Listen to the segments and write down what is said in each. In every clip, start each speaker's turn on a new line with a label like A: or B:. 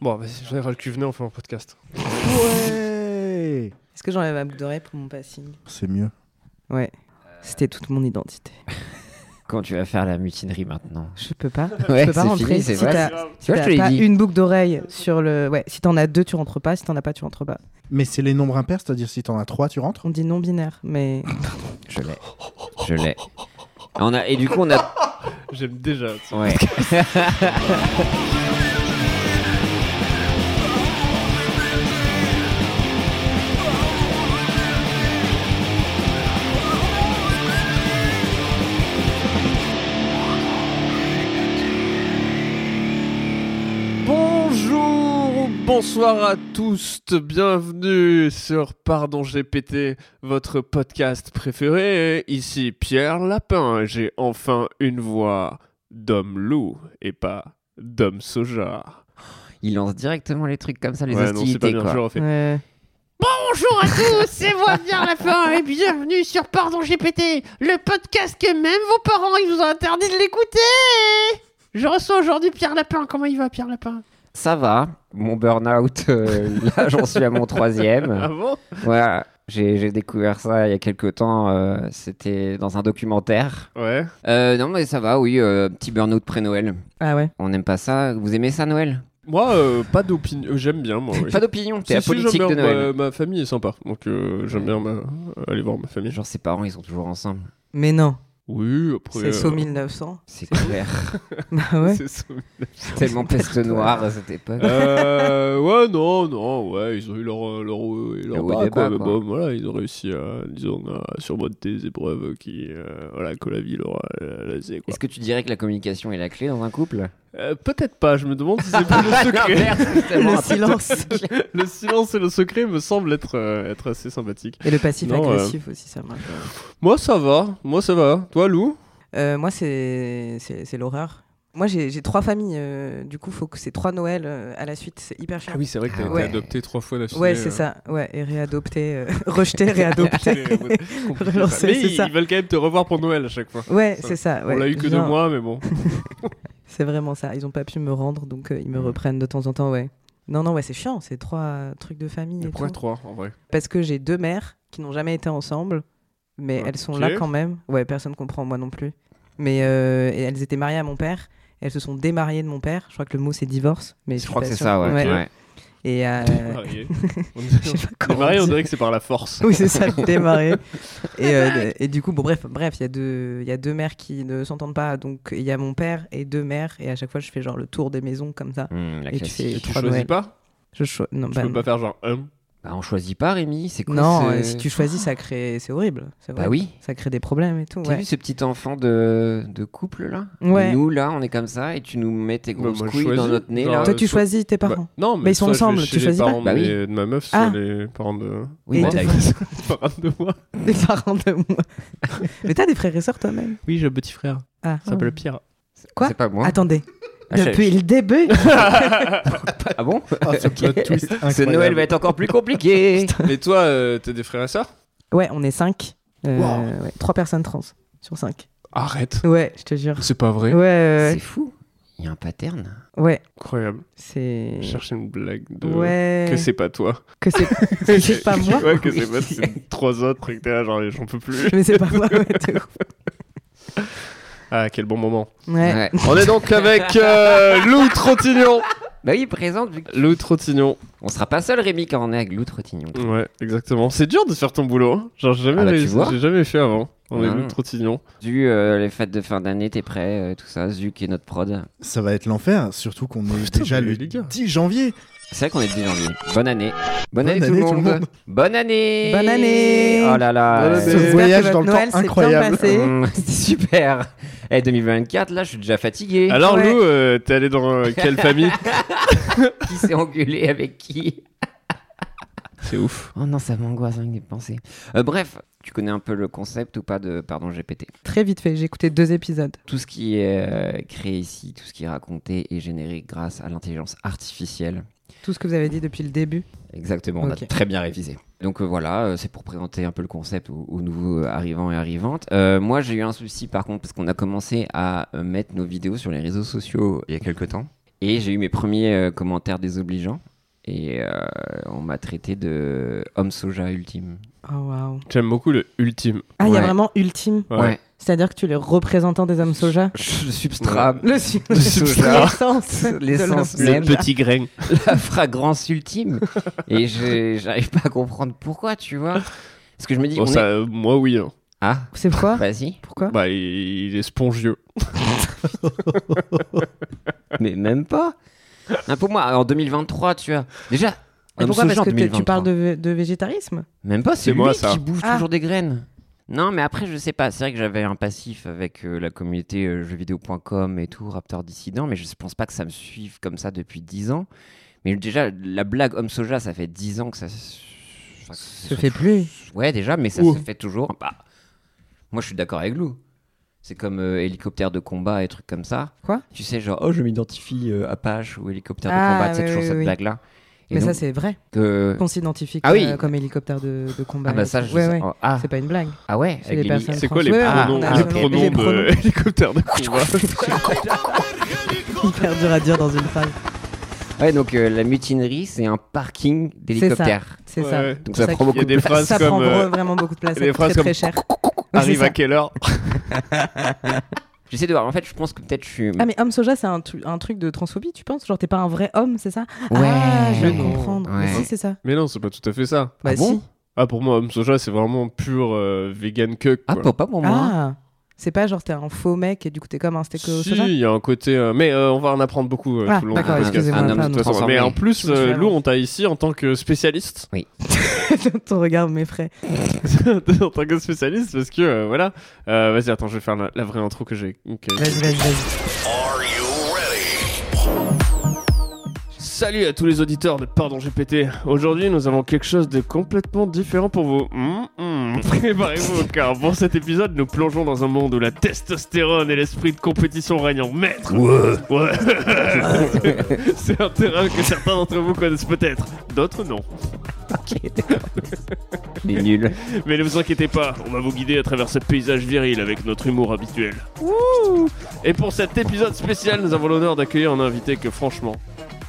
A: Bon, vas-y, Gérald Cuvenet, on fait un podcast.
B: Ouais
C: Est-ce que j'enlève ma boucle d'oreille pour mon passing
B: C'est mieux.
C: Ouais. C'était toute mon identité.
D: Quand tu vas faire la mutinerie maintenant
C: Je peux pas.
D: Ouais,
C: peux pas
D: c'est
C: rentrer,
D: fini, c'est
C: si
D: vrai.
C: t'as-
D: Tu vois, je te
C: T'as
D: l'ai
C: pas
D: dit.
C: une boucle d'oreille sur le. Ouais, si t'en as deux, tu rentres pas. Si t'en as pas, tu rentres pas.
B: Mais c'est les nombres impairs, c'est-à-dire si t'en as trois, tu rentres
C: On dit non binaire, mais
D: Je l'ai. Je l'ai. On a... Et du coup, on a.
A: J'aime déjà. ça.
D: Ouais.
A: Bonjour, bonsoir à tous, bienvenue sur Pardon GPT, votre podcast préféré. Ici Pierre Lapin, j'ai enfin une voix d'homme loup et pas d'homme soja.
D: Il lance directement les trucs comme ça, les
A: Ouais, non, c'est pas
D: hostilités,
A: bien,
D: quoi.
A: je le refais.
C: euh,
E: Bonjour à tous, c'est moi Pierre Lapin et bienvenue sur Pardon GPT, le podcast que même vos parents ils vous ont interdit de l'écouter. Je reçois aujourd'hui Pierre Lapin. Comment il va Pierre Lapin
D: Ça va. Mon burn-out, euh, là, j'en suis à mon troisième.
A: Ah bon
D: Ouais, j'ai j'ai découvert ça il y a quelques temps. euh, C'était dans un documentaire.
A: Ouais.
D: Euh, non, mais ça va, oui. euh, petit burn-out pré-Noël.
C: Ah ouais.
D: On n'aime pas ça. Vous aimez ça, Noël
A: Moi, euh, pas d'opinion, euh, j'aime bien moi. oui.
D: Pas d'opinion,
A: Si,
D: t'es
A: si, j'aime
D: apolitique
A: bien,
D: de Noël.
A: Ma, ma famille est sympa, donc euh, j'aime bien ma- aller voir ma famille.
D: Genre, ses parents, ils sont toujours ensemble.
C: Mais non.
A: Oui, après.
C: C'est
A: euh,
C: saut 1900.
D: C'est clair.
C: Bah ouais.
A: c'est Saut
D: Tellement peste noire à cette époque.
A: euh, ouais, non, non, ouais, ils ont eu leur, euh, leur, haut- et leur
D: Le haut
A: bas,
D: et le
A: quoi,
D: bas,
A: mais
D: quoi.
A: bon, voilà, ils ont réussi à, disons, à surmonter des épreuves qui, euh, voilà, que la vie leur a euh, laissé, quoi.
D: Est-ce que tu dirais que la communication est la clé dans un couple
A: Euh, Peut-être pas, je me demande si
C: Ah,
A: c'est pas le secret.
C: Le silence.
A: le silence et le secret me semblent être, euh, être assez sympathiques.
C: Et le passif
A: Non,
D: euh,
C: agressif aussi, ça marche.
A: Moi, ça va, moi, ça va. Toi, Lou
C: Euh, moi, c'est c'est c'est l'horreur. Moi, j'ai j'ai trois familles. euh, du coup, faut que c'est trois Noël euh, à la suite. C'est hyper chiant.
A: oui, c'est vrai que
D: t'as Ah été
C: ouais.
A: adopté trois fois d'affilée. euh.
C: ouais, c'est ça. Ouais, et réadopter, euh, rejeter, réadopter. Relancer,
A: mais
C: c'est
A: ils,
C: ça.
A: ils veulent quand même te revoir pour Noël à chaque fois.
C: ouais, c'est ça. ouais.
A: On l'a eu que deux
C: Genre,
A: mois, mais bon.
C: C'est vraiment ça. Ils ont pas pu me rendre, donc euh, ils me reprennent de temps en temps. Ouais. Non, non, ouais, c'est chiant. C'est trois trucs de famille. Et
A: Pourquoi
C: tout.
A: trois, en vrai
C: Parce que j'ai deux mères qui n'ont jamais été ensemble, mais
A: Ok.
C: elles sont là quand même. Ouais, personne comprend, moi non plus. Mais euh, et elles étaient mariées à mon père. Elles se sont démariées de mon père. Je crois que le mot c'est divorce, mais je,
D: Je
C: suis
D: crois
C: pas
D: que c'est
C: sûre.
D: ça, ouais.
C: Ouais.
D: ouais.
C: Et euh,
A: Marié. On
C: je
A: dirait-
C: sais pas
A: Les
C: comment
A: mariés, on
C: dire.
A: dirait que c'est par la force.
C: Oui, c'est ça, le démarrer. et, euh, et du coup, bon, bref, bref, il y, a deux- il y a deux mères qui ne s'entendent pas. Donc, il y a mon père et deux mères. Et à chaque fois, je fais genre le tour des maisons comme ça.
D: Hmm, la
C: Et tu
D: classique.
C: fais-
A: Et tu
C: Trois
A: choisis
C: Noël.
A: pas
C: Je cho- non,
A: Tu
C: bah,
A: peux pas faire genre hum. un.
D: Bah, on choisit pas, Rémi. C'est quoi
C: non,
D: ce-
C: euh, si tu choisis, ça crée, c'est horrible. c'est vrai.
D: Bah oui.
C: Ça crée des problèmes et tout.
D: T'as
C: ouais.
D: vu ce petit enfant de, de couple là
C: Ouais.
D: Nous là, on est comme ça et tu nous mets tes grosses
A: Bah, moi, je
D: couilles dans
A: choisis.
D: notre nez
A: Non,
D: là.
A: euh,
C: Toi, tu
A: soit-
C: choisis tes
A: Bah,
C: parents.
A: non, mais,
C: mais ils sont
A: soit je vais
C: ensemble,
A: chez
C: tu choisis
A: les
C: pas
A: parents
D: Bah
A: de,
D: oui.
A: de ma meuf, soit
C: Ah.
A: les parents de.
D: Oui,
C: Et
D: bah,
C: t'as
D: t'as
C: fait-
D: eu-
A: les parents de moi.
C: Des parents de moi. mais t'as des frères et sœurs toi-même.
A: Oui, j'ai un petit frère.
C: Ah.
A: Pierre.
C: Quoi
D: C'est pas moi.
C: Attendez.
D: Ah, je-
C: Depuis le début.
D: Ah bon
B: Ah, ce
D: Ok.
B: plot twist
D: Ce
B: incroyable.
D: Noël va être encore plus compliqué.
A: Mais toi, euh, t'as des frères et sœurs
C: ouais, on est cinq. Euh,
A: Wow.
C: ouais, trois personnes trans sur cinq.
A: Arrête.
C: Ouais, je te jure.
A: C'est pas vrai.
C: Ouais, ouais,
D: C'est fou. Il y a un pattern.
C: ouais. ouais.
A: Incroyable.
C: C'est.
A: Je cherchais une blague de.
C: Ouais.
A: Que c'est pas toi.
C: Que c'est que c'est pas moi.
A: Ouais, que c'est
D: Oui.
A: pas c'est trois autres et que t'es là, genre, j'en peux plus.
C: Mais c'est pas moi. Ouais. de ouf.
A: Ah, quel bon moment.
C: Ouais.
D: Ouais.
A: On est donc avec euh, Lou Trottignon.
D: Bah oui, présente. vu que-
A: Lou Trottignon.
D: On sera pas seul, Rémi, quand on est avec Lou Trottignon.
A: Ouais, exactement. C'est dur de faire ton boulot. hein. Genre, j'ai jamais
D: Ah bah, tu
A: réussi,
D: vois. Ah.
A: j'ai jamais fait avant. On est
D: Non.
A: Lou Trottignon.
D: Zu, euh, les fêtes de fin d'année, t'es prêt, euh, tout ça. Zu qui est notre prod.
B: Ça va être l'enfer, surtout qu'on est
A: Putain,
B: déjà
A: mais
B: le
A: les gars.
B: 10 janvier.
D: C'est vrai qu'on est le 10 janvier. Bonne année. Bonne, année, tout, le monde. Bonne année.
C: Bonne année.
D: Oh là là.
A: Bonne
D: euh,
A: année.
B: Ce
C: J'espère
B: voyage
C: que
B: dans
C: votre
B: le
C: Noël
B: temps
C: s'est bien
B: incroyable.
C: passé.
D: Mmh, C'était super. Eh, 2024, là, je suis déjà fatigué.
A: Alors
C: Ouais.
A: Lou, euh, t'es allé dans euh, quelle famille
D: qui s'est engueulé avec qui
A: C'est ouf.
D: Oh non, ça m'angoisse rien que d'y penser. Euh, bref, tu connais un peu le concept ou pas de Pardon GPT
C: Très vite fait, j'ai écouté deux épisodes.
D: Tout ce qui est euh, créé ici, tout ce qui est raconté est généré grâce à l'intelligence artificielle.
C: Tout ce que vous avez dit depuis le début.
D: Exactement, on a
C: Ok.
D: très bien révisé. Donc euh, voilà, euh, c'est pour présenter un peu le concept aux, aux nouveaux euh, arrivants et arrivantes. Euh, moi, j'ai eu un souci par contre, parce qu'on a commencé à euh, mettre nos vidéos sur les réseaux sociaux il y a quelques temps. Et j'ai eu mes premiers euh, commentaires désobligeants. Et euh, on m'a traité de homme soja ultime.
C: Oh, waouh.
A: J'aime beaucoup le ultime.
C: Ah, il y a
D: Ouais.
C: vraiment ultime.
A: Ouais.
C: C'est-à-dire que tu es le représentant des hommes soja
D: Le substrat,
C: Le su-
D: Le substrat.
C: L'essence.
D: L'essence.
C: de l'homme.
A: Le
D: Même.
A: petit grain.
D: la fragrance ultime. Et je- j'arrive pas à comprendre pourquoi, tu vois. Parce que je me dis,
A: Bon,
D: on
A: ça,
D: est-
A: euh, moi, oui. hein.
D: Ah,
C: C'est quoi
D: vas-y.
C: Pourquoi
A: Bah, il, il est spongieux.
D: Mais même pas. Un Ah, pour moi, en 2023, tu vois. Déjà,
C: Mais
D: homme
C: Pourquoi
D: soja
C: Parce
D: en
C: que t'es- tu
D: 2023.
C: parles de, vé- de végétarisme
D: Même pas,
A: C'est
D: c'est
A: moi,
D: moi
A: ça.
D: qui bouge
C: Ah.
D: toujours des graines. Non, mais après, je sais pas. C'est vrai que j'avais un passif avec euh, la communauté euh, jeuxvideo.com et tout, Raptor Dissident, mais je pense pas que ça me suive comme ça depuis 10 ans. Mais déjà, la blague homme soja, ça fait 10 ans que ça se enfin, que
C: Se
D: ça-
C: fait plus.
D: Ouais, déjà, mais ça
A: Ouh.
D: se fait toujours. Bah, moi, je suis d'accord avec Lou. C'est comme euh, hélicoptère de combat et trucs comme ça.
C: Quoi
D: Tu sais, genre, oh, je m'identifie euh, Apache ou hélicoptère
C: Ah,
D: de combat, c'est
C: oui,
D: toujours
C: oui,
D: cette
C: oui.
D: blague-là. Et
C: Mais ça,
D: donc,
C: c'est vrai.
D: que-
C: Qu'on s'identifie
D: Ah
C: comme- euh,
D: oui.
C: comme hélicoptère de, de combat.
D: Ah, bah
C: et
D: ça,
C: tout.
D: je
C: Ouais,
D: sais-
C: ouais.
D: oh, ah,
C: C'est pas une blague.
D: ah ouais,
C: C'est
D: avec
C: les
D: les
C: personnes.
A: C'est quoi les
C: Ouais, ouais,
A: pronoms,
D: on a-
A: les
D: les
A: pronoms
C: ah, pronoms.
A: de hélicoptère de combat
C: Hyper dur à dire dans une phrase.
D: Ouais, donc euh, la mutinerie, c'est un parking d'hélicoptère.
C: C'est
A: Ouais,
C: ça.
A: ouais.
D: Donc
C: C'est
D: ça
C: ça
D: prend
A: Il y a
C: qui-
D: beaucoup de
A: des phrases
D: place.
C: Ça prend
A: comme euh,
C: vra- vraiment beaucoup de place.
A: des
C: C'est
A: phrases
C: très, très
A: comme
C: cher. c'est
A: arrive
C: ça.
A: à quelle heure
D: J'essaie de voir. En fait, je pense que peut-être je suis.
C: Ah, mais homme soja, c'est un, tru- un truc de transphobie, tu penses Genre, t'es pas un vrai homme, c'est ça
D: Ouais.
C: Ah, je viens de
A: non.
C: comprendre. Mais
D: Ouais.
C: si, c'est ça.
A: Mais non, c'est pas tout à fait ça.
C: Bah,
D: bon
C: si.
A: Ah, pour moi, homme soja, c'est vraiment pur euh, vegan cuck.
D: Ah,
A: quoi.
D: pour- pas pour moi.
C: Ah C'est pas genre, t'es un faux mec et du coup, t'es comme un steak au
A: Si,
C: soja
A: il y a un côté. euh, mais euh, on va en apprendre beaucoup euh,
C: Ah,
A: tout le long
C: d'accord,
A: du podcast.
C: excusez-moi,
A: de toute
C: pardon.
A: façon.
D: Transformé.
A: Mais en plus,
C: Je me suis
A: euh,
C: avancé.
A: Lou, on t'a ici en tant que spécialiste.
C: Ton regard m'effraie.
A: en tant que spécialiste, parce que euh, voilà. Euh, Vas-y, attends, je vais faire la, la vraie intro que j'ai. ok.
C: Vas-y, vas-y, vas-y.
A: Salut à tous les auditeurs de Pardon GPT. Aujourd'hui, nous avons quelque chose de complètement différent pour vous. Hum, hum. Préparez-vous, car pour cet épisode, nous plongeons dans un monde où la testostérone et l'esprit de compétition règnent en maître. Ouais. C'est un terrain que certains d'entre vous connaissent peut-être, d'autres non.
D: Les nuls.
A: Mais ne vous inquiétez pas, on va vous guider à travers ce paysage viril avec notre humour habituel. Et pour cet épisode spécial, nous avons l'honneur d'accueillir un invité que franchement,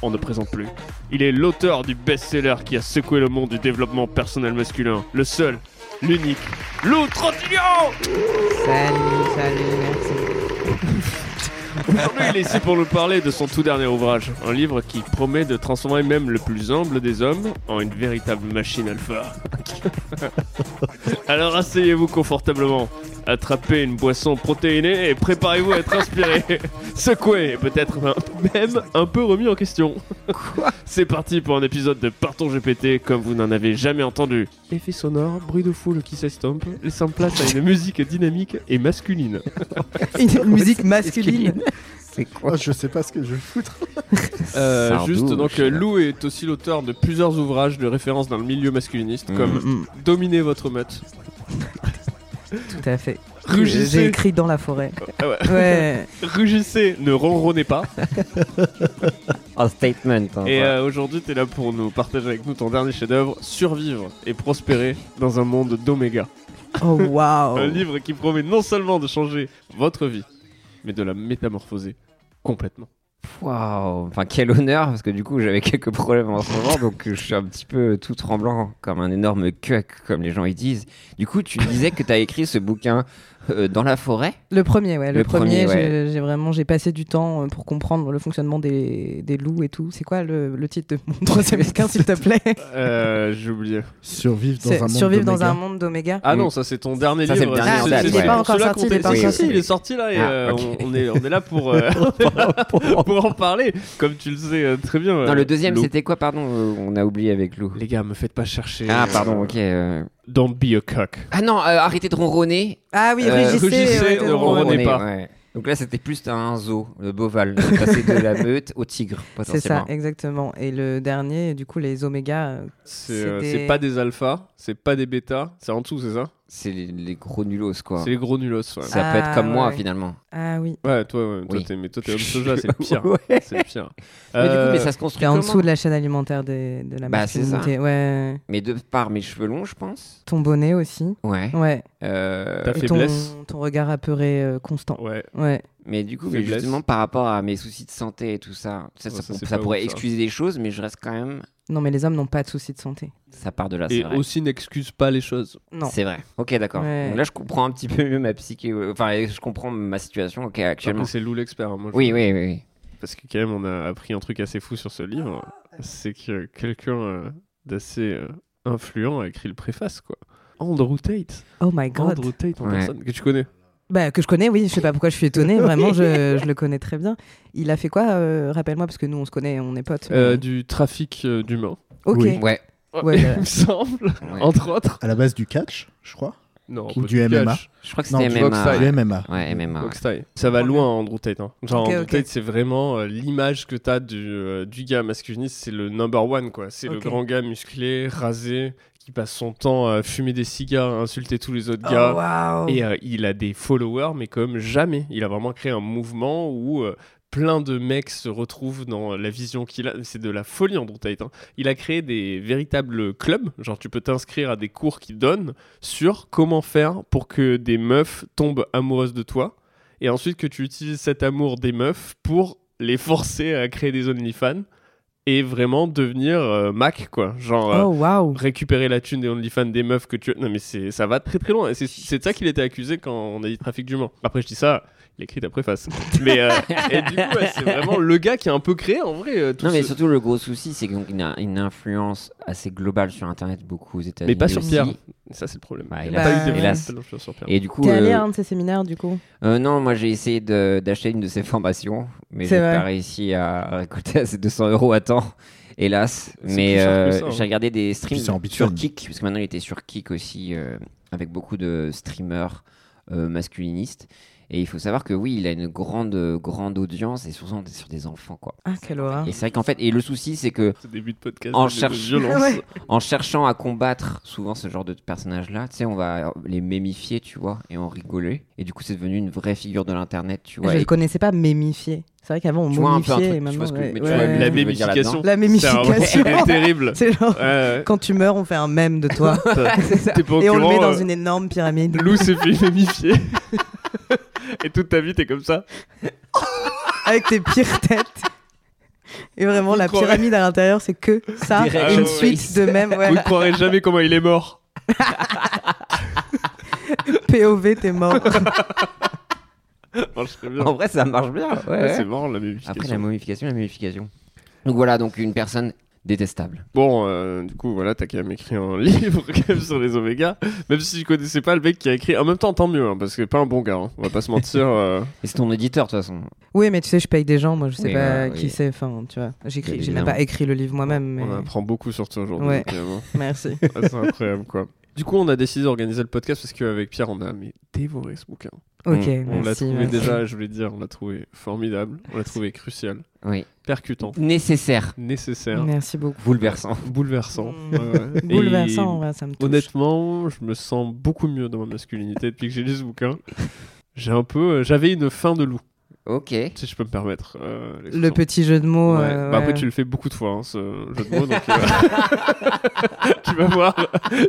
A: on ne présente plus. Il est l'auteur du best-seller qui a secoué le monde du développement personnel masculin, le seul, l'unique, Lou Trottignon
C: Salut, salut, merci.
A: Aujourd'hui, il est ici pour nous parler de son tout dernier ouvrage, un livre qui promet de transformer même le plus humble des hommes en une véritable machine alpha. Alors asseyez-vous confortablement, attrapez une boisson protéinée et préparez-vous à être inspiré, secoué et peut-être un- même un peu remis en question. C'est parti pour un épisode de Partons GPT comme vous n'en avez jamais entendu. Effet sonore, bruit de foule qui s'estompe, laissant place à une musique dynamique et masculine.
C: Une musique masculine.
D: C'est quoi
B: Oh, je sais pas ce que je vais foutre.
A: Euh,
D: Sardou,
A: juste,
D: je
A: donc
D: sais
A: euh,
D: pas.
A: Lou est aussi l'auteur de plusieurs ouvrages de référence dans le milieu masculiniste,
D: Mhm.
A: comme Dominez votre meute,
C: Tout à fait. J'ai
A: Rugissez,
C: écrit dans la forêt.
A: Ah ouais.
C: Ouais.
A: Rugissez, ne ronronnez pas.
D: Un statement. hein,
A: Et
D: ouais.
A: euh, aujourd'hui, t'es là pour nous partager avec nous ton dernier chef-d'œuvre, Survivre et prospérer dans un monde d'Oméga.
C: Oh, waouh.
A: Un livre qui promet non seulement de changer votre vie, mais de la métamorphoser complètement.
D: Waouh. Enfin, quel honneur, parce que du coup, j'avais quelques problèmes en ce moment, donc euh, je suis un petit peu tout tremblant, comme un énorme cuck, comme les gens ils disent. Du coup, tu disais que t'as écrit ce bouquin euh, dans la forêt
C: Le premier, ouais. Le,
D: Le
C: premier,
D: premier,
C: j'ai- j'ai vraiment j'ai passé du temps euh, pour comprendre le fonctionnement des, des loups et tout. C'est quoi le, le titre de mon troisième bouquin, s'il te plaît
A: Euh, j'ai oublié.
B: Survivre dans
C: C'est
B: un monde.
C: Survivre dans
B: d'oméga.
C: un monde d'oméga.
A: Ah
D: Mm.
A: non, ça c'est ton dernier
D: Ça, c'est
A: livre.
D: le dernier en date,
A: c'est-
D: il
A: c'est
D: est pas
A: pas
C: encore
A: encore
C: sorti, il est
A: sorti.
C: Ah, pas
A: Si,
D: encore
A: si, il est
C: sorti.
A: sorti là et
D: Ah,
A: euh,
D: ok.
A: on, on est, on est là pour, euh, pour en parler, comme tu le sais euh, très bien. euh,
D: Non, le deuxième,
A: Lou.
D: c'était quoi, pardon euh, On a oublié avec Lou.
A: Les gars, me faites pas chercher.
D: Ah,
A: euh,
D: pardon, ok. euh.
A: Don't be a cock.
D: Ah non, euh, arrêtez de ronronner.
C: Ah oui,
D: Euh,
C: rugissez.
A: rugissez,
C: ouais,
A: ne
C: ouais, ouais.
A: ronronnez pas.
D: ouais. Donc là, c'était plus un zoo, le boval. Donc, Passer de la meute au tigre,
C: C'est
D: potentiellement.
C: ça, exactement. Et le dernier, du coup, les oméga. euh,
A: C'est euh,
C: C'est
A: c'est
C: des-
A: pas des alphas, c'est pas des bêtas, c'est en dessous, c'est ça
D: c'est les, les gros nulos, quoi.
A: C'est les gros nulos, ouais.
D: Ça peut être
C: Ah,
D: comme moi,
C: ouais.
D: finalement.
C: Ah oui.
A: Ouais, toi, ouais, toi,
D: Oui.
A: t'es- mais toi, t'es homme soja, c'est le pire.
D: Ouais. Mais
A: C'est le pire.
D: du coup,
A: Euh,
D: mais ça se construit
C: T'es en
D: comment
C: dessous de la chaîne alimentaire des- de la
D: Bah,
C: masculinité.
D: c'est
C: Ouais.
D: Mais de par mes cheveux longs, je pense.
C: Ton bonnet aussi.
D: Ouais.
C: Ouais.
D: Euh,
A: T'as- La
C: Et ton,
A: faiblesse.
C: ton regard apeuré euh, constant.
A: Ouais,
D: Ah,
C: Ouais.
D: Mais du coup, mais
A: Faiblesse.
D: justement, par rapport à mes soucis de santé et tout ça, ça,
A: Ouais,
D: ça,
A: ça,
D: pour-
A: c'est
D: ça
A: pas
D: pourrait
A: ouf, ça.
D: excuser des choses, mais je reste quand même.
C: Non, mais les hommes n'ont pas de soucis de santé.
D: Ça part de là, c'est
A: et
D: vrai.
A: aussi n'excuse pas les choses.
C: Non.
D: C'est vrai. Ok, d'accord.
C: Ouais.
D: Donc Là, je comprends un petit peu mieux ma psyché. euh, Enfin, je comprends ma situation. Ok, actuellement.
A: Après, C'est Lou l'expert, hein, moi. je-
D: Oui, oui, oui. oui.
A: Parce que quand même, on a appris un truc assez fou sur ce livre, c'est que quelqu'un euh, d'assez euh, influent a écrit le préface, quoi. Andrew Tate.
C: Oh my god.
A: Andrew Tate en
D: Ouais.
A: personne, que tu connais.
C: Bah, que je connais, oui. Je sais pas pourquoi je suis étonnée. Vraiment, je, je le connais très bien. Il a fait quoi euh, Rappelle-moi, parce que nous, on se connaît, on est potes. mais-
A: Euh, du trafic euh, d'humains,
C: ok.
B: oui.
D: Ouais.
C: Ouais,
A: il me semble,
D: ouais.
A: entre autres.
B: À la base du catch, je crois.
A: Non,
B: Ou
A: pas
B: du MMA.
A: catch,
D: Je crois que
B: Non,
D: c'était
A: tu
D: MMA.
A: vois que ça,
D: ouais.
B: Du MMA.
D: Ouais, MMA. ouais.
A: boxe style. Ça va
C: Ok.
A: loin, Andrew Tate. hein. Genre,
C: Ok,
A: Andrew
C: ok.
A: Tate, c'est vraiment euh, l'image que t'as du, euh, du gars masculiniste, c'est le number one, quoi. C'est le
C: Ok.
A: grand gars musclé, rasé, qui passe son temps à fumer des cigares, à insulter tous les autres
C: Oh,
A: gars.
C: waouh.
A: Et euh, il a des followers, mais comme jamais. Il a vraiment créé un mouvement où euh, plein de mecs se retrouvent dans la vision qu'il a. C'est de la folie, Andrew Tate. hein. Il a créé des véritables clubs. Genre, tu peux t'inscrire à des cours qu'il donne sur comment faire pour que des meufs tombent amoureuses de toi. Et ensuite, que tu utilises cet amour des meufs pour les forcer à créer des OnlyFans et vraiment devenir euh, Mac, quoi. Genre. euh,
C: Oh, waouh.
A: récupérer la thune des OnlyFans des meufs que tu non mais c'est ça va très très loin et c'est c'est de ça qu'il était accusé quand on a dit trafic d'humains après je dis ça il écrit ta préface mais euh, et du coup ouais, c'est vraiment le gars qui a un peu créé en vrai euh, tout
D: Non, mais
A: ce-
D: surtout, le gros souci, c'est qu'il a une influence assez globale sur Internet, beaucoup aux États-Unis.
A: mais pas sur
D: aussi.
A: Pierre ça c'est le problème
D: Bah,
A: il
C: hélas.
A: a pas eu
C: Bah,
A: des
D: hélas.
A: vraies influences sur Pierre
D: Et du coup,
C: T'es allé
D: euh,
C: à un de ces séminaires, du coup
D: euh, non, moi j'ai essayé de- d'acheter une de ses formations, mais
C: C'est
D: j'ai
C: vrai.
D: pas réussi à récolter assez 200 euros à temps, hélas.
A: C'est
D: Mais
A: plus cher que ça,
D: euh,
A: hein.
D: j'ai regardé des streams
B: Puis c'est en
D: sur
B: bitcoin.
D: Kik, parce que maintenant il était sur Kik aussi, euh, avec beaucoup de streamers euh, masculinistes. Et il faut savoir que oui, il a une grande, euh, grande audience et souvent des- sur des enfants, quoi.
C: Ah, quelle horreur.
D: Et c'est vrai qu'en fait, et le souci, c'est que
A: ce début de podcast
D: En
A: de- de
D: cherche-
A: violence
C: Ouais.
D: en cherchant à combattre souvent ce genre de personnages-là, tu sais, on va les mémifier, tu vois, et en rigoler. Et du coup, c'est devenu une vraie figure de l'internet, tu vois.
C: je
D: Et
C: ne connaissais pas mémifié. C'est vrai qu'avant, on
D: tu vois un peu
C: momifiait
D: un
C: et
D: truc, tu
C: maintenant.
D: vois ce que-
C: ouais,
D: mais tu
C: ouais,
D: vois,
A: la
C: ouais.
D: je veux dire
A: mémification
C: La
A: C'est un- ouais,
C: mémification.
A: c'est terrible
C: C'est genre,
A: Ouais, ouais.
C: quand tu meurs, on fait un mème de toi.
A: T'as- t'es pas au
C: et on le met
A: courant,
C: dans
A: euh,
C: une énorme pyramide.
A: Lou s'est fait mémifier et toute ta vie t'es comme ça
C: avec tes pires têtes. Et vraiment,
A: Vous
C: la
A: croirez-
C: pyramide à l'intérieur, c'est que ça,
D: Direct
C: une
A: ouais.
C: suite de mèmes. ouais.
A: vous ne croirez jamais comment il est mort
C: POV, t'es mort.
A: Non, je serais bien.
D: En vrai, ça marche bien.
C: Ah,
D: ouais,
A: Ouais,
D: ouais.
A: Ah, c'est mort la mémification
D: Après, la momification, la momification. Donc voilà, donc une personne détestable.
A: Bon, euh, du coup, voilà, t'as quand même écrit un livre quand même sur les Oméga. Même si je connaissais pas le mec qui a écrit. En même temps, tant mieux, hein, parce que pas un bon gars. hein. On va pas se mentir. euh,
D: Et c'est ton éditeur, de toute façon.
C: Oui, mais tu sais, je paye des gens, moi, je sais
D: Oui,
C: pas
D: voilà,
C: qui
D: oui.
C: c'est. Enfin, tu vois, j'écris,
D: Bien
C: j'ai même pas
D: évidemment.
C: écrit le livre moi-même. Mais...
A: On apprend beaucoup sur toi aujourd'hui.
C: Ouais.
A: quand même, hein.
C: Merci.
A: Ah, C'est incroyable, quoi. Du coup, on a décidé d'organiser le podcast parce qu'avec Pierre, on a mais, dévoré ce bouquin.
C: Ok,
D: On-
A: on l'a
C: merci.
A: trouvé
C: merci.
A: déjà, je voulais dire, on l'a trouvé formidable. On l'a trouvé crucial,
D: Oui.
A: percutant,
D: Nécessaire.
A: nécessaire,
C: Merci beaucoup.
D: Bouleversant.
A: bouleversant.
C: Mm.
A: Ouais, ouais. Et-
C: Bouleversant, en vrai, ça me touche.
A: Honnêtement, je me sens beaucoup mieux dans ma masculinité depuis que j'ai lu ce bouquin. J'ai un peu, euh, j'avais une faim de loup.
D: Ok.
A: si je peux me permettre. euh, l'expression.
C: Le petit jeu de mots.
A: Ouais.
C: euh,
A: Bah,
C: ouais.
A: après, tu le fais beaucoup de fois, hein, ce jeu de mots. donc, euh, tu vas voir,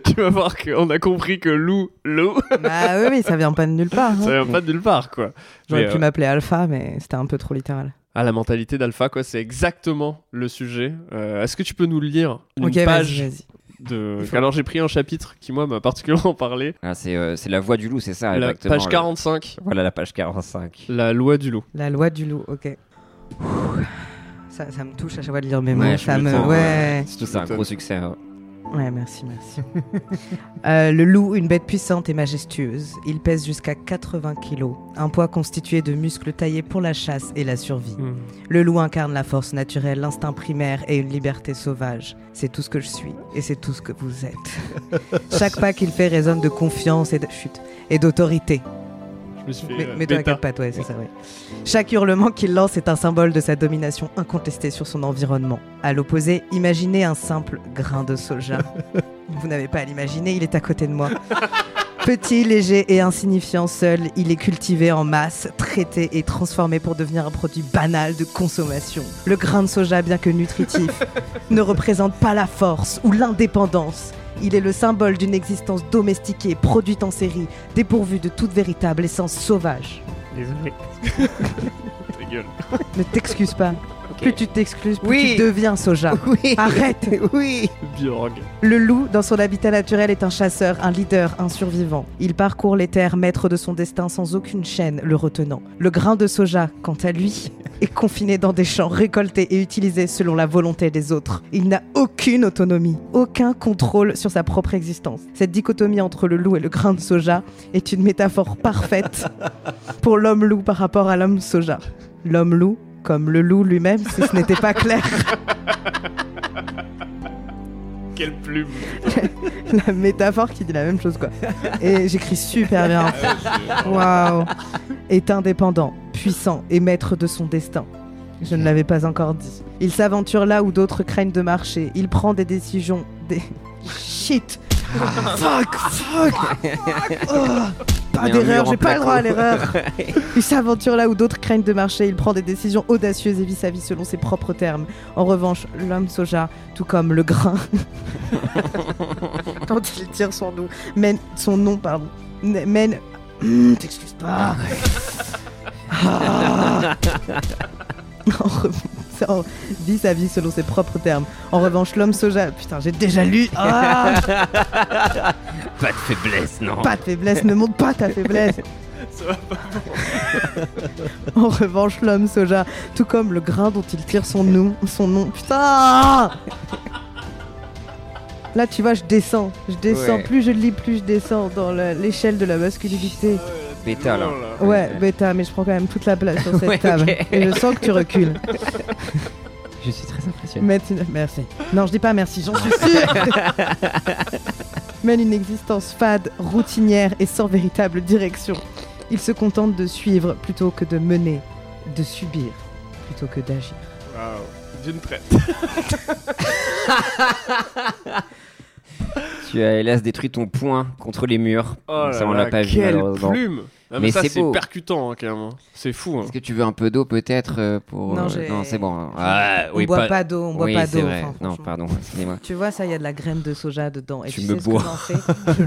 A: tu vas voir qu'on a compris que loup, loup,
C: Bah oui, oui, ça vient pas de nulle part. hein.
A: ça vient pas de nulle part, quoi.
C: J'aurais
A: Mais,
C: pu
A: euh,
C: m'appeler Alpha, mais c'était un peu trop littéral.
A: Ah, la mentalité d'alpha, quoi, c'est exactement le sujet. Euh, Est-ce que tu peux nous lire une
C: ok,
A: page
C: vas-y, vas-y.
A: de...
C: Il faut-
A: Alors, j'ai pris un chapitre qui, moi, m'a particulièrement parlé.
D: Ah, c'est euh, c'est la voix du loup, c'est ça,
A: la
D: Ah, exactement.
A: page
D: le-
A: 45,
D: Voilà la page 45.
A: la loi du loup.
C: La loi du loup, ok. Ouh. Ça, ça me touche à chaque fois de lire mes mots.
D: Ouais, je
C: ça
D: me
C: me...
D: sens,
C: ouais.
D: Surtout, c'est un
A: Putain.
D: gros succès. hein.
C: Ouais, merci, merci. Euh, le loup, une bête puissante et majestueuse. Il pèse jusqu'à 80 kilos, un poids constitué de muscles taillés pour la chasse et la survie. Le loup incarne la force naturelle, l'instinct primaire et une liberté sauvage. C'est tout ce que je suis et c'est tout ce que vous êtes. Chaque pas qu'il fait résonne de confiance et de chute et d'autorité.
A: Je me suis fait.
C: Mais,
A: euh,
C: mais toi,
A: bêta.
C: t'inquiète pas, toi, c'est ça, ouais. Chaque hurlement qu'il lance est un symbole de sa domination incontestée sur son environnement. À l'opposé, imaginez un simple grain de soja. Vous n'avez pas à l'imaginer, il est à côté de moi. Petit, léger et insignifiant seul, il est cultivé en masse, traité et transformé pour devenir un produit banal de consommation. Le grain de soja, bien que nutritif, ne représente pas la force ou l'indépendance. Il est le symbole d'une existence domestiquée, produite en série, dépourvue de toute véritable essence sauvage.
E: Désolé.
A: Ta gueule.
C: Ne t'excuse pas. Plus tu t'excuses, plus
D: Oui.
C: tu deviens soja.
D: Oui.
C: Arrête
D: Oui.
A: Bjorg.
C: Le loup, dans son habitat naturel, est un chasseur, un leader, un survivant. Il parcourt les terres, maître de son destin sans aucune chaîne le retenant. Le grain de soja, quant à lui, est confiné dans des champs récoltés et utilisés selon la volonté des autres. Il n'a aucune autonomie, aucun contrôle sur sa propre existence. Cette dichotomie entre le loup et le grain de soja est une métaphore parfaite pour l'homme loup par rapport à l'homme soja. L'homme loup, comme le loup lui-même, si ce n'était pas clair.
A: Quelle plume.
C: la métaphore qui dit la même chose quoi. Et j'écris super bien. Waouh. Est indépendant, puissant et maître de son destin. Je ne l'avais pas encore dit. Il s'aventure là où d'autres craignent de marcher. Il prend des décisions des shit. fuck, fuck. Oh, pas
D: Il y a un
C: d'erreur,
D: mur en
C: j'ai pas le droit à
D: placo.
C: l'erreur. Il s'aventure là où d'autres craignent de marcher. Il prend des décisions audacieuses et vis à vis selon ses propres termes. En revanche, l'homme soja, tout comme le grain, quand il tire son nom, mène son nom, pardon, n- mène. Hum, T'excuses pas. Ah. En revanche, en vis à vis selon ses propres termes. En revanche, l'homme soja, putain, j'ai déjà lu. Ah,
D: Pas de faiblesse, non.
C: pas de faiblesse, ne montre pas ta faiblesse.
A: Ça va pas.
C: En revanche, l'homme soja, tout comme le grain dont il tire son nom, son nom. Putain Là, tu vois, je descends. Je descends.
D: Ouais.
C: Plus je lis, plus je descends dans la- l'échelle de la masculinité.
D: Bêta, alors.
C: Ouais, bêta, mais je prends quand même toute la place sur cette
D: Ouais,
C: table.
D: ok.
C: Et je sens que tu recules.
D: Je suis très impressionné.
C: Mène une- Merci. Non, je dis pas merci, j'en suis sûre. Mène une existence fade, routinière et sans véritable direction. Il se contente de suivre plutôt que de mener, de subir plutôt que d'agir.
A: Waouh. D'une traite.
D: Tu as hélas détruit ton poing contre les murs.
A: Oh
D: Donc
A: là
D: ça, on
A: là,
D: l'a pas vu,
A: quelle
D: malheureusement.
A: plume. Ah, mais,
D: Mais
A: ça
D: c'est
A: c'est
D: beau.
A: percutant hein, quand même. hein. C'est fou. Hein.
D: Est-ce que tu veux un peu d'eau peut-être euh, pour
C: Non,
D: euh,
C: j'ai-
D: c'est bon. Ah,
C: on
D: oui,
C: boit pas, d'eau, on boit
D: oui,
C: pas
D: c'est
C: d'eau.
D: vrai.
C: enfin,
D: non,
C: franchement.
D: pardon, excusez-moi.
C: Tu vois, ça, il y a de la graine de soja dedans. Et
D: Tu
C: tu,
D: me
C: sais
D: bois.
C: ce que j'en fais Je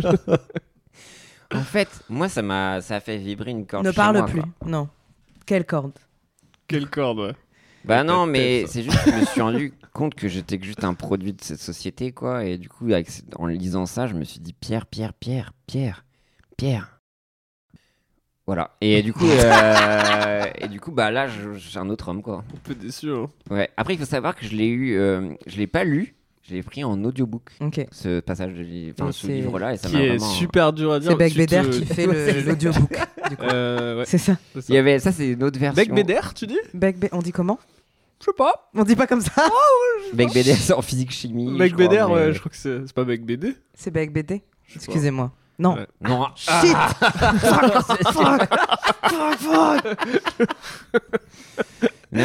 C: le bois.
D: En fait, moi ça m'a ça a fait vibrer une corde
C: Ne
D: chez
C: parle
D: moi,
C: plus.
D: quoi.
C: Non. Quelle corde
A: Quelle corde. ouais.
D: Bah non,
A: Peut-être,
D: mais
A: ça.
D: c'est juste que je me suis rendu compte que j'étais que juste un produit de cette société quoi et du coup avec- en lisant ça, je me suis dit Pierre, Pierre, Pierre, Pierre, Pierre. Voilà. Et du coup euh, et du coup bah là je, je suis un autre homme quoi.
A: Un peu déçu. Hein.
D: Ouais, après il faut savoir que je l'ai eu euh, je l'ai pas lu, je l'ai pris en audiobook.
C: Ok.
D: ce passage de li- enfin,
C: Mais
D: ce
C: c'est-
D: livre là et ça
A: Qui
D: m'a
A: est
D: vraiment hein.
A: super dur à dire.
C: C'est Beck
A: Tu te-
C: Beder qui fait le- l'audiobook. du coup.
A: Euh, ouais.
C: C'est ça.
A: c'est ça.
D: il y avait ça c'est une autre version
A: Beck Beder, tu dis
C: Beck Be- on dit comment
A: Je sais pas.
C: On dit pas comme ça
D: Beck Beder c'est en physique chimie
A: Beck
D: je crois,
A: Beder,
D: mais- euh,
A: ouais, je crois que c'est c'est pas Beck BD.
C: C'est Beck BD
A: Je sais pas.
C: Excusez-moi. Non.
A: Ouais.
D: non
C: Shit
D: non,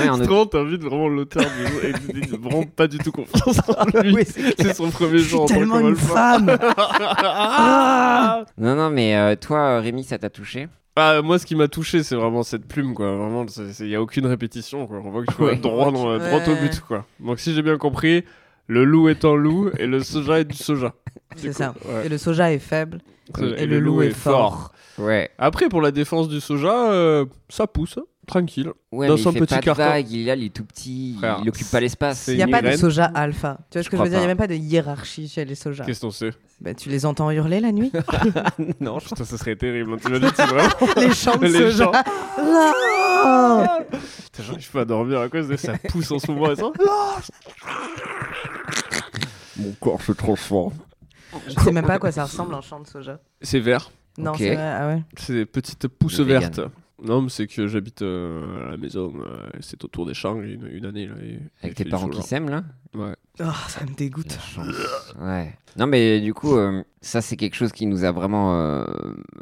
D: mais en
A: C'est
D: audio-
A: vraiment, t'invites vraiment l'auteur du et tu dis vraiment pas du tout confiance en lui.
C: Oui, c'est
A: c'est son premier
C: Je
A: jour
C: suis
A: en tant
C: tellement une
A: qu'homme alpha.
C: femme Ah
D: non non mais euh, toi euh, Rémi ça t'a touché
A: Ah, moi, ce qui m'a touché, c'est vraiment cette plume, quoi. Vraiment, il n'y a aucune répétition, quoi. On voit que tu vas
D: Ouais.
A: droit, dans, droit au but, quoi. Donc, si j'ai bien compris, le loup est un loup et le soja est du soja. Du
C: C'est
A: coup,
C: ça.
A: ouais.
C: Et le soja est faible.
A: Et,
C: et le loup est fort.
D: ouais
A: Après, pour la défense du soja, euh, ça pousse, hein. tranquille.
D: ouais
A: Dans
D: mais
A: son
D: il fait
A: petit
D: pas
A: carton.
D: de vague il est là, il est tout petit
A: Frère,
D: il occupe pas l'espace
A: c'est
C: Il n'y a
A: une
C: pas de
A: graine.
C: soja alpha. Tu vois ce
D: Je
C: que je veux
D: crois
C: dire Il n'y a
D: pas.
C: même pas de hiérarchie chez les sojas.
A: Qu'est-ce qu'on sait
C: Bah, tu les entends hurler la nuit
D: non je-
A: Putain, ça serait terrible. hein. T'imagines, c'est vraiment.
C: Les chants de
A: Les
C: soja.
A: gens.
C: Non
A: Putain, j'arrive pas à dormir à cause de ça pousse en ce moment. et ça.
B: Mon corps se transforme.
C: Je sais même pas à quoi ça ressemble un champ de soja.
A: C'est vert.
C: Non,
D: Ok.
C: c'est vrai, ah ouais.
A: C'est des petites pousses
D: Le vegan.
A: vertes. Non, mais c'est que j'habite euh, à la maison, euh, c'est autour des champs une, une année. Là, et- et
D: avec tes
A: il
D: parents
A: faut,
D: qui
A: genre.
D: s'aiment là
A: Ouais.
C: Ah, ça me dégoûte.
D: La chance. Ouais. Non, mais du coup, euh, ça, c'est quelque chose qui nous a vraiment euh,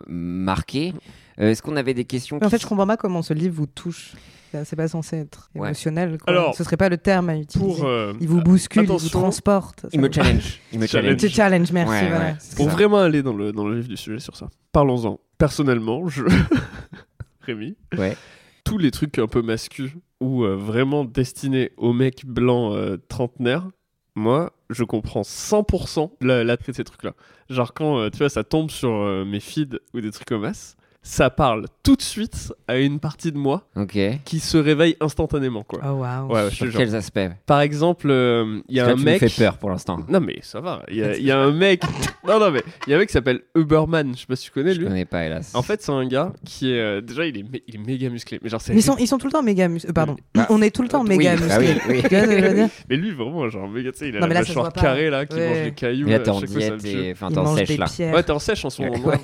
D: marqué. Euh, Est-ce qu'on avait des questions
C: En
D: qui-
C: fait, je comprends pas comment ce livre vous touche. C'est c'est pas censé être
D: Ouais.
C: émotionnel. Quoi.
A: Alors,
C: ce serait pas le terme à utiliser.
A: Pour, euh,
C: il vous bouscule, il vous
A: attention.
C: transporte.
D: Il me challenge. Il me
A: Challenge.
D: challenge.
C: Tu challenge, merci.
D: Ouais,
C: voilà.
D: ouais, c'est
A: pour
D: ça.
A: vraiment aller dans le, dans le vif du sujet sur ça, parlons-en. Personnellement, je. Rémi,
D: Ouais.
A: tous les trucs un peu masculins ou euh, vraiment destinés aux mecs blancs euh, trentenaires, moi, je comprends 100% la- l'attrait de ces trucs-là. Genre quand, euh, tu vois, ça tombe sur euh, mes feeds ou des trucs comme masse, ça parle tout de suite à une partie de moi
D: Ok.
A: qui se réveille instantanément, quoi.
C: Oh, waouh.
A: Ouais, ouais, je te
D: Ah, Sur
A: jure.
D: quels aspects
A: Par exemple, euh, il y a
D: Parce que là,
A: un mec...
D: tu me fais peur pour l'instant.
A: Non mais ça va, il y a, il y a un mec... Non, non mais il y a un mec qui s'appelle Uberman, je sais pas si tu connais
D: Je
A: lui.
D: connais pas, hélas.
A: En fait c'est un gars qui est... euh, déjà il est, mé- il est méga musclé, mais genre c'est...
C: Mais ils sont, ils sont tout le temps méga musclés. Euh, pardon.
D: Bah,
C: On est tout le temps
D: oui,
C: méga
D: bah
C: musclés.
D: oui, oui.
C: Tu vois ce que je veux dire
A: Mais lui, vraiment, genre, méga, tu sais, il a
C: Non, mais
A: la
C: là, ça se
A: mâchoire
C: voit pas.
A: carrés, là, qui
C: Ouais.
A: mange des cailloux.
D: hein. Mais là,
A: à
D: t'es en
A: euh, chaque fois, ça me
D: diète
A: tue.
D: et. Enfin,
C: Ils
D: t'es en
C: mangent
D: sèche,
C: des
D: là.
C: pierres.
A: Ouais, t'es en sèche en ce moment.
D: Ouais.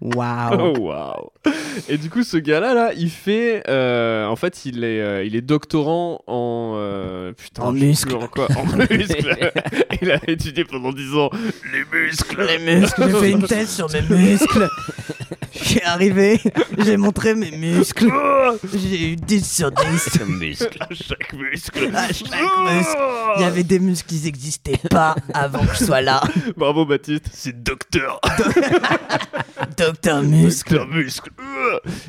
C: Waouh. Ah
A: Oh, waouh. Et du coup, ce gars-là, là, il fait. euh, en fait, il est, euh, il est doctorant en. euh, putain,
C: En
A: je sais plus
C: muscles.
A: En quoi En muscles. il a étudié pendant 10 ans les muscles.
C: Les muscles, j'ai fait une thèse sur mes muscles. Je suis arrivé, j'ai montré mes muscles. J'ai eu 10 sur Ah, 10.
A: À chaque muscle.
C: À chaque muscle. Il y avait des muscles qui n'existaient pas avant que je sois là.
A: Bravo, Baptiste. C'est docteur.
C: Docteur Muscle.
A: Docteur muscle.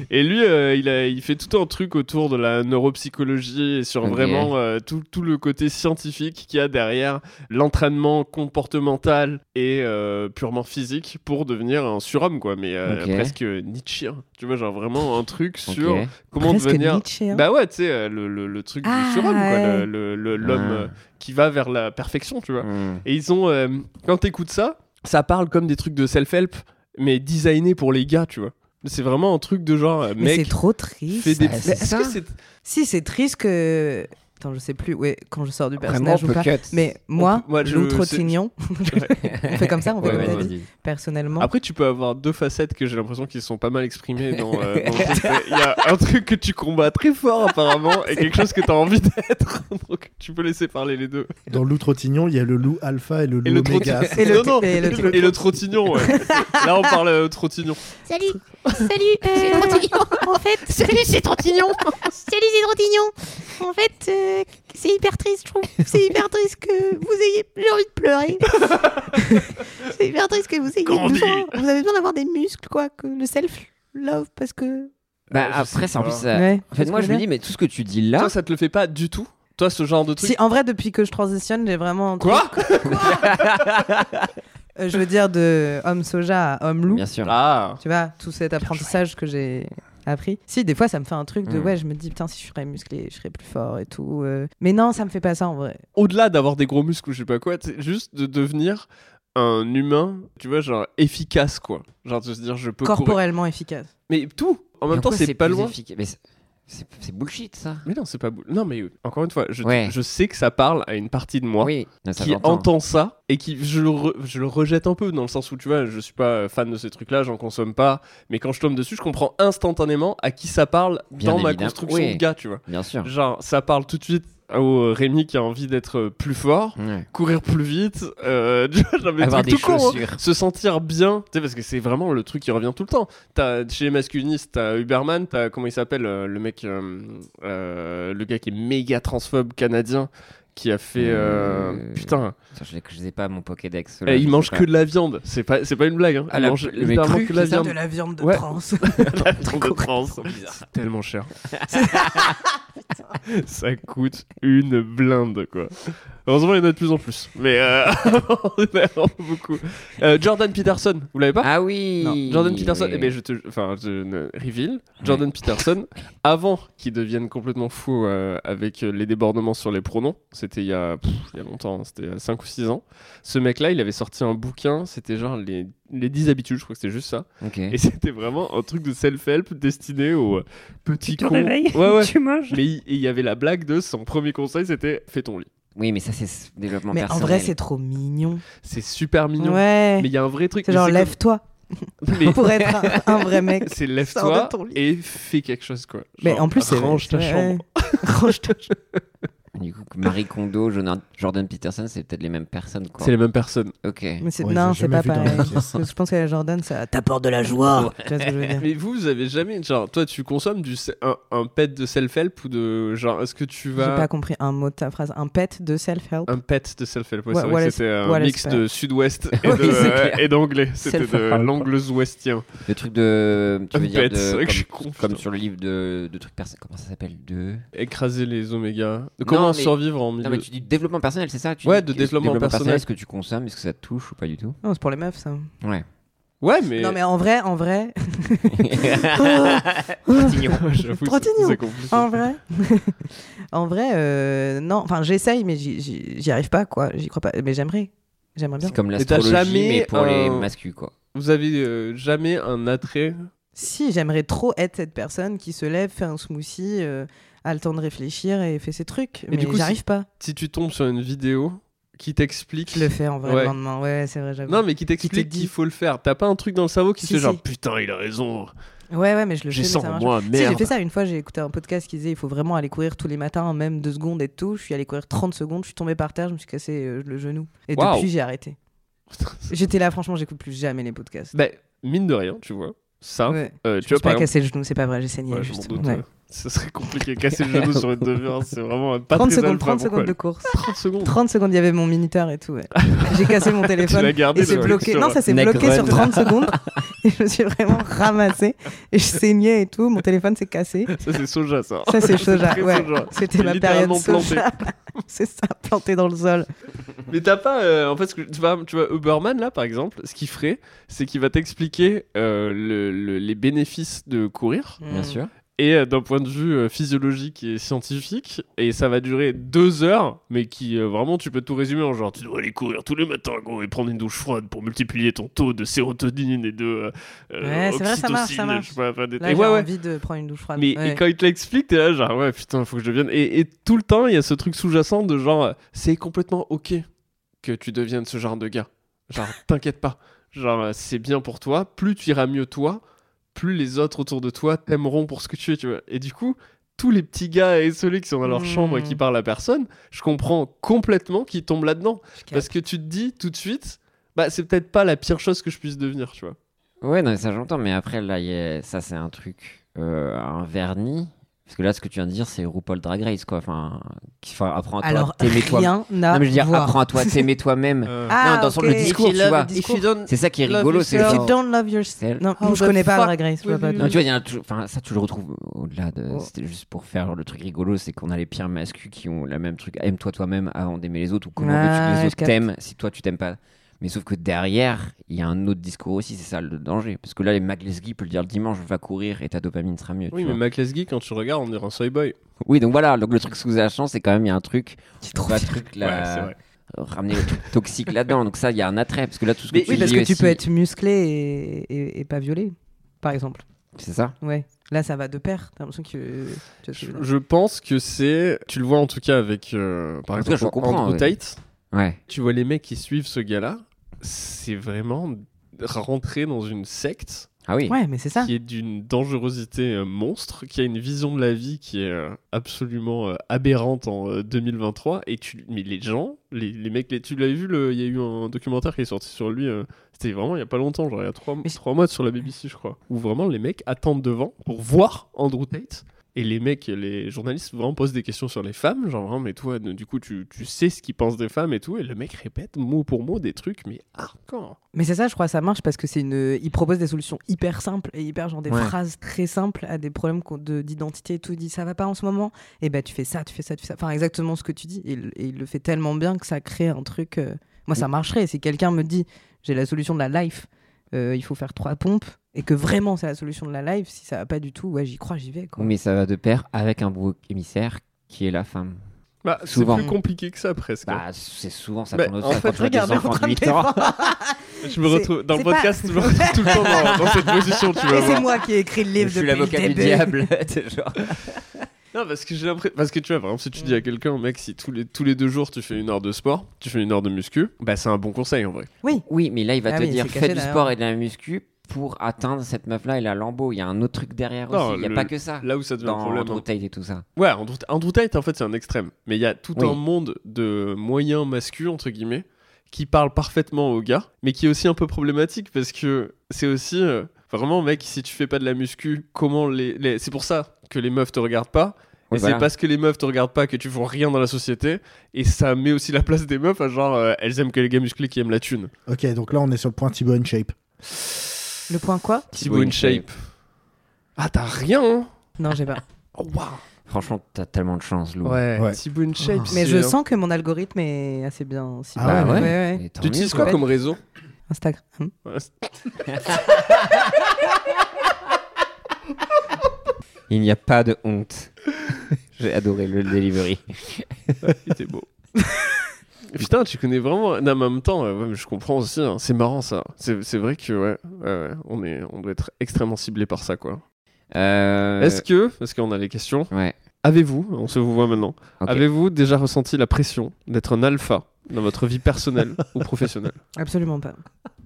A: Et lui, euh, il, a, il fait tout un truc autour de la neuropsychologie et sur
D: Ok.
A: vraiment euh, tout, tout le côté scientifique qu'il y a derrière l'entraînement comportemental et euh, purement physique pour devenir un surhomme, quoi. Mais euh,
D: Ok.
A: presque Nietzsche. hein. Tu vois, genre vraiment un truc
D: Ok.
A: sur comment
C: Presque
A: devenir.
C: Nietzsche, hein.
A: Bah ouais, tu sais, euh, le, le- le truc
C: Ah,
A: du surhomme, quoi. le-
C: ouais.
A: le- le- L'homme
D: Ah.
A: euh, qui va vers la perfection, tu vois.
D: Hmm.
A: Et ils ont. euh, quand t'écoutes ça, ça parle comme des trucs de self-help, mais designé pour les gars, tu vois. C'est vraiment un truc de genre, euh,
C: Mais c'est
A: mec,
C: trop triste.
A: fais des.
D: ça,
A: Mais
D: c'est
A: est-ce que
D: ça.
A: c'est-
C: Si, c'est triste que. Attends, je sais plus ouais, quand je sors du
D: Vraiment,
C: personnage
D: on peut
C: ou pas.
D: cut.
C: Mais moi,
A: peut- moi, je-
C: Lou
A: c'est-
C: Trottignon, on fait comme ça, on fait
D: Ouais, Ah.
C: comme
A: ouais,
C: t'as
A: ouais.
C: dit, personnellement.
A: Après, tu peux avoir deux facettes que j'ai l'impression qu'ils sont pas mal exprimées dans. euh, dans le truc. Il y a un truc que tu combats très fort, apparemment, et quelque chose que t'as envie d'être. Donc, tu peux laisser parler les deux.
F: Dans le loup trottignon, il y a le loup alpha et le loup
A: Et le
F: oméga.
A: trottignon.
C: Et le-
A: Non, non,
C: et le truc.
A: et le trottignon, ouais. Là, on parle euh, trottignon.
G: Salut Salut euh, En fait,
E: Salut, c'est Trentignon
G: salut c'est Trottignon En fait, euh, c'est hyper triste, je trouve. C'est hyper triste que vous ayez... J'ai envie de pleurer. c'est hyper triste que vous ayez
A: Grandis.
G: besoin... Vous avez besoin d'avoir des muscles, quoi, que le self-love, parce que...
D: Bah,
A: je sais
D: après, c'est en
A: pas.
D: plus. ça-
C: Ouais,
D: En fait,
C: tu
D: moi,
C: vois ce
D: je
C: que
D: me
C: veux
D: dis, mais tout ce que tu dis
A: Toi,
D: là.
A: ça te le fait pas du tout Toi, ce genre de
C: dire
A: truc
C: Si, en vrai, depuis que je transitionne, j'ai vraiment. un truc-
A: Quoi
C: Euh, je veux dire, de homme soja à homme loup.
D: Bien sûr.
A: Ah
C: Tu vois, tout cet apprentissage que j'ai appris. Si, des fois, ça me fait un truc de
D: Mm.
C: ouais, je me dis, putain, si je serais musclé, je serais plus fort et tout. euh. Mais non, ça me fait pas ça en vrai.
A: au-delà d'avoir des gros muscles ou je sais pas quoi, c'est juste de devenir un humain, tu vois, genre efficace quoi. Genre de se dire je peux courir.
C: Corporellement efficace.
A: Mais tout, en même
D: Mais
A: temps,
D: pourquoi
A: c'est pas
D: plus
A: loin.
D: efficace Mais c'est- C'est c'est bullshit, ça.
A: Mais non, c'est pas bou- Non, mais euh, encore une fois, je,
D: Ouais.
A: je sais que ça parle à une partie de moi
D: Oui. Non, ça
A: qui
D: s'entend.
A: entend ça et qui je le, re- je le rejette un peu dans le sens où tu vois, je suis pas euh, fan de ces trucs-là, j'en consomme pas, mais quand je tombe dessus, je comprends instantanément à qui ça parle
D: Bien
A: dans ma
D: évidemment,
A: construction
D: oui. Ah.
A: de gars, tu vois.
D: Bien sûr.
A: Genre, ça parle tout de suite au euh, Rémi qui a envie d'être euh, plus fort,
D: Ouais.
A: courir plus vite, euh, tu vois, genre, mais
D: Avoir
A: trucs
D: des
A: tout cons, hein.
D: chaussures.
A: se sentir bien, tu sais, parce que c'est vraiment le truc qui revient tout le temps. T'as, chez les masculinistes, t'as Uberman, t'as, comment il s'appelle, euh, le mec, euh, euh, le gars qui est méga transphobe canadien, qui a fait, euh,
D: Euh,
A: putain,
D: Putain, Je les- je les ai pas à mon Pokédex.
A: eh,
D: ceux-là, je
A: il
D: sais
A: mange
D: pas.
A: que de la viande, c'est pas, c'est pas une blague, hein.
D: Ah,
A: il
D: la-
A: mange
D: le mec
A: littéralement
D: cru,
A: que de la
D: c'est ça,
A: viande.
C: la viande de
A: Ouais.
C: trans.
A: La viande de trans.
D: Trop bizarre.
A: C'est tellement cher. ça coûte une blinde, quoi. Heureusement, il y en a de plus en plus. Mais euh, on en a vraiment beaucoup. Euh, Jordan Peterson, vous l'avez pas
D: Ah oui.
A: Jordan Peterson,
D: Oui.
A: eh ben, je te, enfin, je ne- reveal. Jordan Peterson, avant qu'il devienne complètement fou euh, avec euh, les débordements sur les pronoms, c'était il y a, pff, il y a longtemps, hein, c'était 5 ou 6 ans. Ce mec-là, il avait sorti un bouquin, c'était genre les, les 10 habitudes, je crois que c'était juste ça.
D: Ok.
A: Et c'était vraiment un truc de self-help destiné aux euh, petits
E: te
A: cons.
E: réveilles,
A: Ouais, ouais.
E: Tu manges
A: Mais il il y avait la blague de son premier conseil, c'était fais ton lit.
D: Oui, mais ça, c'est s- développement
C: Mais en
D: personnel.
C: vrai, c'est trop mignon.
A: C'est super mignon.
C: Ouais.
A: Mais il y a un vrai truc.
C: C'est
A: mais
C: genre,
A: comme-
C: lève-toi
A: mais-
C: pour être un- un, vrai mec.
A: c'est
C: Sors
A: lève-toi
C: de ton lit.
A: et fais quelque chose quoi.
C: Mais
A: Genre,
C: en plus, c'est
A: range ta
C: ouais,
A: chambre.
C: ouais. range ta chambre.
D: Du coup, Marie Kondo, Jonah- Jordan Peterson, c'est peut-être les mêmes personnes, quoi.
A: C'est les mêmes personnes.
D: Ok.
C: Mais c'est-
F: On les a
C: non, c'est
F: jamais
C: pas
F: vus dans la pièce.
C: pareil. Parce que je pense que la Jordan, ça t'apporte de la joie. tu vois ce que je veux dire
A: Mais vous, vous avez jamais. Genre, toi, tu consommes du, se- un, un pet de self-help ou de. Genre, est-ce que tu Ah.
C: J'ai
A: vas.
C: pas compris un mot de ta phrase. Un pet de self-help.
A: Un pet de self-help. Ouais,
C: Ouais,
A: c'est vrai
C: voilà,
A: que c'était un
C: voilà,
A: mix
C: c'est pas-
A: de sud-ouest et
D: Oui,
A: de-
D: c'est clair.
A: et d'anglais. C'était de
D: Self-help.
A: l'angle-ouestien.
D: Le truc de. Tu
A: Un
D: veux dire
A: pet,
D: de-
A: c'est vrai que je suis
D: comme,
A: con,
D: comme
A: putain.
D: sur le livre de, de trucs perso- Comment ça s'appelle De.
A: Écraser les omégas. De Comment
D: mais-
A: survivre en milieu.
D: Non, mais tu dis développement personnel, c'est ça Tu
A: Ouais,
D: dis
A: de
D: que-
A: développement personnel.
D: Est-ce que tu consommes Est-ce que ça te touche ou pas du tout
C: Non, c'est pour les meufs, ça.
D: Ouais.
A: Ouais, mais.
C: Non, mais en vrai, en vrai,
D: Trottignon.
A: J'avoue,
C: Trop
A: c'est-
C: mignon.
A: c'est compliqué.
C: en vrai, en vrai, euh, non. Enfin, j'essaye, mais j'y- j'y j'y arrive pas, quoi. J'y crois pas. Mais j'aimerais, j'aimerais bien.
D: C'est comme
A: t'as
D: l'astrologie,
A: jamais
D: mais pour les
A: un-
D: masculins, quoi.
A: Vous avez euh, jamais un attrait
C: Si, j'aimerais trop être cette personne qui se lève, fait un smoothie, euh, a le temps de réfléchir et fait ses trucs.
A: Mais
C: mais
A: du coup,
C: j'y arrive pas.
A: si tu tombes sur une vidéo qui t'explique.
C: Je le fais en vrai
A: Ouais.
C: le lendemain. Ouais, ouais, c'est vrai, j'avoue.
A: Non, mais qui
C: Qui
A: t'explique
C: te dit.
A: qu'il faut le faire. T'as pas un truc dans le cerveau qui
C: Si,
A: se fait
C: si.
A: genre putain, il a raison.
C: Ouais, ouais, mais je le
A: J'ai
C: fais. mais
A: ça
C: ça
A: en
C: marche
A: moi,
C: Si, j'ai
A: merde.
C: fait ça une fois, j'ai écouté un podcast qui disait il faut vraiment aller courir tous les matins, même deux secondes et tout. Je suis allée courir 30 secondes, je suis tombée par terre, je me suis cassé euh, le genou. Et
A: Waouh.
C: depuis, j'ai arrêté. J'étais là, franchement, j'écoute plus jamais les podcasts.
A: Bah, mine de rien, tu vois. Ça,
C: Ouais.
A: euh, tu
C: Je me
A: vois,
C: suis pas
A: par exemple.
C: cassé le genou, c'est pas vrai, j'ai saigné.
A: Ouais, je m'en
C: juste.
A: doute.
C: Ouais.
A: ouais. Ce serait compliqué. Casser le genou sur une demi-heure, c'est vraiment pas
C: 30
A: très
C: secondes,
A: alpha,
C: 30
A: pourquoi
C: secondes de course.
A: 30 secondes.
C: 30 secondes, il y avait mon minuteur et tout. ouais. J'ai cassé mon
A: Tu l'as
C: téléphone.
A: gardé
C: Et c'est
A: le-
C: bloqué.
A: sur- hein.
C: Non, ça s'est
D: la
C: bloqué sur
D: graine.
C: 30 secondes. Et je me suis vraiment ramassée. Et je saignais et tout. Mon téléphone s'est cassé.
A: Ça, c'est soja, ça.
C: Ça, c'est soja.
A: très
C: Ouais.
A: soja.
C: C'était ma période
A: Littéralement
C: soja. C'est ça, planté dans le sol.
A: Mais t'as pas. euh, en fait, ce que, tu, vois, tu vois, Uberman, là, par exemple, ce qu'il ferait, c'est qu'il va t'expliquer euh, le- le- les bénéfices de courir.
C: Mm.
D: Bien sûr.
A: Et euh, d'un point de vue euh, physiologique et scientifique, et ça va durer deux heures, mais qui euh, vraiment tu peux tout résumer en genre tu dois aller courir tous les matins gros, et prendre une douche froide pour multiplier ton taux de sérotonine et de euh, euh,
C: Ouais, c'est vrai, ça marche, ça
A: oxytocine,
C: marche.
A: je sais pas, enfin, des-
C: Là,
A: et
C: j'ai
A: ouais, ouais.
C: envie de prendre une douche froide.
A: Mais
C: Ouais.
A: et quand il te l'explique, t'es là genre ouais putain faut que je devienne. Et, et tout le temps il y a ce truc sous-jacent de genre euh, c'est complètement ok que tu deviennes ce genre de gars. Genre t'inquiète pas, genre euh, c'est bien pour toi. Plus tu iras mieux toi, plus les autres autour de toi t'aimeront pour ce que tu es. Tu vois. Et du coup tous les petits gars et isolés qui sont dans leur
C: Mm.
A: chambre et qui parlent à personne, je comprends complètement qu'ils tombent là-dedans
C: Je
A: parce que tu te dis tout de suite bah c'est peut-être pas la pire chose que je puisse devenir tu vois.
D: Ouais, non, mais ça j'entends, mais après, là, il y a- ça c'est un truc, euh, un vernis. Parce que là, ce que tu viens de dire, c'est RuPaul Drag Race, quoi. Enfin, qui- enfin, apprends à toi,
C: Alors,
D: t'aimer toi. Non,
C: rien n'a.
D: mais je veux dire,
C: voir.
D: apprends à toi, t'aimer toi-même.
A: Euh,
C: Ah,
D: non, dans le sens- le
C: ok.
D: discours, tu vois. C'est ça qui est
A: Love
D: rigolo, c'est
C: If
A: yourself.
C: you
D: genre-
C: don't love
D: C'est-
C: yourself. Non,
A: How
C: je
A: Oh, the
C: connais pas
A: fuck
C: Drag Race. je vois
A: will
C: pas
A: you-
D: Non,
C: de-
D: tu vois, il y a un tou- enfin, ça, tu le retrouves au-delà de.
C: Oh.
D: C'était juste pour faire le truc rigolo, c'est qu'on a les pires masculins qui ont la même truc. Aime-toi toi-même avant d'aimer les autres, ou comment veux-tu
C: Ah,
D: que les
C: je
D: autres
C: capte.
D: t'aiment si toi tu t'aimes pas. Mais sauf que derrière, il y a un autre discours aussi, c'est ça le danger. Parce que là, les Mac Lesguy peut le dire le dimanche, va courir et ta dopamine sera mieux. tu
A: oui
D: vois.
A: mais Mac Lesguy quand tu regardes on dirait un soy boy.
D: Oui, donc voilà, donc le truc sous-jacent, c'est quand même, il y a un truc,
C: C'est
D: on
C: trop
D: va
C: bien.
D: truc
A: Ouais, c'est
D: là,
A: vrai.
D: ramener le truc toxique là-dedans. Donc ça, il y a un attrait, parce que là, tout ce que
C: Mais
D: tu
C: oui, parce
D: dis
C: que tu
D: aussi-
C: peux être musclé et, et- et pas violé, par exemple.
D: C'est ça
C: Ouais. Là, ça va de pair. T'as l'impression que. tu vois ce que je
A: Je,
C: veux dire.
A: je pense que c'est. Tu le vois en tout cas avec. euh, par
D: En tout cas,
A: exemple,
D: je comprends,
A: Andrew
D: ouais.
A: Tate.
D: Ouais.
A: Tu vois les mecs qui suivent ce gars-là. C'est vraiment rentrer dans une secte
D: Ah oui.
C: Ouais, mais c'est ça.
A: qui est d'une dangerosité euh, monstre, qui a une vision de la vie qui est euh, absolument euh, aberrante en euh, 2023. Et tu, mais les gens, les, les mecs, les, tu l'avais vu, le- il y a eu un documentaire qui est sorti sur lui. euh, C'était vraiment il y a pas longtemps, genre il y a trois,
C: Mais c'est-
A: trois mois sur la BBC, je crois, où vraiment les mecs attendent devant pour voir Andrew Tate. Et les mecs, les journalistes vraiment posent des questions sur les femmes, genre vraiment, mais toi, du coup, tu, tu sais ce qu'ils pensent des femmes et tout. Et le mec répète mot pour mot des trucs, mais hardcore.
C: Mais c'est ça, je crois, ça marche parce que c'est une. Ils proposent des solutions hyper simples et hyper genre des
D: Ouais.
C: phrases très simples à des problèmes qu'on- de- d'identité et tout. Ils disent ça va pas en ce moment. Et ben tu fais ça, tu fais ça, tu fais ça. Enfin exactement ce que tu dis. Et, il- et il le fait tellement bien que ça crée un truc. euh, Moi
D: Mm.
C: ça marcherait. Si quelqu'un me dit j'ai la solution de la life, euh, il faut faire trois pompes et que vraiment c'est la solution de la life, si ça va pas du tout, ouais j'y crois, j'y vais quoi.
D: Mais ça va de pair avec un bouc émissaire qui est la femme.
A: Bah, c'est
D: Souvent.
A: plus compliqué que ça presque.
D: Bah, c'est souvent ça
A: Bah,
D: tourne
A: en
D: autour
A: fait,
D: quand tu vois des
C: regarde,
D: enfants de 8 ans.
A: Je me
C: C'est-
A: retrouve dans le
C: c'est pas-
A: podcast, je me retrouve tout le temps dans, dans cette position, tu vas
C: Et c'est
A: voir.
C: moi qui ai écrit le
D: Je
C: livre
D: suis
C: depuis
D: l'avocat
C: le
D: du
C: début.
D: diable. t'es genre-
A: Non, parce que j'ai l'impression, parce que tu vois, par exemple, si tu dis à quelqu'un, mec, si tous les tous les deux jours tu fais une heure de sport, tu fais une heure de muscu, bah c'est un bon conseil en vrai.
C: Oui.
D: Oui, mais là, il va
C: Ah
D: te
C: oui,
D: dire
C: c'est caché
D: fais du
C: derrière.
D: sport et de la muscu pour atteindre cette meuf-là et la Lambeau. Il y a un autre truc derrière
A: Non,
D: aussi. Il n'y a
A: le-
D: pas que ça.
A: Là où ça devient un
D: Dans
A: problème. hein.
D: Andrew Tate et tout ça.
A: Ouais, Andrew, Andrew Tate, en fait, c'est un extrême. Mais il y a tout
D: Oui.
A: un monde de moyens masculins, entre guillemets, qui parle parfaitement aux gars, mais qui est aussi un peu problématique parce que c'est aussi. euh, vraiment, mec, si tu fais pas de la muscu, comment les. les- C'est pour ça que les meufs te regardent pas.
D: Oui,
A: et
D: voilà.
A: c'est parce que les meufs te regardent pas que tu vois rien dans la société. Et ça met aussi la place des meufs à genre, euh, elles aiment que les gars musclés qui aiment la thune.
F: Ok, donc là on est sur le point Thibaut in shape.
C: Le point quoi
A: Thibaut in shape. Ah, t'as rien hein
C: Non, j'ai pas.
A: Oh, waouh
D: Franchement, t'as tellement de chance, Lou.
A: Ouais,
F: Ouais.
A: Thibaut in shape.
C: Mais
A: c'est-
C: je sens que mon algorithme est assez bien ciblé.
F: Ah ouais,
D: euh. ouais.
C: ouais, ouais.
D: Et tant
A: Tu
D: mieux,
A: utilises quoi
C: ouais.
A: comme réseau
C: Instagram. Hmm.
A: Ouais,
D: Il n'y a pas de honte. J'ai adoré le delivery.
A: Il était beau. Putain, tu connais vraiment. Non, mais en même temps, euh, ouais, mais je comprends aussi. hein. C'est marrant ça. C'est c'est vrai que ouais, ouais, ouais, on est, on doit être extrêmement ciblé par ça quoi.
D: Euh,
A: Est-ce que, parce qu'on a les questions.
D: Ouais.
A: Avez-vous, on se vous voit maintenant.
D: ok.
A: Avez-vous déjà ressenti la pression d'être un alpha dans votre vie personnelle ou professionnelle
C: Absolument pas.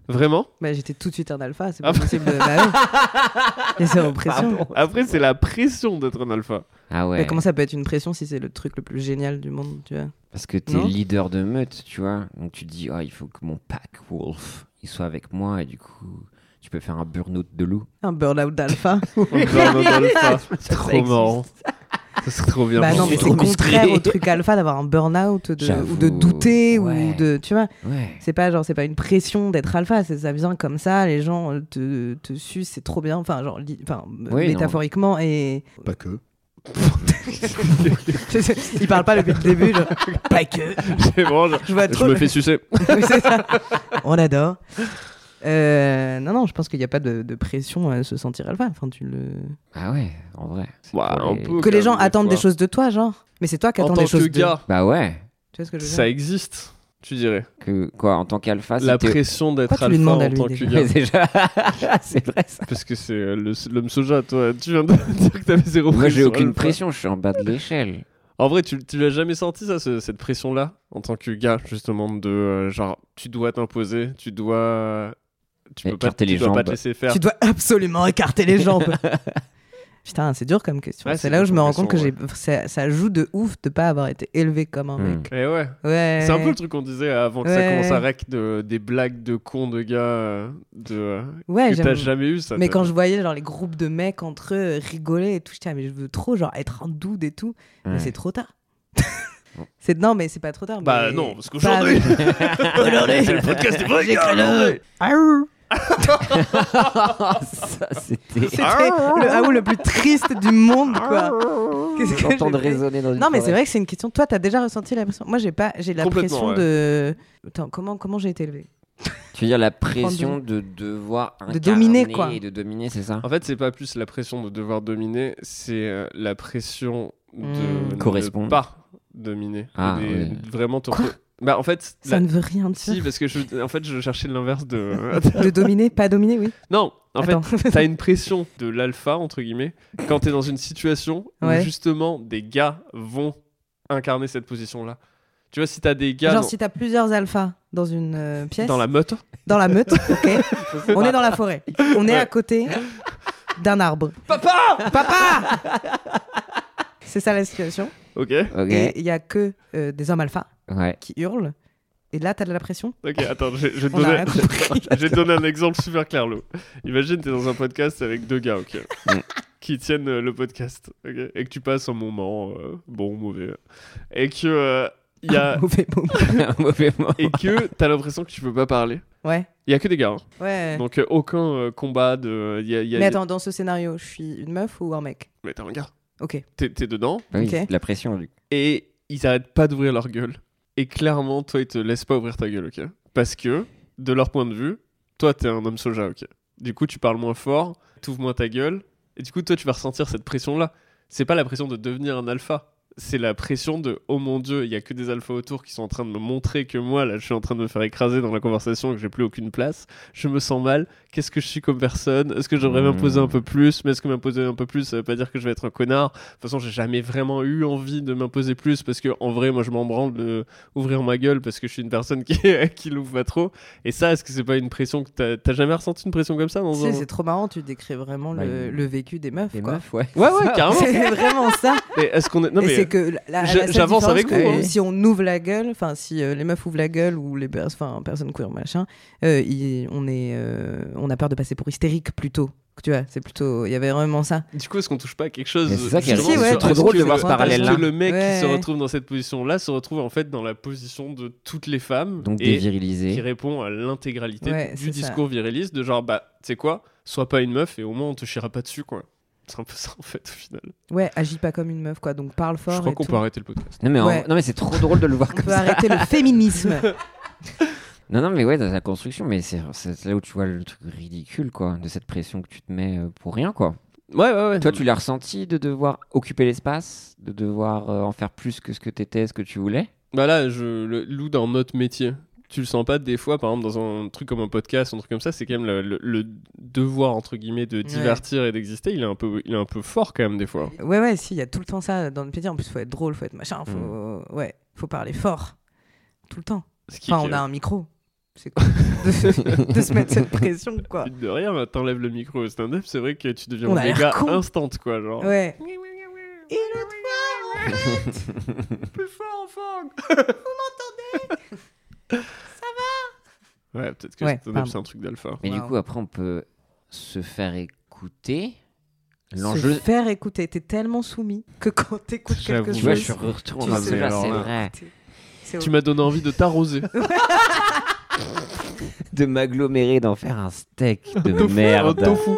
A: Vraiment
C: Bah, j'étais tout de suite un alpha, c'est
A: Ah
C: pas
A: bon
C: possible. de- Bah oui. Et c'est une pression.
A: Après, c'est la pression d'être un alpha.
D: Ah ouais.
C: Mais comment ça peut être une pression si c'est le truc le plus génial du monde, tu vois
D: Parce que t'es
C: Non
D: leader de meute, tu vois. Donc tu te dis, Ah, il faut que mon pack wolf il soit avec moi et du coup, tu peux faire un burn-out de loup.
C: Un burn-out d'alpha.
A: Genre un alpha.
C: Ça
A: Trop
C: existe.
A: marrant. Ça serait trop bien.
C: bah non,
D: je
C: mais
D: suis
C: c'est
D: trop
C: contraire
D: musclé.
C: au truc alpha d'avoir un burn-out de- ou de
D: J'avoue,
C: douter
D: ouais.
C: ou de. Tu vois
D: Ouais.
C: C'est pas genre, c'est pas une pression d'être alpha, c'est ça vient comme ça, les gens euh, te, te sucent, c'est trop bien, enfin, genre, li- enfin,
D: Oui,
C: métaphoriquement, et.
F: Pas que.
C: Il parle pas depuis le début, genre, pas que.
A: C'est bon, je-
C: Je vois
A: je
C: trop.
A: me fais sucer.
C: Oui, c'est ça. On adore. Euh, non, non, je pense qu'il n'y a pas de, de pression à se sentir alpha. Enfin, tu le...
D: Ah ouais, en vrai. C'est
A: Ouais,
D: pour
A: un
D: les-
A: peu.
C: Que les
A: quand
C: gens
A: même, des
C: attendent des
A: fois.
C: choses de toi, genre. Mais c'est toi qui
A: En
C: attends
A: tant
C: des choses
A: que
C: de
A: gars,
D: Bah ouais.
C: Tu vois ce que je veux dire
A: ça existe, tu dirais.
D: Que quoi, en tant qu'alpha,
A: la
D: c'était-
A: pression d'être
C: Ah, Pourquoi tu lui
A: alpha
C: demandes à
A: en
C: lui,
A: tant que
C: déjà
A: gars.
D: Mais déjà, c'est vrai ça.
A: Parce que c'est euh, le- l'homme soja, toi. Tu viens de dire que t'avais zéro pression.
D: Moi, j'ai aucune
A: alpha.
D: pression, je suis en bas de l'échelle.
A: En vrai, tu, tu l'as jamais senti, ça, ce- cette pression-là, en tant que gars, justement, de euh, genre, tu dois t'imposer, tu dois. Tu
D: Et
A: peux pas,
D: écarter
A: tu
D: les
A: dois pas
D: jambes.
A: te laisser faire.
C: Tu dois absolument écarter les jambes. Putain, c'est dur comme question.
A: Ouais,
C: c'est
A: c'est
C: là où je me
A: dur
C: rends
A: comme
C: compte que j'ai...
A: question,
C: ça, ça joue de ouf de pas avoir été élevé comme un mec.
D: Hmm.
A: Eh ouais.
C: Ouais.
A: C'est un peu le truc qu'on disait avant que ça
C: Ouais.
A: commence à rec de, des blagues de cons de gars euh, de, euh,
C: Ouais,
A: que t'as
C: j'aime.
A: jamais eu ça.
C: Mais
A: t'as-
C: quand je voyais genre les groupes de mecs entre eux euh, rigoler et tout, j'étais ah, mais je veux trop genre être un dude et tout. Mais
D: Ouais.
C: c'est trop tard. c'est non, mais c'est pas trop tard.
A: Bah
C: mais-
A: non, parce qu'aujourd'hui,
C: Aujourd'hui,
A: c'est le podcast des vrais gars, aujourd'hui.
C: Aouh.
D: ça, c'était.
C: C'était
A: Ah,
C: le aou le plus triste du monde,
A: ah.
C: quoi. Qu'est-ce que
D: J'entends
C: j'ai fait
D: résonner dans une
C: Non, mais c'est
D: forêt.
C: vrai que c'est une question. Toi, t'as déjà ressenti la pression. Moi, j'ai pas. J'ai la
A: Complètement,
C: pression
A: ouais.
C: de. Attends, comment comment j'ai été élevée
D: Tu veux dire la pression de devoir
C: De dominer,
D: incarner
C: quoi.
D: et de dominer, c'est ça
A: En fait, c'est pas plus la pression de devoir dominer, c'est euh, la pression
C: Hmm.
A: de
D: Correspondre.
A: ne pas dominer.
D: Ah,
A: Et
D: oui.
A: Vraiment te...
C: Quoi
A: bah, en fait,
C: Ça
A: la-
C: ne veut rien
A: si,
C: dire.
A: parce que je... en fait, je cherchais l'inverse de.
C: De dominer, pas dominer, oui.
A: non, en
C: Attends.
A: fait, t'as une pression de l'alpha, entre guillemets, quand t'es dans une situation
C: Ouais.
A: où justement des gars vont incarner cette position-là. Tu vois, si t'as des gars
C: Genre
A: dans...
C: si t'as plusieurs alphas dans une euh, pièce,
A: dans la meute,
C: dans la meute, ok. On est dans la forêt. On est à côté d'un arbre. Papa Papa C'est ça la situation.
A: ok
D: Ok.
C: Et il y a que euh, des hommes alpha
D: Ouais.
C: qui hurlent. Et là, t'as de la pression.
A: Ok, attends, je, je vais te
C: On a
A: donner...
C: rien compris.
A: Je vais te donner un exemple super clair, Lou. Imagine, t'es dans un podcast avec deux gars, ok
D: Mm.
A: Qui tiennent euh, le podcast, ok Et que tu passes un moment, euh, bon ou mauvais. Et que. euh, y a...
C: Mauvais mot.
D: Un mauvais mot.
A: Et que t'as l'impression que tu peux pas parler.
C: Ouais.
A: Il y a que des gars, hein.
C: Ouais.
A: donc euh, aucun euh, combat de. y a- y a-
C: Mais attends, dans ce scénario, je suis une meuf ou un mec
A: Mais t'es un gars,
C: Ok.
A: t'es t'es dedans,
D: Ah oui,
C: Ok.
D: c'est de La pression, lui.
A: et ils arrêtent pas d'ouvrir leur gueule. Et clairement, toi, ils te laissent pas ouvrir ta gueule, ok Parce que, de leur point de vue, toi, t'es un homme soja, ok Du coup, tu parles moins fort, t'ouvres moins ta gueule, et du coup, toi, tu vas ressentir cette pression-là. C'est pas la pression de devenir un alpha, c'est la pression de oh mon dieu, il y a que des alphas autour qui sont en train de me montrer que moi là je suis en train de me faire écraser dans la conversation et que j'ai plus aucune place. Je me sens mal. Qu'est-ce que je suis comme personne Est-ce que j'aimerais
D: Mmh.
A: m'imposer un peu plus Mais est-ce que m'imposer un peu plus ça veut pas dire que je vais être un connard De toute façon, j'ai jamais vraiment eu envie de m'imposer plus parce que en vrai, moi je m'en branle de ouvrir ma gueule parce que je suis une personne qui qui l'ouvre pas trop. Et ça, est-ce que c'est pas une pression que t'as- t'as jamais ressenti une pression comme ça dans
C: Tu
A: un
C: sais, c'est trop marrant, tu décris vraiment
D: Bah,
C: le,
D: il-
C: le vécu des meufs.
D: Les
C: quoi.
D: meufs, ouais.
A: Ouais ouais, carrément.
C: C'est vraiment ça.
A: Mais est-ce qu'on est non
C: et
A: mais
C: c'est que la- la- la
A: j'a-
C: seule
A: j'avance
C: différence
A: avec
C: que
A: vous, hein.
C: Si on ouvre la gueule, enfin si euh, les meufs ouvrent la gueule ou les pers- enfin personnes queer machin, euh, il- on est, euh, on a peur de passer pour hystérique plutôt. Tu vois, c'est plutôt, il y avait vraiment ça.
A: Du coup, est-ce qu'on touche pas à quelque chose
D: Mais c'est ça qui est
A: justement,
C: Si, ouais,
A: sur-
C: trop
A: est-ce
C: drôle
A: que
C: de voir
A: le-
C: ce parallèle-là.
A: est-ce que le mec qui
C: Ouais.
A: se retrouve dans cette position-là se retrouve en fait dans la position de toutes les femmes
D: Donc des
A: et qui
D: virilisés.
A: répond à l'intégralité
C: Ouais,
A: du
C: c'est ça.
A: discours viriliste de genre bah tu sais quoi, sois pas une meuf et au moins on te chiera pas dessus quoi. C'est un peu ça en fait au final.
C: Ouais, agis pas comme une meuf quoi, donc parle fort.
A: Je crois
C: et
A: qu'on
C: tout.
A: peut arrêter le podcast.
D: Non mais, en-
C: Ouais.
D: non mais c'est trop drôle de le voir
C: On
D: comme
C: peut
D: ça.
C: arrêter le féminisme.
D: Non non mais ouais dans la construction mais c'est c'est là où tu vois le truc ridicule quoi de cette pression que tu te mets euh, pour rien quoi.
A: Ouais ouais ouais.
D: Toi tu l'as ressenti de devoir occuper l'espace, de devoir euh, en faire plus que ce que t'étais, ce que tu voulais.
A: Bah là, je le loue dans notre métier. Tu le sens pas des fois, par exemple, dans un truc comme un podcast, un truc comme ça, c'est quand même le, le- le devoir, entre guillemets, de divertir et d'exister, il, est un peu- il est un peu fort quand même des fois.
C: ouais ouais, si, il y a tout le temps ça dans le métier. En plus, faut être drôle, faut être machin, faut, ouais, faut parler fort, tout le temps.
A: Ce Mm. qui
C: Enfin,
A: est-
C: on a un micro. C'est cool de, de se mettre cette pression quoi.
A: Mine de rien, bah, t'enlèves le micro au stand-up, c'est vrai que tu deviens
C: On a l'air
A: méga
C: con.
A: instant, quoi, genre.
C: Ouais.
G: Et l'autre fois, on-
A: Plus fort, enfant Vous m'entendez Ça va Ouais, peut-être que
C: Ouais,
A: le stand-up,
C: pardon.
A: c'est un truc d'alpha.
D: Mais du
C: Wow.
D: coup après on peut se faire écouter.
C: se
D: L'enjeu
C: faire écouter. T'es tellement soumis que quand t'écoutes quelque
A: J'avoue.
D: tu euh,
C: chose,
D: vois je retourne
C: Tu
D: dans
C: sais,
D: ce là,
A: alors
D: c'est
A: là.
D: vrai.
C: c'est
A: Tu m'as donné envie de t'arroser.
D: De m'agglomérer d'en faire un steak de
A: tofu,
D: merde.
A: un tofu.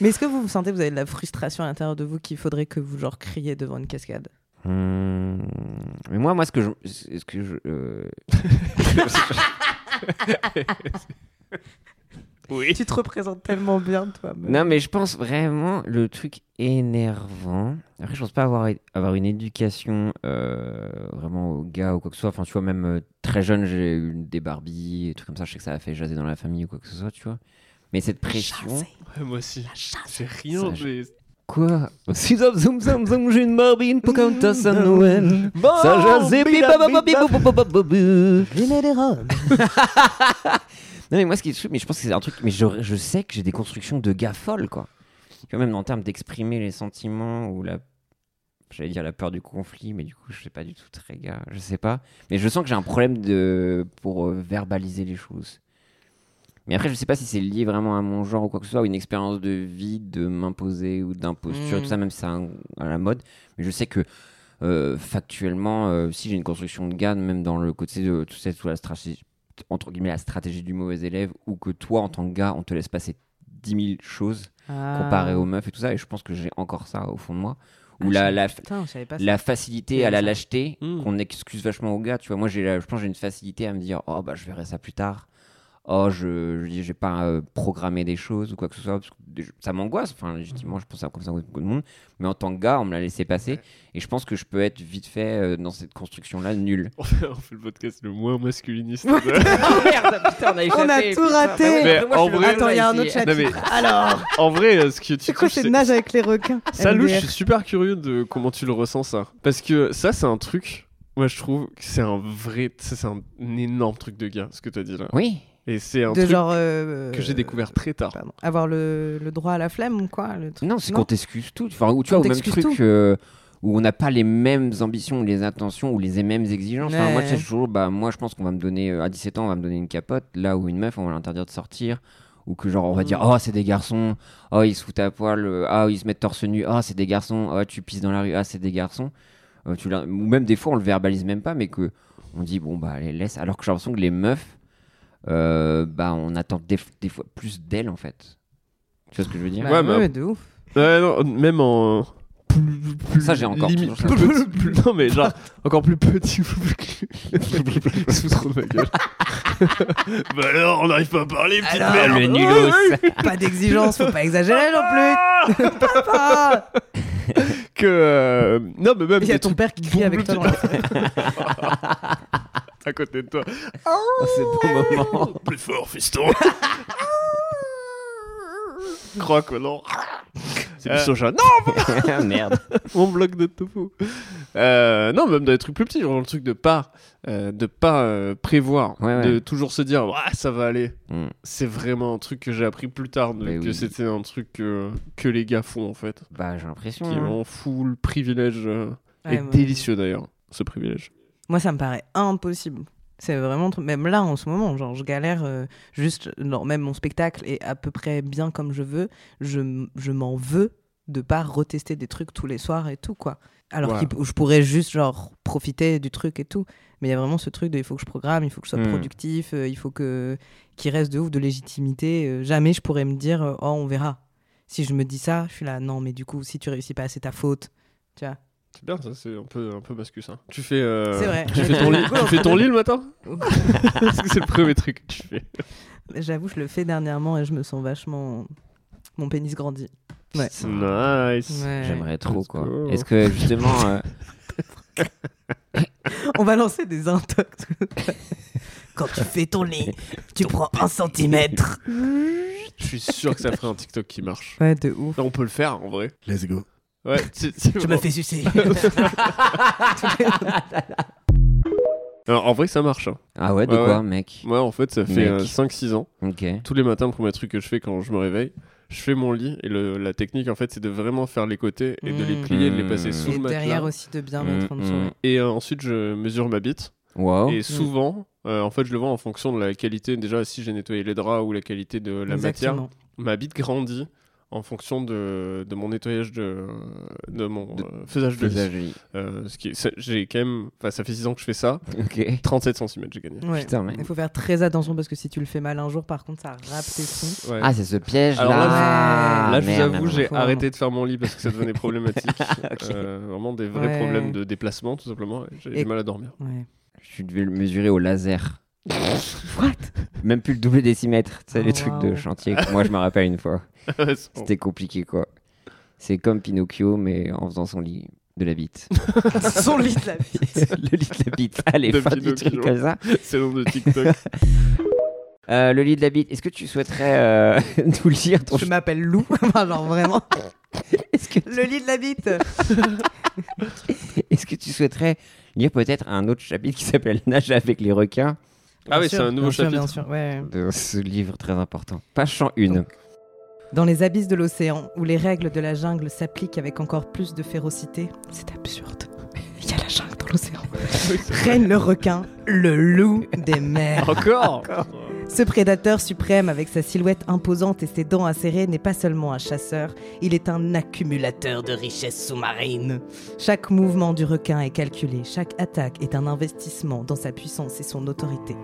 C: Mais est-ce que vous vous sentez, vous avez de la frustration à l'intérieur de vous qu'il faudrait que vous genre criez devant une cascade
D: Hmm. Mais moi, moi, ce que je, ce que je, euh,
A: Oui.
C: Tu te représentes tellement bien toi.
D: non, mais je pense vraiment le truc énervant. Après, je pense pas avoir avoir une éducation euh, vraiment aux gars ou quoi que ce soit. Enfin, tu vois, même euh, très jeune, j'ai eu des Barbies et trucs comme ça. Je sais que ça a fait jaser dans la famille ou quoi que ce soit, tu vois. Mais cette pression,
A: Ouais, moi aussi. J'ai
D: Ça,
A: rien, j'ai...
D: quoi Si zoom zoom zoom zoom, j'ai une Barbie, une Pocahontas à Noël. Ça jasait,
F: Barbie,
D: bip, bap, bap,
F: Barbie,
D: bip, bop, bop, bop, bop, bop.
F: Venez les robes.
D: Non, mais moi, ce qui est chou- mais je pense que c'est un truc. Mais je, je sais que j'ai des constructions de gars folles, quoi. Tu vois, même en termes d'exprimer les sentiments ou la. J'allais dire la peur du conflit, mais du coup, je sais pas du tout très gars. Je sais pas. Mais je sens que j'ai un problème de pour euh, verbaliser les choses. Mais après, je sais pas si c'est lié vraiment à mon genre ou quoi que ce soit, ou une expérience de vie, de m'imposer ou d'imposture,
C: Mm.
D: tout ça, même si c'est un- à la mode. Mais je sais que euh, factuellement, euh, si j'ai une construction de gars, même dans le côté de tout ça, sous la stratégie, entre guillemets, la stratégie du mauvais élève, ou que toi, en tant que gars, on te laisse passer 10 000 choses
C: Ah.
D: comparé aux meufs et tout ça, et je pense que j'ai encore ça au fond de moi, ou la, la,
C: Putain, Ah, je savais pas ça. Hmm.
D: la facilité à la lâcheté
A: Mm.
D: qu'on excuse vachement aux gars. Tu vois, moi, j'ai, la- je pense que j'ai une facilité à me dire, oh bah je verrai ça plus tard. Oh, je je- j'ai pas euh, programmé des choses ou quoi que ce soit. parce que je- ça m'angoisse. Enfin, légitimement, je pense à comme ça beaucoup de monde. Mais en tant que gars, on me l'a laissé passer. Et je pense que je peux être vite fait euh, dans cette construction-là nulle.
A: On fait, on fait le podcast le moins masculiniste.
D: merde, putain, on a
C: échappé, a tout putain. raté. Bah ouais,
A: Mais après, moi, je en suis le vrai-
C: Attends, il y a un autre
A: Non,
C: chapitre.
A: mais
C: Alors,
A: en vrai, euh, ce que tu
C: c'est quoi
A: touches,
C: cette nage avec les requins
A: Ça, Lou, je
C: LDR.
A: suis super curieux de comment tu le ressens, ça. Parce que ça, c'est un truc, moi, je trouve que c'est un vrai... Ça, c'est un, un énorme truc de gars, ce que t'as dit, là.
D: Oui.
A: Et c'est un
C: de
A: truc
C: genre euh,
A: que j'ai découvert très tard.
C: pardon, avoir le, le droit à la flemme quoi le truc.
D: Non, c'est
C: Non.
D: qu'on t'excuse tout. Enfin, ou tu
C: On
D: vois, au même
C: t'excuse
D: truc
C: tout.
D: euh, où on n'a pas les mêmes ambitions, ou les intentions, ou les mêmes exigences. Enfin,
C: Ouais.
D: moi, je sais toujours, bah, moi, je pense qu'on va me donner, euh, à 17 ans, on va me donner une capote, là où une meuf, on va l'interdire de sortir. Ou que genre on
C: Mm.
D: va dire oh c'est des garçons oh ils se foutent à poil euh, ah ils se mettent torse nu ah c'est des garçons ah tu pisses dans la rue ah c'est des garçons Euh, tu l'as- ou même des fois on le verbalise même pas mais que on dit bon bah allez laisse alors que j'ai l'impression que les meufs euh, bah on attend des, des fois plus d'elles en fait tu vois ce que je veux dire
C: Bah
A: Ouais, mais-
C: de ouf.
A: Ouais, non, même en. Plus, plus
D: Ça, j'ai encore
A: limi-
D: toujours ça.
A: plus petit- plus- non, mais genre, encore plus petit. Sous trop de ma gueule. bah alors, on n'arrive pas à parler, petite
C: Alors,
A: merde.
C: le nulos. pas d'exigence, faut pas exagérer non plus. Papa.
A: que. euh, Non, Ah, mais même.
C: Il y a
A: des
C: ton
A: trucs
C: père qui crie avec toi. dans la-
A: à côté de toi.
D: Ah,
A: Ah.
D: C'est le bon moment. Ah.
A: Plus fort, fiston. Croque, non. C'est du
B: Euh.
A: soja. Non,
D: Merde.
A: mon bloc de tofu. Euh, non, même dans les trucs plus petits, genre le truc de pas, euh, de pas euh, prévoir,
D: Ouais, ouais.
A: de toujours se dire, Ouah, ça va aller.
D: Mm.
A: C'est vraiment un truc que j'ai appris plus tard, de-
D: Mais
A: que
D: oui.
A: c'était un truc euh, que les gars font en fait,
D: Bah, j'ai l'impression.
A: qui
D: hein.
A: ont full privilège euh,
C: Ouais,
A: et
C: moi-
A: délicieux d'ailleurs, ce privilège.
C: Moi, ça me paraît impossible. C'est vraiment trop- même là en ce moment, genre je galère euh, juste non, même mon spectacle est à peu près bien comme je veux, je, m- je m'en veux de pas retester des trucs tous les soirs et tout quoi. Alors
A: Ouais.
C: qu'il p- je pourrais juste genre profiter du truc et tout, mais il y a vraiment ce truc de il faut que je programme, il faut que je sois
D: Mm.
C: productif, euh, il faut que qu'il reste de ouf de légitimité, euh, jamais je pourrais me dire euh, oh on verra. Si je me dis ça, je suis là non mais du coup si tu réussis pas, c'est ta faute. Tu vois.
A: C'est bien, ça, c'est un peu, un peu mascu ça. Tu fais, euh,
C: C'est vrai.
A: Tu fais ton lit, tu fais ton lit le matin Parce que c'est le premier truc que tu fais.
C: J'avoue, je le fais dernièrement et je me sens vachement. Mon pénis grandit. Ouais.
A: Nice.
D: J'aimerais trop,
A: Let's
D: quoi.
A: go.
D: Est-ce que justement. euh,
C: On va lancer des intox. Quand tu fais ton lit, tu prends un centimètre.
A: Je suis sûr que ça ferait un TikTok qui marche.
C: Ouais, de ouf.
A: Là, on peut le faire en vrai.
F: Let's go.
A: Ouais, c'est- c'est
C: Tu
A: bon.
C: m'as fait sucer.
A: Alors, en vrai, ça marche. hein.
D: Ah ouais, de
A: Ouais,
D: quoi, mec
A: Moi, en fait, ça fait
D: Mec.
A: euh, 5-6 ans.
D: Ok.
A: Tous les matins, le premier truc que je fais quand je me réveille, je fais mon lit. Et le- la technique, en fait, c'est de vraiment faire les côtés et de les
C: Mm.
A: plier, de les passer
D: Mm.
A: sous
C: Et
A: le matelas.
C: derrière aussi de bien
D: Mm,
C: mettre en dessous.
D: mm.
A: Et euh, ensuite, je mesure ma bite.
D: Wow.
A: Et souvent, euh, en fait, je le vois en fonction de la qualité. Déjà, si j'ai nettoyé les draps ou la qualité de la matière,
C: Exactement.
A: ma bite grandit en fonction de, de mon nettoyage de, de mon euh, faisage de
D: Faisais
A: lit.
D: joli.
A: Euh, ce qui est- ça- j'ai quand même, enfin, ça fait 6 ans que je fais ça.
D: Ok.
A: 37 cm, j'ai gagné.
C: Ouais.
D: Putain, mec.
C: Il faut faire très attention parce que si tu le fais mal un jour, par contre, ça rappe tes sons.
A: Ouais.
D: Ah, c'est ce piège
A: Alors là,
D: là.
A: Là, je vous
D: merde,
A: avoue,
D: merde,
A: j'ai
C: faut vraiment.
A: arrêté de faire mon lit parce que ça devenait problématique. Euh, vraiment des vrais
C: Ouais.
A: problèmes de déplacement, tout simplement. J'avais
C: Et-
A: du mal à dormir.
C: Ouais.
D: merde. Je devais le mesurer au laser. What Même plus le double décimètre. Tu sais, les
C: Oh,
D: trucs de
C: wow.
D: chantier que moi, je me rappelle une fois.
A: C'est bon.
D: C'était compliqué, quoi. C'est comme Pinocchio, mais en faisant son lit de la bite.
C: Son lit de la vie.
D: le lit de la bite. Allez,
A: De
D: fin du
A: Pinocchio.
D: truc comme ça.
A: C'est le nom de TikTok.
D: Euh, le lit de la bite, est-ce que tu souhaiterais euh, nous lire ton
C: Je m'appelle Lou. genre vraiment.
D: Est-ce que,
C: Le lit de la bite.
A: Ah
D: est-ce que tu souhaiterais lire peut-être un autre chapitre qui s'appelle Nage avec les requins
A: ah
C: Bien
A: oui,
C: sûr,
A: c'est un nouveau
C: bien sûr,
A: chapitre.
C: bien sûr, ouais.
D: de ce livre très important Page 101.
C: Dans les abysses de l'océan, où les règles de la jungle s'appliquent avec encore plus de férocité, c'est absurde. Il y a la jungle dans l'océan. Règne le requin, le loup des mers.
A: Encore
C: Ce prédateur suprême, avec sa silhouette imposante et ses dents acérées, n'est pas seulement un chasseur, il est un accumulateur de richesses sous-marines. Chaque mouvement du requin est calculé, chaque attaque est un investissement dans sa puissance et son autorité.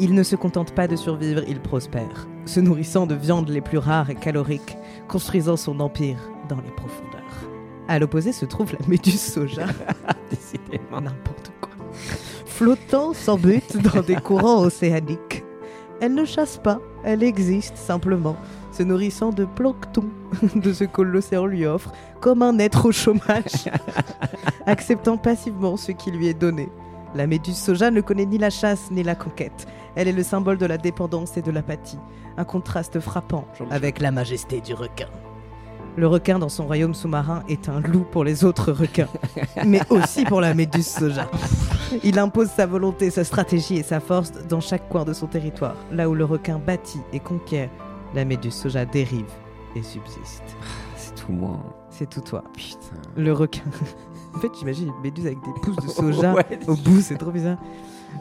C: Il ne se contente pas de survivre, il prospère, se nourrissant de viandes les plus rares et caloriques, construisant son empire dans les profondeurs. À l'opposé se trouve la méduse soja.
D: Décidément.
C: N'importe quoi. Flottant sans but dans des courants océaniques. Elle ne chasse pas, elle existe simplement, se nourrissant de plancton, de ce que l'océan lui offre, comme un être au chômage, acceptant passivement ce qui lui est donné. La méduse soja ne connaît ni la chasse ni la conquête. Elle est le symbole de la dépendance et de l'apathie, un contraste frappant
A: Jean-Michel.
C: avec la majesté du requin. Le requin dans son royaume sous-marin est un loup pour les autres requins, mais aussi pour la méduse soja. Il impose sa volonté, sa stratégie et sa force dans chaque coin de son territoire. Là où le requin bâtit et conquiert, la méduse soja dérive et subsiste.
D: C'est tout moi. hein.
C: C'est tout toi.
D: Putain.
C: Le requin. en fait, j'imagine une méduse avec des pousses de soja
D: Ouais.
C: au bout, c'est trop bizarre.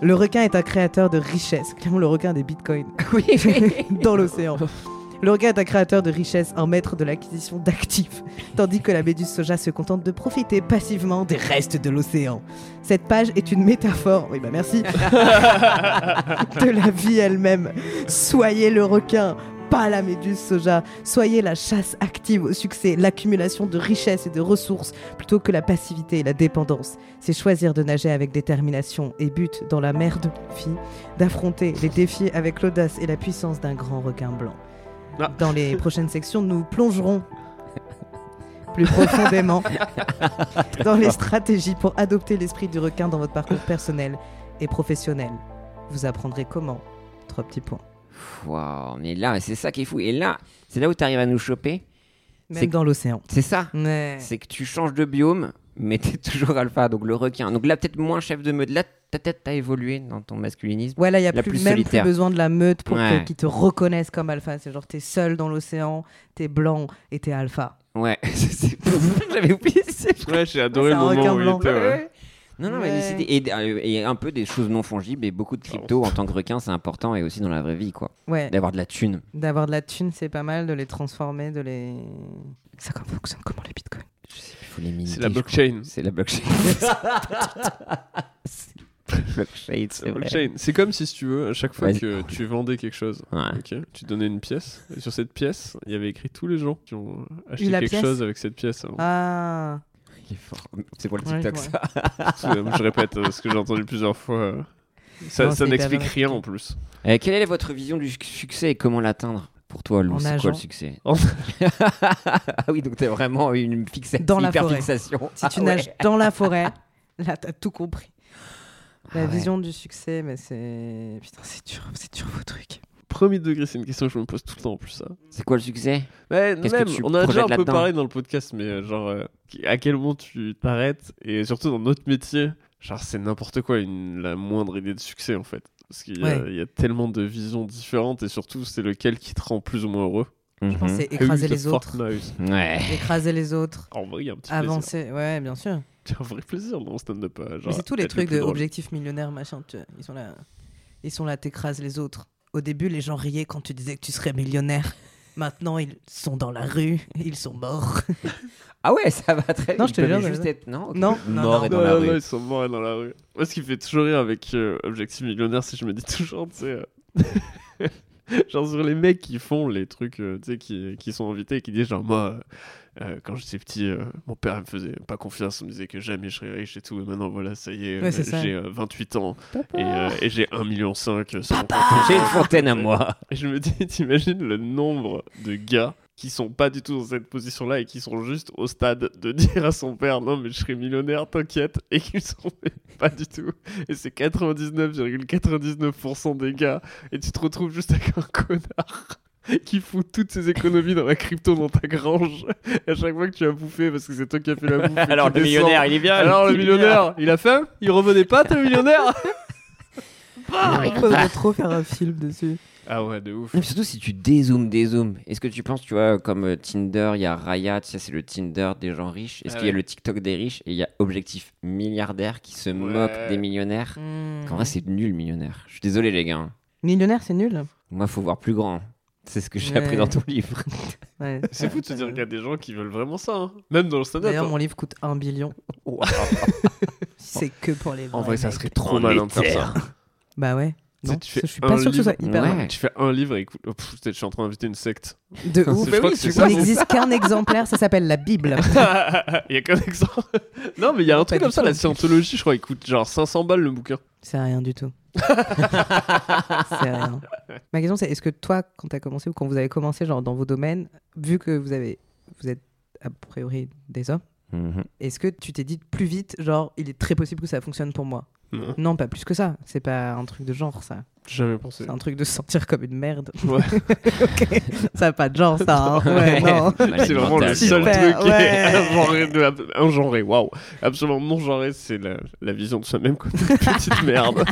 C: Le requin est un créateur de richesse, clairement le requin des bitcoins. Oui, dans l'océan. Le requin est un créateur de richesse, un maître de l'acquisition d'actifs, tandis que la méduse soja se contente de profiter passivement des restes de l'océan. Cette page est une métaphore, oui bah merci, de la vie elle-même. Soyez le requin, pas la méduse soja. Soyez la chasse active au succès, l'accumulation de richesses et de ressources, plutôt que la passivité et la dépendance. C'est choisir de nager avec détermination et but dans la mer de vie, d'affronter les défis avec l'audace et la puissance d'un grand requin blanc.
A: Ah.
C: Dans les prochaines sections, nous plongerons plus profondément dans les stratégies pour adopter l'esprit du requin dans votre parcours personnel et professionnel. Vous apprendrez comment. Trois petits points.
D: Waouh, mais là, c'est ça qui est fou. Et là, c'est là où tu arrives à nous choper. C'est-
C: Même dans l'océan.
D: C'est ça.
C: Mais...
D: C'est que tu changes de biome, mais t'es toujours alpha, donc le requin. Donc là, peut-être moins chef de meute. Là, ta tête t'as évolué dans ton masculinisme.
C: Ouais, là, il n'y a
D: La
C: plus,
D: plus
C: même plus
D: solitaire.
C: besoin de la meute pour que-
D: Ouais.
C: qu'ils te reconnaissent comme alpha. C'est genre, t'es seul dans l'océan, t'es blanc et t'es alpha.
D: Ouais, c'est- j'avais oublié. c'est-
A: Ouais, j'ai adoré le
C: C'est un
A: moment
C: requin
A: où il
C: blanc.
A: était. ouais.
D: Non, non,
C: Ouais.
D: mais c'était- et, euh, et un peu des choses non fongibles et beaucoup de crypto en tant que requin, c'est important et aussi dans la vraie vie, quoi.
C: Ouais,
D: D'avoir de la thune.
C: d'avoir de la thune, c'est pas mal, de les transformer, de les. Ça comme- fonctionne comment les bitcoins
D: Je sais plus, faut les miner.
A: C'est la
D: je
A: blockchain.
D: crois. C'est la blockchain. C'est la blockchain,
A: C'est
D: c'est
A: la
D: vrai.
A: blockchain. C'est comme si, si tu veux, à chaque fois
D: Vas-y.
A: que tu vendais quelque chose,
D: Ouais.
A: ok, tu donnais une pièce, et sur cette pièce, il y avait écrit tous les gens qui ont acheté
C: Eu la
A: quelque
C: pièce.
A: chose avec cette pièce. hein. avant.
C: Ah
D: Il est fort. C'est pour le
C: Ouais,
D: TikTok,
C: ouais.
D: ça.
A: Je répète euh, ce que j'ai entendu plusieurs fois. euh. Ça,
C: Non,
A: ça
C: c'est
A: n'explique
C: hyper
A: rien en plus.
D: Euh, quelle est votre vision du suc- succès et comment l'atteindre pour toi, Lou
C: En
D: C'est
C: nageant.
D: quoi le succès
A: En-
D: Ah oui, donc t'es vraiment une fixation.
C: Dans la forêt.
D: fixation.
A: Ah,
D: Ah
C: Si tu nages dans la forêt, là, t'as tout compris. La
D: Ah ouais.
C: vision du succès, mais c'est. Putain, c'est dur, c'est dur vos trucs.
A: Premier degré, c'est une question que je me pose tout le temps en plus. Ça.
D: C'est quoi le succès
A: Mais
D: Qu'est-ce que
A: même,
D: tu
A: on en a déjà
D: projettes
A: un peu
D: là-dedans
A: parlé dans le podcast, mais euh, genre, euh, à quel moment tu t'arrêtes Et surtout dans notre métier, genre, c'est n'importe quoi une, la moindre idée de succès en fait. Parce qu'il y, a-
C: Ouais.
A: il y a tellement de visions différentes et surtout, c'est lequel qui te rend plus ou moins heureux.
C: Je
A: Mmh.
C: pense que
D: Mhm.
C: c'est écraser
A: Who the
C: les
A: fuck
C: autres.
A: knows
D: Ouais.
C: Écraser les autres.
A: En vrai, il y a un petit plaisir.
C: Avancer, ouais, bien sûr.
A: C'est un vrai plaisir dans le stand-up. euh,
C: Mais
A: genre,
C: c'est tous les
A: être le
C: trucs
A: plus
C: de
A: drôle.
C: objectif millionnaire, machin. tu vois, ils sont là, ils sont là, t'écrases les autres. Au début, les gens riaient quand tu disais que tu serais millionnaire. Maintenant, ils sont dans la rue, ils sont morts.
D: Ah ouais, ça va très vite.
C: Non, je te
D: Ils
C: jure,
D: peuvent
C: mais-
D: juste être- Non, ok.
C: Non, non,
D: Mort
C: non.
D: et dans
A: Non,
D: la
A: non,
D: rue.
A: non, ils sont morts et dans la rue. Moi, ce qui me fait toujours rire avec euh, Objectif Millionnaire, c'est que je me dis toujours, tu sais. euh, genre sur les mecs qui font les trucs, euh, tu sais, qui, qui sont invités et qui disent, genre, moi, euh, euh, quand j'étais petit, euh, mon père, il me faisait pas confiance, il me disait que jamais je serais riche et tout, et maintenant, voilà, ça y est,
C: Ouais,
A: euh,
C: c'est ça.
A: j'ai euh, 28 ans et, euh, et j'ai 1,5 million euh, sur mon compte.
D: J'ai une fontaine à moi.
A: Et je me dis, t'imagines le nombre de gars qui sont pas du tout dans cette position-là et qui sont juste au stade de dire à son père non mais je serai millionnaire t'inquiète et qui sont pas du tout et c'est 99,99% des gars et tu te retrouves juste avec un connard qui fout toutes ses économies dans la crypto dans ta grange et à chaque fois que tu as bouffé parce que c'est toi qui as fait la bouffe et
D: Alors
A: tu
D: le
A: descends.
D: millionnaire, il est bien.
A: alors le
D: petit
A: millionnaire il a faim il revenait pas t'es le millionnaire
C: Ah, Il faudrait trop faire un film dessus.
A: ah ouais de ouf
D: Non, mais surtout si tu dézoomes, dézoomes. Est-ce que tu penses, tu vois, comme euh, Tinder, il y a Raya, tu sais, c'est le Tinder des gens riches. Est-ce
A: Ah
D: qu'il y a
A: ouais.
D: le TikTok des riches et il y a Objectif Milliardaire qui se moque des millionnaires
A: Hmm.
D: En vrai, c'est nul, millionnaire. Je suis désolé, les gars. hein.
C: Millionnaire, c'est nul.
D: Moi, faut voir plus grand. hein. C'est ce que j'ai
C: Ouais.
D: appris dans ton livre.
C: Ouais.
A: c'est fou de se dire qu'il y a des gens qui veulent vraiment ça hein. même dans le stand-up
C: D'ailleurs,
A: hein.
C: mon livre coûte 1 billion. c'est que pour les vrais mecs.
A: trop malin de faire ça.
C: Bah ouais.
A: Tu sais,
C: Non,
A: tu fais
C: je suis
A: un
C: pas sûr que ce
A: livre.
C: soit hyper.
D: Ouais.
C: mal.
A: Tu fais un livre et écoute, oh, pff, peut-être je suis en train d'inviter une secte.
C: De ouf.
A: Je crois que c'est
C: Il
A: ça.
C: n'existe qu'un exemplaire, ça s'appelle la Bible.
A: Il y a qu'un exemple. Non, mais il y a un truc
C: Pas
A: comme
C: du
A: ça,
C: tout.
A: la scientologie, je crois, il coûte genre 500 balles le bouquin.
C: C'est rien du tout. c'est rien. Ma question c'est est-ce que toi, quand t'as commencé ou quand vous avez commencé, genre dans vos domaines, vu que vous avez, vous êtes a priori des hommes,
D: Mhm.
C: est-ce que tu t'es dit plus vite, genre il est très possible que ça fonctionne pour moi
A: Non.
C: Non, pas plus que ça. C'est pas un truc de genre ça.
A: Jamais pensé.
C: C'est un truc de se sentir comme une merde.
A: Ouais.
C: ok. Ça a pas de genre ça. hein. Ouais, non.
A: C'est vraiment le
D: Mental,
A: seul
D: ouais.
C: Super,
A: truc qui est
C: ouais.
A: ingenré, de la- ingenré, waouh. Absolument non genré, c'est la, la vision de soi-même comme une petite merde.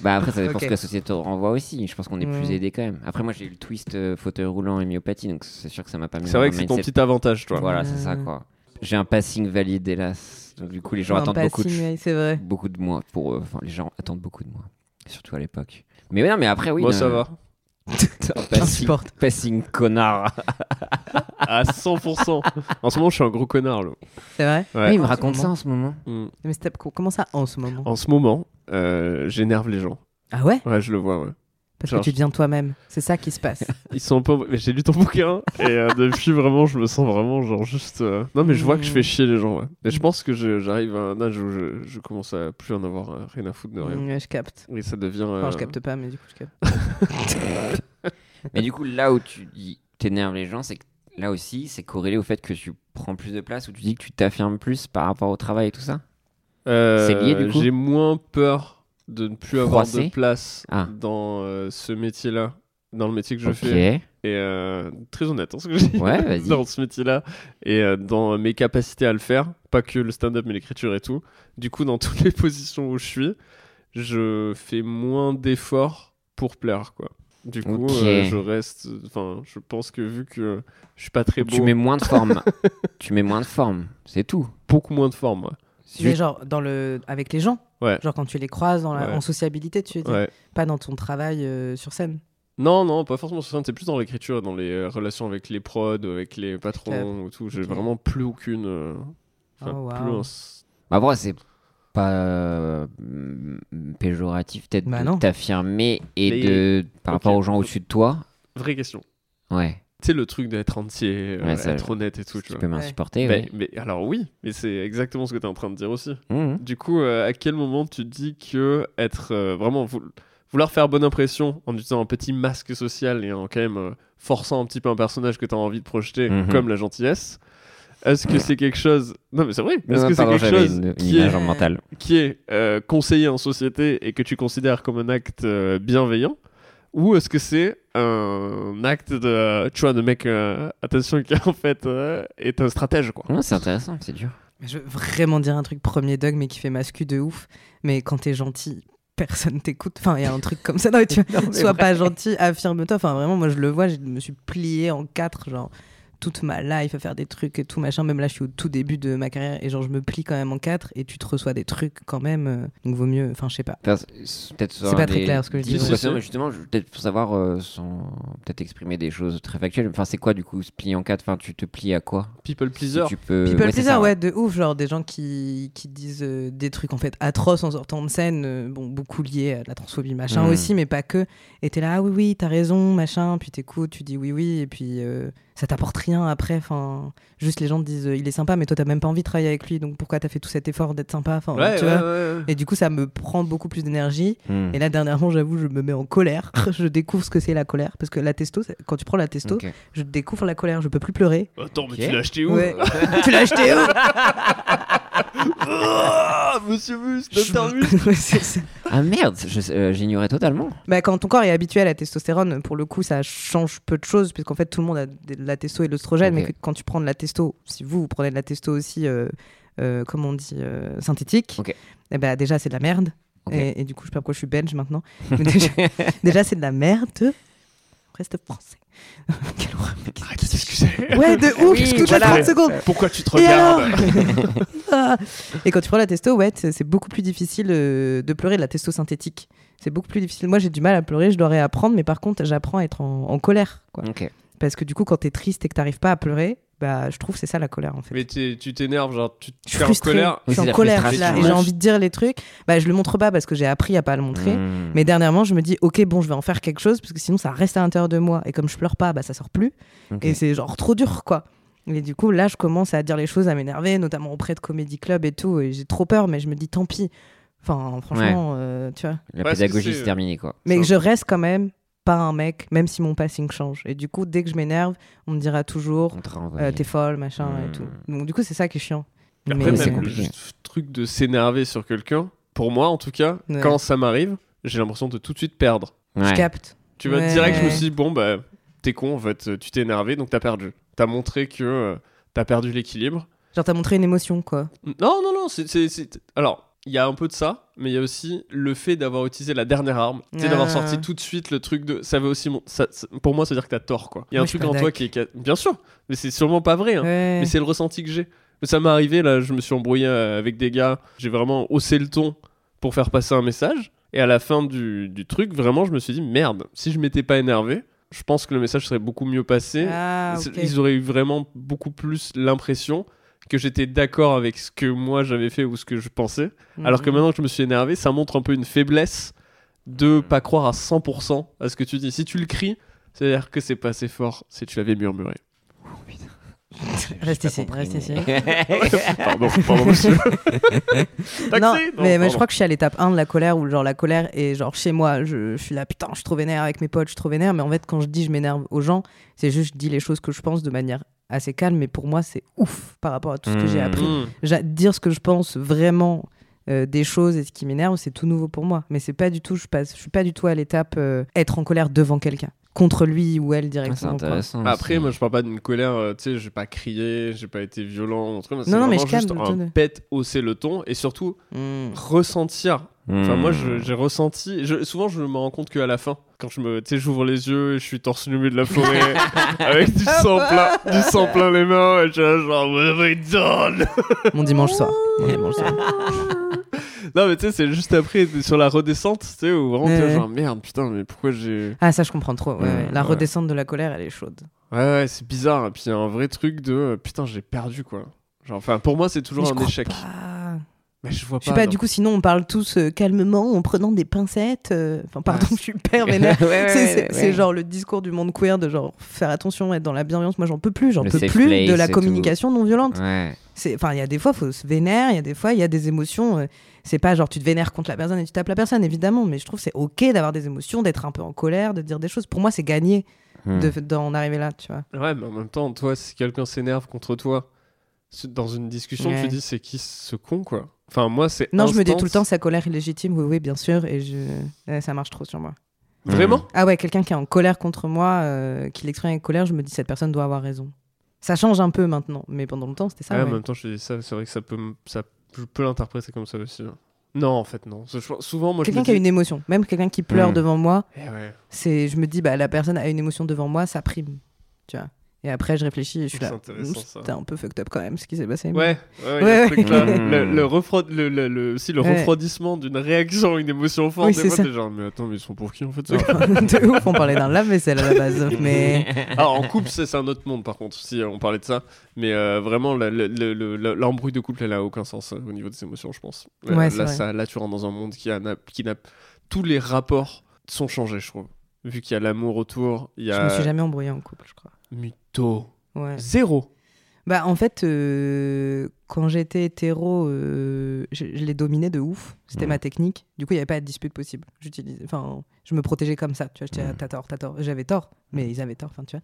D: Bah après, ça dépend
C: Ok.
D: ce que la société te renvoie aussi. Je pense qu'on est plus
C: Mm.
D: aidé quand même. Après, moi, j'ai eu le twist euh, fauteuil roulant et myopathie, donc c'est sûr que ça m'a pas mis
A: C'est
D: dans
A: vrai
D: un
A: que c'est ton
D: mindset.
A: petit avantage, toi.
D: Voilà, c'est ça
C: Mm.
D: quoi. J'ai un passing valide, hélas. Donc du coup, les gens
C: Un
D: attendent beaucoup de,
C: passing, ouais, c'est vrai.
D: beaucoup de moi. Pour, eux. enfin, les gens attendent beaucoup de moi, surtout à l'époque. Mais non, mais après, oui.
A: Moi,
D: non, euh,
A: ça va.
D: un passing,
C: Insupporte.
D: passing connard.
A: À 100%. en ce moment, je suis un gros connard, là.
C: C'est vrai.
A: Ouais.
D: Oui, il me
C: En ce
D: raconte ça
C: moment.
D: en ce moment.
A: Mm.
C: Mais c'était comment ça en ce moment
A: En ce moment, euh, j'énerve les gens.
C: Ah ouais
A: Ouais, je le vois, ouais.
C: Parce
A: Genre,
C: que tu deviens toi-même. C'est ça qui se passe.
A: Ils sont pas. mais J'ai lu ton bouquin et euh, depuis vraiment, je me sens vraiment genre juste. euh, Non, mais je vois que je fais chier les gens. Ouais. Et je pense que je- j'arrive à un âge où je, je commence à plus en avoir euh, rien à foutre de rien.
C: Mm, ouais, je capte.
A: Et ça devient. euh,
C: Enfin, je capte pas, mais du coup, je capte.
D: Mais du coup, là où tu dis- t'énerves les gens, c'est que là aussi, c'est corrélé au fait que tu prends plus de place ou tu dis que tu t'affirmes plus par rapport au travail et tout ça
A: Euh,
D: C'est lié, du coup
A: J'ai moins peur de ne plus avoir
D: Froissé
A: de place
D: Ah.
A: dans euh, ce métier-là, dans le métier que je
D: Ok.
A: fais. Et euh, très honnête, hein, ce que je dis.
D: Ouais, vas-y.
A: dans ce métier-là et euh, dans mes capacités à le faire, pas que le stand-up mais l'écriture et tout. Du coup, dans toutes les positions où je suis, je fais moins d'efforts pour plaire, quoi. Du coup,
D: Ok.
A: euh, je reste. Enfin, je pense que vu que je suis pas très beau,
D: Tu mets moins de forme. tu mets moins de forme, c'est tout.
A: beaucoup moins de forme. ouais.
D: C'est
C: Mais
D: juste-
C: genre dans le... avec les gens.
A: Ouais.
C: Genre quand tu les croises dans la...
A: Ouais.
C: en sociabilité, tu veux dire.
A: Ouais.
C: Pas dans ton travail euh, sur scène.
A: Non, non, pas forcément sur scène, c'est plus dans l'écriture, dans les euh, relations avec les prods, avec les patrons ou tout. J'ai
C: Ok.
A: vraiment plus aucune. euh, enfin,
C: Oh, wow.
A: plus un s-
D: Bah, bon, c'est pas euh, mm, péjoratif, peut-être,
C: Bah
D: de
C: non.
D: t'affirmer et
A: Mais-
D: de. par
A: Ok.
D: rapport aux gens au-dessus de toi.
A: Vraie question.
D: Ouais.
A: Tu sais, le truc d'être entier, euh,
D: Ouais, ça-
A: être honnête et tout.
D: tu
A: vois.
D: peux m'insupporter,
A: Ben,
D: ouais.
A: mais alors oui, mais c'est exactement ce que tu es en train de dire aussi.
D: Mhm.
A: Du coup, euh, à quel moment tu dis que être euh, vraiment vou- vouloir faire bonne impression en utilisant un petit masque social et en quand même euh, forçant un petit peu un personnage que tu as envie de projeter
D: Mhm.
A: comme la gentillesse, est-ce que c'est quelque chose Non mais c'est vrai. Est-ce
D: Euh,
A: que c'est
D: pardon,
A: quelque
D: j'avais
A: chose
D: une, une
A: qui est,
D: image en mental.
A: qui est euh, conseillé en société et que tu considères comme un acte euh, bienveillant ou est-ce que c'est un acte de tu vois de mec euh, attention qui en fait euh, est un stratège quoi.
D: Non, c'est intéressant, c'est dur.
C: Mais Je veux vraiment dire un truc premier dog, mais qui fait mascu de ouf. Mais quand t'es gentil, personne t'écoute. Enfin, il y a un truc comme ça. Non, mais tu sois pas gentil, affirme-toi. Enfin, vraiment, moi, je le vois, je me suis pliée en quatre, genre, toute ma life à faire des trucs et tout, machin. Même là, je suis au tout début de ma carrière et genre, je me plie quand même en quatre et tu te reçois des trucs quand même. euh, Donc, vaut mieux. Enfin, je sais pas.
D: Parce- c'est peut-être sur
C: C'est pas
D: un
C: très
D: des-
C: clair, ce que je dis,
D: Dis-
A: ouais.
D: Ouais, non, mais justement, je- peut-être pour savoir, euh, sans peut-être exprimer des choses très factuelles. Enfin, c'est quoi du coup se plier en quatre Enfin, tu te plies à quoi
A: People
D: Si
A: pleaser.
D: tu peux...
C: People
D: Euh, ouais, c'est
C: pleaser,
D: ça,
C: ouais, de ouf. Genre, des gens qui, qui disent euh, des trucs, en fait, atroces en sortant de scène. euh, bon, beaucoup liés à la transphobie, machin
D: Mhm.
C: aussi, mais pas que. Et t'es là, ah oui, oui, t'as raison, machin. Puis t'écoutes, tu dis oui, oui. Et puis, euh, ça t'apporte rien après. Enfin, juste les gens te disent, euh, il est sympa, mais toi, t'as même pas envie de travailler avec lui. Donc, pourquoi t'as fait tout cet effort d'être sympa Enfin,
A: Ouais,
C: tu
A: ouais,
C: vois.
A: ouais, ouais.
C: Et du coup, ça me prend beaucoup plus d'énergie.
D: Hmm.
C: Et là, dernièrement, j'avoue, je me mets en colère. je découvre ce que c'est la colère. Parce que la testo, c'est- quand tu prends la testo,
D: Ok.
C: je découvre la colère. Je peux plus pleurer.
A: Attends, mais
D: Ok.
A: tu l'as acheté où
C: Ouais. tu l'as acheté où
A: Ah, Monsieur Mus, Dr. Mus
C: Ouais, c'est ça.
D: Ah merde, je- euh, j'ignorais totalement.
C: Bah, quand ton corps est habitué à la testostérone, pour le coup, ça change peu de choses, puisqu'en fait, tout le monde a de la testo et de l'ostrogène,
D: Ok.
C: mais que quand tu prends de la testo, si vous, vous prenez de la testo aussi, euh, euh, comment on dit, euh, synthétique,
D: Ok.
C: eh ben, déjà, c'est de la merde.
D: Ok.
C: Et, et du coup, je sais pas pourquoi je suis belge maintenant. Mais déjà, déjà, c'est de la merde. Reste français. Quelle horreur, mec. Ouais, de ouf,
D: Oui,
C: toutes les
D: voilà.
C: 30 secondes.
A: Pourquoi tu te
C: Et
A: regardes
C: alors Ah. Et quand tu prends la testo, ouais, c'est c'est beaucoup plus difficile euh, de pleurer de la testo synthétique. C'est beaucoup plus difficile. Moi, j'ai du mal à pleurer, je dois réapprendre, mais par contre, j'apprends à être en, en colère. Quoi.
D: Ok.
C: Parce que du coup, quand t'es triste et que t'arrives pas à pleurer, bah, je trouve que c'est ça la colère en fait.
A: Mais t'es- tu t'énerves, genre, tu
C: je
A: te
C: suis
A: fais en
C: frustrée,
A: colère.
C: je suis
D: Oui, c'est
C: en
D: la
C: colère je suis
D: frustration,
C: là, et j'ai
A: ouais.
C: envie de dire les trucs. Bah, je le montre pas parce que j'ai appris à pas le montrer.
D: Hmm.
C: Mais dernièrement, je me dis, ok, bon, je vais en faire quelque chose parce que sinon, ça reste à l'intérieur de moi. Et comme je pleure pas, bah, ça sort plus.
D: Ok.
C: Et c'est genre trop dur, quoi. Et du coup, là, je commence à dire les choses, à m'énerver, notamment auprès de Comedy Club et tout. Et j'ai trop peur, mais je me dis, tant pis. Enfin, franchement, euh, tu vois.
D: La
A: Parce que
D: pédagogie,
A: c'est-
D: c'est terminé quoi.
C: Mais
A: Ça-
C: que je reste quand même pas un mec, même si mon passing change. Et du coup, dès que je m'énerve, on me dira toujours,
D: On te
C: euh,
D: renvoie.
C: t'es folle, machin
D: Mm.
C: et tout. Donc, du coup, c'est ça qui est chiant.
A: Après,
D: Mais
A: même
D: c'est
A: le
D: compliqué.
A: juste truc de s'énerver sur quelqu'un, pour moi en tout cas,
C: Ouais.
A: quand ça m'arrive, j'ai l'impression de tout de suite perdre.
C: je
D: Ouais.
C: capte.
A: Tu vois,
C: Ouais.
A: direct, je me suis dit, bon, bah, t'es con, en fait, tu t'es énervé, donc t'as perdu. T'as montré que euh, t'as perdu l'équilibre.
C: Genre, t'as montré une émotion, quoi.
A: Non, non, non, c'est. c'est- c'est- Alors, il y a un peu de ça, mais il y a aussi le fait d'avoir utilisé la dernière arme. Tu sais, d'avoir
C: Ah.
A: sorti tout de suite le truc de. Ça veut aussi. mon- ça- ça- Pour moi, ça veut dire que t'as tort, quoi. Il y a
C: Moi,
A: un
C: je suis
A: truc
C: pas
A: en toi
C: d'accord.
A: qui est. ca- Bien sûr, mais c'est sûrement pas vrai. hein.
C: Ouais.
A: Mais c'est le ressenti que j'ai. Mais ça m'est arrivé, là, je me suis embrouillé euh, avec des gars, j'ai vraiment haussé le ton pour faire passer un message. Et à la fin du, du truc, vraiment, je me suis dit, merde, si je m'étais pas énervé, je pense que le message serait beaucoup mieux passé.
C: Ah,
A: C'est-
C: ok.
A: Ils auraient eu vraiment beaucoup plus l'impression que j'étais d'accord avec ce que moi j'avais fait ou ce que je pensais. Alors que
C: Mhm.
A: maintenant que je me suis énervé, ça montre un peu une faiblesse de pas croire à 100% à ce que tu dis. Si tu le cries, c'est-à-dire que c'est pas assez fort si tu l'avais murmuré.
C: Reste ici, reste ici.
A: Pardon, pardon, monsieur. Taxi
C: non, mais, mais je
A: pardon.
C: crois que je suis à l'étape 1 de la colère où genre la colère est genre chez moi, je, je suis là putain, je suis trop vénère avec mes potes, je suis trop vénère, mais en fait quand je dis je m'énerve aux gens, c'est juste je dis les choses que je pense de manière assez calme, mais pour moi c'est ouf par rapport à tout ce que j'ai
D: Mmh.
C: appris.
A: Mm.
C: J'a- dire ce que je pense vraiment euh, des choses et ce qui m'énerve, c'est tout nouveau pour moi. Mais c'est pas du tout, je passe, je suis pas du tout à l'étape euh, être en colère devant quelqu'un, contre lui ou elle
D: Ah, C'est
C: directement. quoi.
D: intéressant.
A: Bah, Après,
D: aussi.
A: moi, je parle pas d'une colère, euh, tu sais, j'ai pas crié, j'ai pas été violent, mon truc. mais c'est
C: non, mais
A: vraiment
C: je calme
A: juste
C: le
A: un
C: tonneau.
A: pète, hausser le ton et surtout
C: Mm.
A: ressentir. Enfin,
D: Hmm.
A: moi, je- j'ai ressenti. je- souvent, je me rends compte qu'à la fin, quand je me, tu sais, j'ouvre les yeux, et je suis torse nu au milieu de la forêt, avec du
C: Ah,
A: sang plein,
C: bah.
A: du sang plein les mains, et je suis là, genre, me donne.
C: Mon dimanche soir. Mon dimanche soir.
A: Non, mais tu sais, c'est juste après sur la redescente, tu sais, où vraiment, t'es
C: Ouais.
A: genre, merde, putain, mais pourquoi j'ai.
C: Ah ça je comprends trop. ouais,
D: Mm,
C: ouais. La
A: ouais.
C: redescente de la colère, elle est chaude.
A: Ouais, ouais, c'est bizarre. Et puis, il y a un vrai truc de, euh, putain, j'ai perdu, quoi. Genre, enfin, pour moi, c'est toujours
C: Mais je
A: un
C: crois
A: échec.
C: pas.
A: Mais je vois
C: Je sais pas,
A: non.
C: du coup, sinon on parle tous euh, calmement en prenant des pincettes. euh, Enfin, pardon,
A: Ouais.
C: je suis hyper vénère.
D: Ouais, ouais,
C: C'est-
D: ouais,
C: c'est
D: ouais.
C: c'est genre le discours du monde queer de genre faire attention, être dans la bienveillance. Moi, j'en peux plus, j'en
D: Le
C: peux
D: safe
C: plus de
D: place
C: la
D: et
C: communication non violente.
D: Ouais.
C: C'est- Enfin, il y a des fois, faut se vénère, il y a des fois, il y a des émotions. euh, c'est pas genre tu te vénères contre la personne et tu tapes la personne, évidemment, mais je trouve que c'est ok d'avoir des émotions, d'être un peu en colère, de dire des choses. Pour moi, c'est gagné
D: Hmm.
C: de- d'en arriver là, tu vois.
A: Ouais, mais en même temps, toi, si quelqu'un s'énerve contre toi, c'est- dans une discussion,
C: Ouais.
A: tu dis c'est qui ce con, quoi. Enfin, moi, c'est.
C: Non, je me dis
A: instant.
C: tout le temps, sa colère illégitime, oui, oui, bien sûr, et je... euh, ça marche trop sur moi.
A: Vraiment
C: Ah ouais, quelqu'un qui est en colère contre moi, euh, qui l'exprime avec colère, je me dis cette personne doit avoir raison. Ça change un peu maintenant, mais pendant longtemps c'était ça.
A: Ah Ouais,
C: ouais.
A: en même temps, je te dis ça, c'est vrai que ça peut. m- Ça, je peux l'interpréter comme ça aussi. hein. Non, en fait, non. Je- souvent, moi, je
C: Quelqu'un
A: me
C: qui a
A: dis.
C: une émotion, même quelqu'un qui pleure
D: Mm.
C: devant moi,
A: Eh ouais,
C: c'est, je me dis bah la personne a une émotion devant moi, ça prime, tu vois. Et après je réfléchis et je suis
A: C'est
C: là.
A: intéressant,
C: Oups,
A: ça.
C: C'était un peu fucked up quand même ce qui s'est passé. mais-
A: ouais, ouais, ouais, il y a
C: Ouais,
A: ce truc-là.
D: ouais.
A: le, le refroid- le- le- le- aussi le
C: Ouais.
A: refroidissement d'une réaction à une émotion forte.
C: Oui,
A: des
C: c'est
A: fois,
C: ça.
A: t'es genre, mais attends, mais ils sont pour qui en fait ce gars
C: Enfin, de ouf, on parlait d'un lave-vaisselle à la base, mais
A: Ah, en couple, c'est c'est un autre monde par contre, si euh, on parlait de ça. Mais euh, vraiment, la- la- la- la- la- l'embrouille de couple, elle a aucun sens euh, au niveau des émotions, je pense. Euh,
C: Ouais,
A: là,
C: c'est vrai.
A: ça- là, tu rentres dans un monde qui a, n'a- qui n'a. Tous les rapports sont changés, je trouve. Vu qu'il y a l'amour autour, il y
C: je me
A: a.
C: suis jamais embrouillée en couple, je crois.
A: Muto.
C: Ouais.
A: Zéro.
C: Bah en fait, euh, quand j'étais hétéro, euh, je, je les dominais de ouf. C'était
D: Mhm.
C: ma technique. Du coup, il n'y avait pas de dispute possible. J'utilisais, enfin, je me protégeais comme ça. Tu vois, j'étais, ah, t'as tort, t'as tort. J'avais tort, mais ils avaient tort. Enfin, tu vois.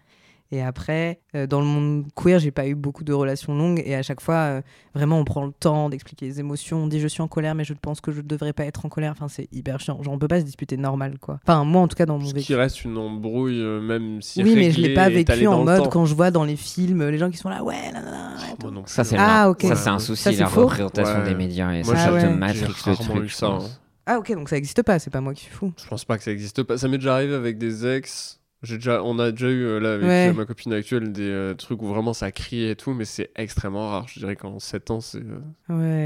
C: Et après, euh, dans le monde queer, j'ai pas eu beaucoup de relations longues. Et à chaque fois, euh, vraiment, on prend le temps d'expliquer les émotions. On dit je suis en colère, mais je pense que je ne devrais pas être en colère. Enfin, c'est hyper chiant. Genre, on peut pas se disputer normal, quoi. Enfin, moi, en tout cas, dans mon
A: Ce
C: vécu.
A: qui reste une embrouille, euh, même si.
C: Oui, mais je
A: réglée
C: l'ai pas
A: et étalée
C: vécu
A: dans
C: en
A: le
C: mode
A: temps.
C: quand je vois dans les films les gens qui sont là, ouais, nanana, et
A: Oh,
C: tout.
A: moi non plus.
D: Ça, c'est
C: Ah,
D: la-
C: ok.
D: ça, c'est un
A: Ouais.
D: souci,
C: Ça, c'est
D: la
C: faux.
D: représentation
A: Ouais.
D: des médias. Et
A: Moi,
D: ça,
C: j'ai-
D: ça te
C: Ah, ouais.
A: J'ai
D: matrix le
A: rarement
D: truc.
A: eu
D: je
A: ça.
D: pense.
A: hein.
C: Ah ok, donc ça n'existe pas, c'est pas moi qui suis fou.
A: Je pense pas que ça existe pas. Ça m'est déjà arrivé avec des ex. J'ai déjà, on a déjà eu euh, là avec
C: Ouais.
A: euh, ma copine actuelle des euh, trucs où vraiment ça crie et tout, mais c'est extrêmement rare. Je dirais qu'en 7 ans, c'est. euh,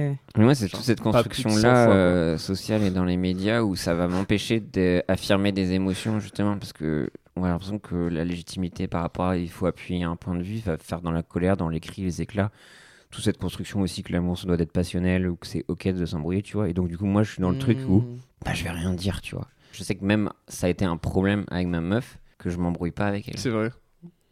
C: Ouais.
D: Mais moi, c'est
A: Genre,
D: toute cette
A: pas plus de 100
D: construction-là
A: fois,
D: euh, sociale et dans les médias où ça va m'empêcher d'affirmer des émotions, justement, parce que on a l'impression que la légitimité par rapport à il faut appuyer un point de vue, va faire dans la colère, dans les cris, les éclats. Toute cette construction aussi que l'amour, ça doit être passionnel ou que c'est ok de s'embrouiller, tu vois. Et donc, du coup, moi, je suis dans le truc
C: Hmm.
D: où
A: Hmm.
D: bah, je vais rien dire, tu vois. Je sais que même ça a été un problème avec ma meuf que je m'embrouille pas avec elle.
A: C'est vrai.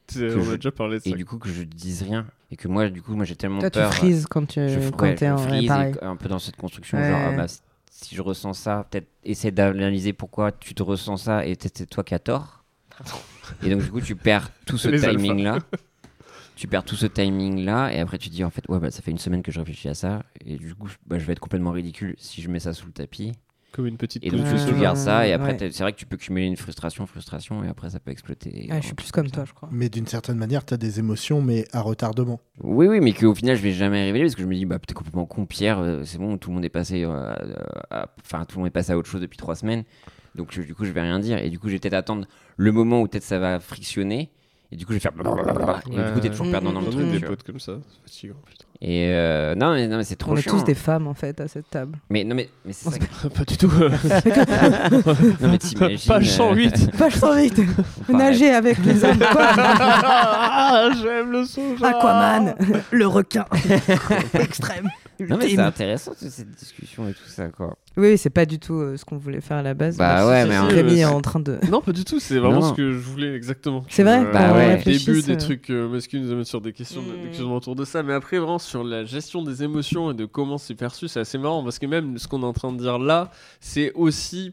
A: C'est-
D: Que
A: On
D: je-
A: a déjà parlé de
D: Et
A: ça.
D: du coup, que je dise rien. Et que moi, du coup, moi, j'ai tellement
C: Toi tu
D: peur. euh,
C: frises quand tu
D: je
C: Euh, quand
D: ouais,
C: t'es
D: je
C: en
D: frise et
C: pareil.
D: un peu dans cette construction
C: Ouais.
D: genre ah bah, si je ressens ça peut-être essaie d'analyser pourquoi tu te ressens ça et peut-être c'est toi qui as tort et donc du coup tu perds tout ce
A: Les alphas.
D: timing là tu perds tout ce timing là et après tu te dis en fait ouais bah ça fait une semaine que je réfléchis à ça et du coup je- bah, je vais être complètement ridicule si je mets ça sous le tapis
A: Comme une petite
D: et
A: boule
D: donc
A: de
D: tu,
C: Ouais.
D: tu
A: soja.
D: gardes ça et après
C: Ouais.
D: t'as- c'est vrai que tu peux cumuler une frustration frustration et après ça peut exploter
C: Ouais, Ah, je suis plus comme toi, je crois.
F: Mais d'une certaine manière, t'as des émotions, mais à retardement.
D: Oui, oui, mais qu'au final, je vais jamais révéler parce que je me dis, bah, t'es complètement con, Pierre, euh, c'est bon, tout le monde est passé, euh, à- à- enfin, tout le monde est passé à autre chose depuis trois semaines, donc je- du coup, je vais rien dire. Et du coup, je vais peut-être attendre le moment où peut-être ça va frictionner, et du coup, je vais faire blablabla, et du coup, t'es toujours
C: Ouais.
D: perdant dans le
C: Mmh,
A: J'en
D: truc.
A: ai des
D: tu vois.
A: potes comme ça. C'est fatigant, putain.
D: Et euh, non, mais, non, mais c'est trop
C: On est
D: chiant.
C: tous des femmes en fait à cette table.
D: Mais non, mais, mais c'est ça. que-
A: pas du tout.
D: Non, mais t'imagines.
A: Page 108.
C: Pas trop vite.
D: euh,
C: Nager avec les hommes.
A: Ah, J'aime le soja.
C: Aquaman, le requin extrême.
D: Non, mais c'est intéressant toute cette discussion et tout ça, quoi.
C: Oui, oui, c'est pas du tout euh, ce qu'on voulait faire à la base.
D: Bah
C: Moi,
D: ouais,
C: je
D: mais
C: suis
D: en-
C: Rémi est en train de.
A: Non, pas du tout, c'est vraiment
D: Non.
A: ce que je voulais exactement.
C: C'est vrai
A: Euh,
D: Bah
A: au
D: ouais.
A: début,
C: Réfléchisse, euh.
A: des trucs euh, masculins nous amènent sur des questions, de- des questions autour de ça, mais après, vraiment, sur la gestion des émotions et de comment c'est perçu, c'est assez marrant parce que même ce qu'on est en train de dire là, c'est aussi.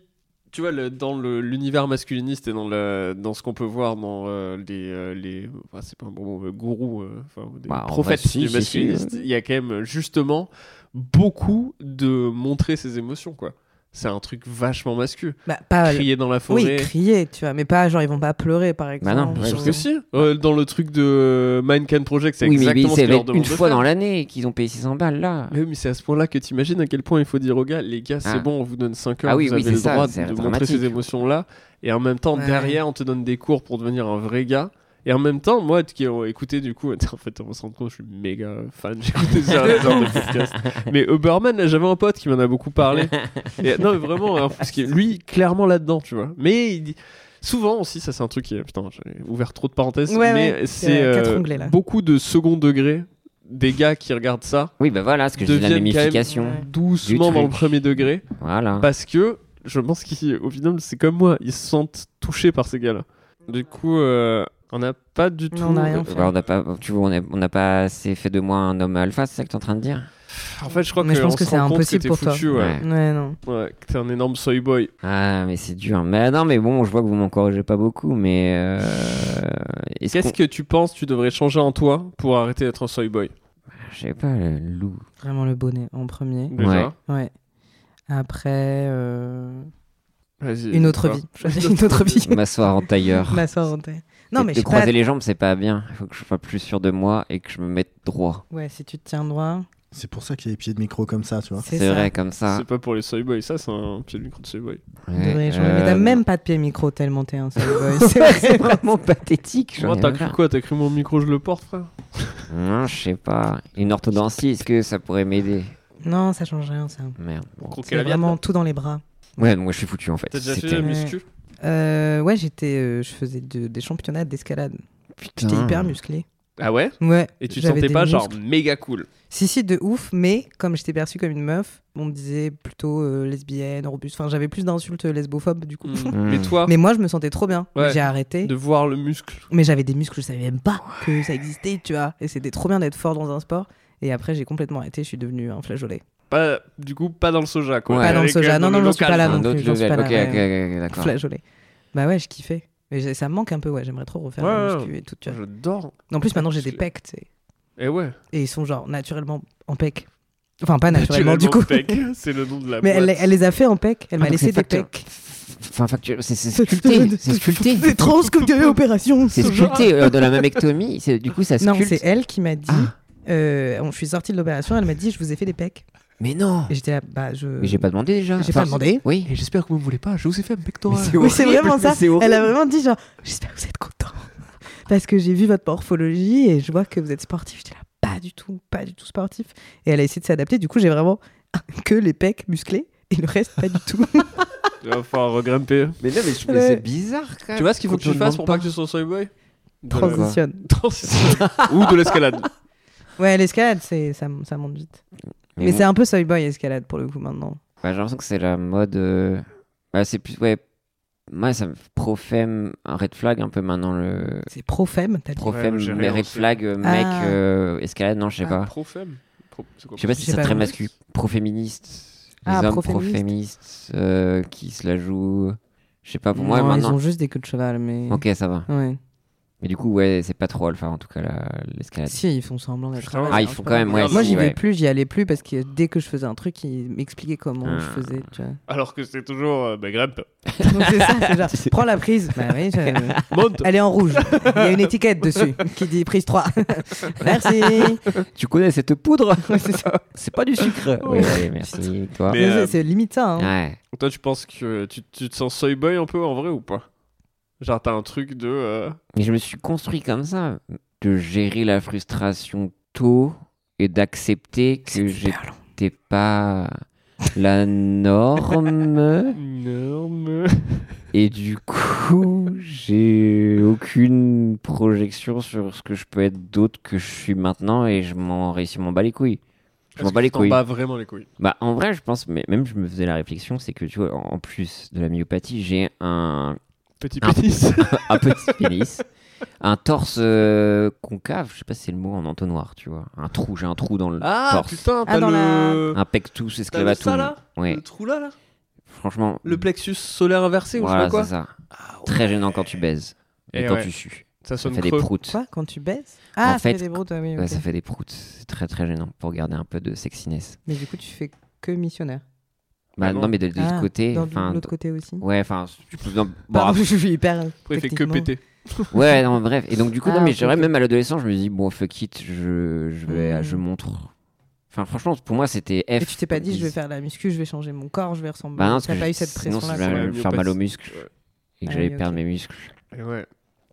A: Tu vois, le- dans le- l'univers masculiniste et dans, le, dans ce qu'on peut voir dans euh, les, euh, les enfin, c'est pas un bon mot, mais gourous, euh, enfin, des
D: Bah, en
A: prophètes
D: vrai, si,
A: du
D: si, si,
A: masculinisme, il y a quand même justement beaucoup de montrer ses émotions, quoi. C'est un truc vachement masculin.
C: Bah, pas.
A: Crier dans la forêt.
C: Oui, crier, tu vois, mais pas genre ils vont pas pleurer par exemple.
D: Bah non,
A: Bien
D: ouais,
C: Ou-
A: sûr que si. Euh, dans le truc de Minecraft Project, c'est
D: Oui, mais
A: exactement ce
D: c'est
A: qu'ils leur demande
D: une
A: de
D: fois
A: faire.
D: dans l'année qu'ils ont payé 600 balles, là.
A: Mais oui, mais c'est à ce point-là que tu imagines à quel point il faut dire aux gars, les gars, c'est
D: Ah.
A: bon, on vous donne 5 heures,
D: Ah oui,
A: vous
D: oui,
A: avez
D: c'est
A: le
D: ça,
A: droit
D: c'est
A: de montrer
D: dramatique.
A: ces émotions-là. Et en même temps,
C: Ouais.
A: derrière, on te donne des cours pour devenir un vrai gars. Et en même temps, moi qui ai écouté du coup, en fait, on va se rendre compte, je suis méga fan, j'ai écouté ça des heures de podcast. Mais Uberman, là, j'avais un pote qui m'en a beaucoup parlé. Et, non, mais vraiment, hein, parce que lui, clairement là-dedans, tu vois. Mais il dit- souvent aussi, ça c'est un truc qui. est- Putain, j'ai ouvert trop de parenthèses.
C: Ouais,
A: mais
C: ouais, c'est,
A: c'est
C: euh, quatre
A: euh,
C: onglets, là.
A: beaucoup de second degré des gars qui regardent ça
D: Oui, bah voilà, ce que je dis, la
A: Deviennent quand même-
D: mémification.
C: Ouais.
A: doucement
D: Du truc.
A: dans le premier degré
D: Voilà.
A: parce que je pense qu'au final, c'est comme moi, ils se sentent touchés par ces gars-là. Du coup, euh, on n'a pas du tout.
C: Non, on a rien.
D: Bah, on n'a pas, tu vois, on a- on n'a pas assez fait de moi un homme alpha, c'est ça que t'es en train de dire
A: En fait, je crois
C: Mais je
A: qu'on
C: pense que
A: se
C: c'est
A: rend compte
C: impossible
A: t'es
C: pour toi.
A: foutu, Ouais.
D: Ouais.
C: Ouais, non.
A: Ouais, que t'es un énorme soy boy.
D: Ah, mais c'est dur. Mais non, mais bon, je vois que vous m'encouragez pas beaucoup, mais. euh, est-ce
A: Qu'est-ce
D: qu'on-
A: que tu penses tu devrais changer en toi pour arrêter d'être un soy boy
D: Je sais pas, le loup.
C: Vraiment le bonnet en premier.
A: Déjà.
D: Ouais.
C: Ouais. Après, euh,
A: Vas-y,
C: une autre
A: toi.
C: vie. Choisis une autre vie.
D: M'asseoir en tailleur.
C: Ma soeur en tête. Non,
D: Et
C: mais je
D: de
C: sais pas.
D: Bah. croiser les jambes, c'est pas bien. Il faut que je sois plus sûr de moi et que je me mette droit.
C: Ouais, si tu te tiens droit.
F: C'est pour ça qu'il y a les pieds de micro comme ça, tu vois.
C: C'est
D: C'est
C: ça.
D: vrai, comme ça.
A: C'est pas pour les soy boys, ça, c'est un pied de micro de soy boy.
D: Ouais,
C: Devrais changer.
D: euh,
C: Mais t'as même pas de pied micro tellement t'es un seul boy. C'est vrai,
D: C'est
C: c'est vrai.
D: vraiment pathétique. j'en
A: Moi,
D: ai
A: t'as
D: marre.
A: cru quoi T'as cru mon micro, je le porte, frère
D: Non, je sais pas. Une orthodontie, est-ce que ça pourrait m'aider
C: Non, ça change rien, ça.
D: Merde. bon.
A: Croquer
C: C'est
A: la viande
C: vraiment tout dans les bras.
D: Ouais, moi je suis foutu en fait.
A: T'as déjà fait
D: C'était-
A: la
C: Ouais.
A: muscu
C: Euh, ouais, j'étais, euh, je faisais de- des championnats d'escalade.
D: Putain.
C: J'étais hyper musclé.
A: Ah ouais
C: Ouais.
A: Et tu te
C: j'avais
A: sentais
C: des
A: pas genre
C: muscles.
A: méga cool
C: Si, si, de ouf, mais comme j'étais perçue comme une meuf, on me disait plutôt euh, lesbienne, robuste. Enfin, j'avais plus d'insultes lesbophobes du coup.
A: Mais toi,
C: Mais moi, je me sentais trop bien.
A: Hmm. Ouais.
C: J'ai arrêté.
A: de voir le muscle
C: Mais j'avais des muscles, je savais même pas que ça existait, tu vois. Et c'était trop bien d'être fort dans un sport. Et après, j'ai complètement arrêté, je suis devenue un flageolet.
A: Pas, du coup, pas dans le soja, quoi.
D: Ouais.
C: Pas dans le
A: Avec, euh,
C: soja. Non, non,
A: le
C: j'en suis
A: local.
C: pas là Ah, non
D: Un
C: plus.
D: autre
C: j'en suis
D: level.
C: pas
D: Ok,
C: là,
D: ok,
C: ouais.
D: ok, d'accord.
C: Flageolet. Bah ouais, je kiffais. Mais j'ai- ça me manque un peu, ouais. J'aimerais trop refaire
A: Ouais,
C: la
A: ouais.
C: muscu et tout, tu vois.
A: J'adore.
C: En plus, maintenant, j'ai des
A: Je-
C: pecs, tu sais.
A: Et Eh ouais.
C: Et ils sont genre naturellement en pec. Enfin, pas naturellement, du coup.
A: Pec, c'est le nom de la
C: Mais elle,
A: boîte.
C: elle les a fait en pec. Elle
D: Ah,
C: m'a
D: donc
C: laissé
D: c'est
C: des
D: facteur.
C: pecs.
D: Enfin, facture- c'est c'est sculpté. C'est sculpté.
C: C'est trans comme tu avais opération.
D: C'est sculpté euh, de la mamectomie. c'est- Du coup, ça
C: Non,
D: sculpte.
C: c'est elle qui m'a dit.
D: Ah.
C: euh, on- je suis sortie de l'opération, elle m'a dit je vous ai fait des pecs.
D: Mais non.
C: Et j'étais là, bah je.
D: Mais j'ai pas demandé déjà.
C: J'ai pas
D: Enfin,
C: demandé.
D: Oui.
A: Et Eh, j'espère que vous me voulez pas, je vous ai fait un pectoral.
C: Oui, c'est vraiment ça. Elle a vraiment dit genre j'espère que vous êtes content parce que j'ai vu votre morphologie et je vois que vous êtes sportif. J'étais là pas du tout, pas du tout sportif. Et elle a essayé de s'adapter. Du coup, j'ai vraiment que les pecs musclés et le reste pas du tout.
A: Il va falloir regrimper.
D: Mais non, mais,
C: mais c'est
D: c'est bizarre. Quand
A: Tu vois ce qu'il faut que tu fasses pour pas que tu sois soy boy De la-
C: Transitionne.
A: Transition. Ou de l'escalade.
C: Ouais, l'escalade, c'est ça, ça monte vite. Mais, c'est un peu soy boy escalade pour le coup maintenant.
D: Bah, j'ai l'impression que c'est la mode. euh, bah, c'est plus. Ouais. Moi, ça me profème un red flag un peu maintenant. Le
C: C'est pro-femme, t'as dit.
D: profème,
A: Ouais, j'ai
D: mais
A: rien
D: red
A: aussi.
D: flag, euh, mec,
C: Ah.
D: euh, escalade, non, je sais
A: Ah.
D: pas.
A: Profem. Pro- c'est quoi
D: Je sais pas si
C: J'ai
D: c'est
C: pas
D: très
C: vu.
D: masculin. Proféministe. Les
C: Ah,
D: hommes
C: proféministes.
D: proféministes euh, qui se la jouent. Je sais pas, pour moi,
C: Non, ils
D: maintenant.
C: ont juste des queues de cheval, mais.
D: Ok, ça va.
C: Ouais.
D: Mais du coup, ouais, c'est pas trop alpha en tout cas la- l'escalade.
C: Si, ils font semblant d'être.
A: Putain.
C: à l'aise,
D: Ah, ils
C: hein,
D: font
C: je
D: quand
C: sais
D: même,
C: pas.
D: ouais.
C: Moi,
D: si,
C: j'y vais
D: ouais.
C: plus, j'y allais plus parce que dès que je faisais un truc, ils m'expliquaient comment je
D: Ah.
C: faisais, tu vois.
A: Alors que c'est toujours. euh, bah, grimpe.
C: Donc, c'est ça, c'est genre, prends la prise. Bah oui, je-
A: Monte.
C: elle est en rouge. Il y a une étiquette dessus qui dit prise 3. Merci.
D: Tu connais cette poudre C'est pas du sucre. oui,
C: Oh.
D: oui, merci. Toi.
A: Mais,
C: Mais
A: euh,
C: c'est- C'est limite ça. hein.
D: Ouais.
A: Toi, tu penses que tu, tu te sens soy boy un peu en vrai ou pas Genre, t'as un truc de. euh,
D: Mais je me suis construit comme ça, de gérer la frustration tôt et d'accepter que j'étais pas la norme.
A: Énorme.
D: et du coup, j'ai aucune projection sur ce que je peux être d'autre que je suis maintenant et je m'en réussis, m'en bats les couilles. Je m'en bats les
A: t'en
D: couilles.
A: bats vraiment les couilles.
D: Bah, en vrai, je pense, mais même je me faisais la réflexion, c'est que tu vois, en en plus de la myopathie, j'ai un,
A: Petit
D: Ah.
A: pénis.
D: un petit pénis, un torse euh, concave, je sais pas si c'est le mot en entonnoir, tu vois. Un trou, j'ai un trou dans le
A: Ah
D: torse.
A: putain,
C: Ah,
A: t'as
C: dans
A: le...
D: Un pectus
A: t'as le
D: exclavatum.
A: ça là
D: Ouais,
A: Le trou là, là
D: franchement.
A: Le plexus solaire inversé ou je
D: Voilà,
A: sais pas
D: c'est
A: quoi Ah
D: ça. Très gênant quand tu baises. Et,
A: Et
D: quand
A: ouais.
D: tu sues.
A: Ça
D: Ça
A: sonne
D: fait des
A: creux.
D: proutes.
C: Quoi Quand tu baises Ah,
D: En
C: ça fait,
D: fait,
C: des broutes, ah oui,
D: Ouais,
C: ok.
D: ça fait des proutes. C'est très très gênant pour garder un peu de sexiness.
C: Mais du coup, tu fais que missionnaire.
D: Bah,
A: Ah bon
D: non, mais de, de l'autre
C: Ah,
D: côté.
C: Dans
D: enfin,
C: l'autre côté aussi.
D: Ouais, enfin, tu peux. non, bon,
C: Pardon, je suis hyper. euh,
A: Après, il fait que
C: techniquement.
A: péter.
D: Ouais, non, bref. Et donc, du coup,
C: Ah,
D: non, mais
C: ok,
D: j'aurais
C: ok.
D: même à l'adolescent, je me dis, bon, fuck it, je, je vais,
C: Mm.
D: je montre. Enfin, franchement, pour moi, c'était F.
C: Et tu t'es pas dit, je vais faire la muscu, je vais changer mon corps, je vais ressembler.
D: Bah non, parce
C: T'as
D: que
C: pas
D: je-
C: eu cette
D: sinon,
C: pression-là.
D: je
A: quoi.
D: vais me faire mal aux muscles
A: Ouais.
D: et que
C: Ah
D: j'allais
C: oui,
D: perdre
C: ok.
D: mes muscles.
A: Et ouais.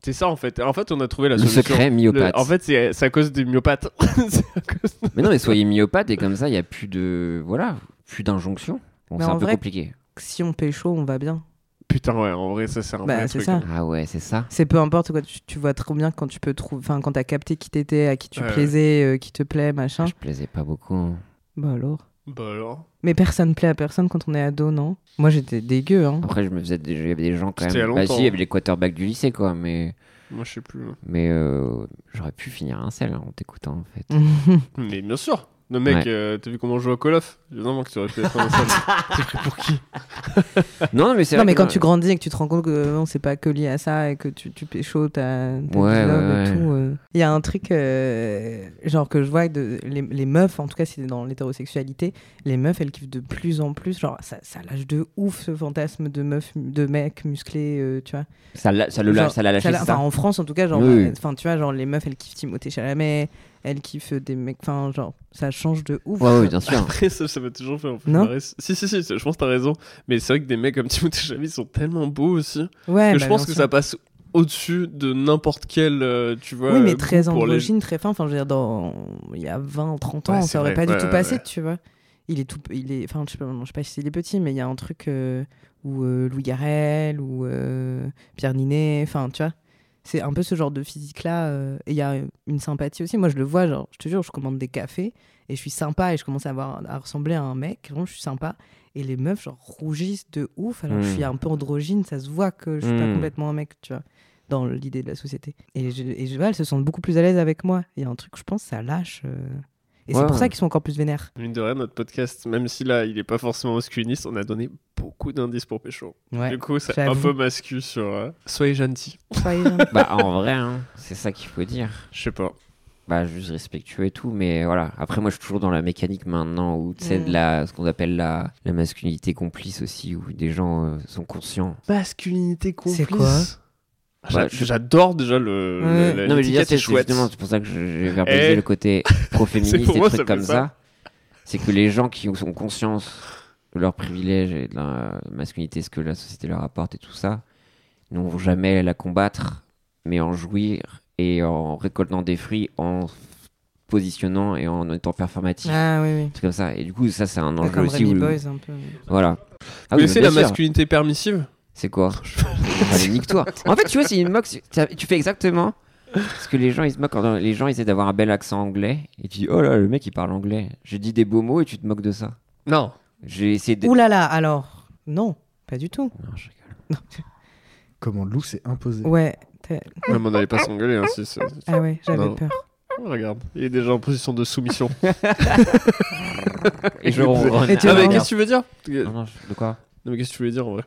A: C'est ça en fait. En fait, on a trouvé la
D: Le
A: solution.
D: secret
A: Le-
D: myopathe.
A: En fait, c'est c'est à cause des myopathes. C'est à cause de-
D: Mais non, mais soyez myopathe et comme ça, il y a plus de. Voilà, plus d'injonction. Bon,
C: Mais
D: c'est un
C: en
D: peu
C: vrai-
D: compliqué.
C: Si on pécho, on va bien.
A: Putain, ouais, en vrai, ça, c'est un
C: Bah,
A: vrai
C: c'est
A: truc.
C: ça.
A: hein.
D: Ah ouais, c'est ça.
C: C'est peu importe quoi, tu, tu vois trop bien quand tu peux trouver, enfin quand t'as capté qui t'étais, à qui tu
A: Ouais, ouais.
C: plaisais, euh, qui te plaît, machin.
D: Je plaisais pas beaucoup. hein.
C: Bah alors.
A: Bah alors.
C: Mais personne plaît à personne quand on est ado, non Moi j'étais dégueu, hein.
D: Après, je me faisais des... il y avait des gens quand
A: C'était il y a
D: même. Bah,
A: longtemps. hein.
D: si, il y avait les quarterbacks du lycée, quoi. Mais,
A: Moi, je sais plus. hein.
D: mais euh, j'aurais pu finir un sel hein, en t'écoutant, en fait.
A: Mais bien sûr. Le mec,
D: Ouais.
A: euh, t'as vu comment on joue à Call of Évidemment que tu aurais pu être un seul.
D: non, mais c'est
C: non
D: vrai
C: mais
D: que
C: quand tu grandis et que tu te rends compte que euh, non, c'est pas que lié à ça et que tu, tu pécho, t'as t'as
D: Ouais,
C: du love et
D: ouais, ouais.
C: tout. euh. Il y a un truc euh, genre que je vois de, les, les meufs, en tout cas c'est dans l'hétérosexualité, les meufs elles kiffent de plus en plus, genre ça, ça lâche de ouf ce fantasme de meuf, de mec musclé, euh, tu vois.
D: Ça l'a ça le lâche-
C: Genre,
D: ça l'a lâché,
C: Ça l'a-
D: c'est
C: enfin,
D: ça
C: en France en tout cas genre
D: Oui, oui.
C: euh, enfin tu vois genre les meufs elles kiffent Timothée Chalamet elles kiffent des mecs enfin genre ça change de ouf
D: Ouais, ouais, bien sûr.
A: Après, ça, ça m'a toujours fait un peu
C: Non
A: marrer. Si, si, si, je pense que t'as raison. Mais c'est vrai que des mecs comme Timothée Chalamet ils sont tellement beaux aussi.
C: Ouais,
A: que
C: bah,
A: je pense
C: bien
A: que
C: sûr.
A: ça passe au-dessus de n'importe quel, euh, tu vois.
C: oui mais
A: goût
C: très
A: pour les-
C: androgyne très fin enfin je veux dire dans il y a 20 30 ans
A: Ouais, c'est
C: ça aurait
A: vrai.
C: pas
A: Ouais,
C: du tout
A: ouais,
C: passé
A: ouais.
C: tu vois il est tout il est enfin je sais pas non, je sais pas si c'est les petits mais il y a un truc euh, où euh, Louis Garrel ou euh, Pierre Ninet enfin tu vois c'est un peu ce genre de physique là et il y a une sympathie aussi moi je le vois genre je te jure je commande des cafés et je suis sympa et je commence à, avoir, à ressembler à un mec vraiment je suis sympa et les meufs genre rougissent de ouf alors que je
A: Hmm.
D: Mm.
C: suis un peu androgyne ça se voit que je suis pas
D: Mm.
C: complètement un mec tu vois dans l'idée de la société et je, et je vois elles se sentent beaucoup plus à l'aise avec moi il y a un truc je pense ça lâche euh. et c'est
D: Ouais,
C: pour ça
D: ouais.
C: qu'ils sont encore plus vénères
A: Mine de rien, notre podcast, même si là, il est pas forcément masculiniste, on a donné beaucoup d'indices pour Pécho.
C: ouais
A: Du coup, c'est un
C: j'avoue.
A: peu mascu sur. euh, Soyez gentil.
C: Soyez gentils.
D: bah, en vrai, hein, c'est ça qu'il faut dire.
A: Je sais pas.
D: Bah, juste respectueux et tout, mais voilà. Après, moi, je suis toujours dans la mécanique maintenant où, tu sais,
C: Mm.
D: de la, ce qu'on appelle la, la masculinité complice aussi, où des gens euh, sont conscients.
A: Masculinité
C: C'est quoi
A: Ah, J'a-
D: Ouais, je-
A: J'adore déjà le.
C: Ouais.
A: le- le-
D: non, mais je veux dire,
A: Euh, l'étiquette
D: c'est Ah,
A: est chouette.
D: justement, c'est pour ça que je- j'ai verbalisé
A: Eh.
D: le côté pro-féministe
A: pour
D: et
A: moi, ça
D: trucs
A: fait
D: comme
A: ça.
D: ça. C'est que les gens qui ont conscience de leurs privilèges et de la masculinité, ce que la société leur apporte et tout ça, n'ont jamais à la combattre, mais en jouir et en récoltant des fruits, en f- positionnant et en étant performatif.
C: ah oui oui
D: C'est comme ça. Et du coup, ça, c'est un
C: Pas
D: enjeu
C: comme
D: aussi.
C: Remy
D: où-
C: Boys un peu
D: Voilà. Ah
A: Vous
D: oui,
A: connaissez
D: bien
A: la
D: sûr.
A: masculinité permissive
D: C'est quoi Allez, nique-toi. En fait, tu vois, c'est une moque. tu- ça- Tu fais exactement ce que les gens ils se moquent. quand Les gens ils essaient d'avoir un bel accent anglais et tu dis oh là le mec il parle anglais. J'ai dit des beaux mots et tu te moques de ça.
A: Non.
D: J'ai essayé de.
C: ouh là là alors non pas du tout
D: Non, je rigole.
F: Comment Lou s'est imposé.
C: ouais t'as-
A: Ouais, Ah, mais on n'allait pas s'engueuler. hein, si, c'est-
C: ah ouais j'avais
A: Non.
C: peur
A: Oh, regarde, il est déjà en position de soumission.
D: Et je
A: Et
D: ronronne.
A: ah,
C: tu
A: mais
C: regardes.
A: qu'est-ce que tu veux dire
D: Non,
A: Non,
D: non, je- de quoi
A: mais qu'est-ce que tu veux dire en vrai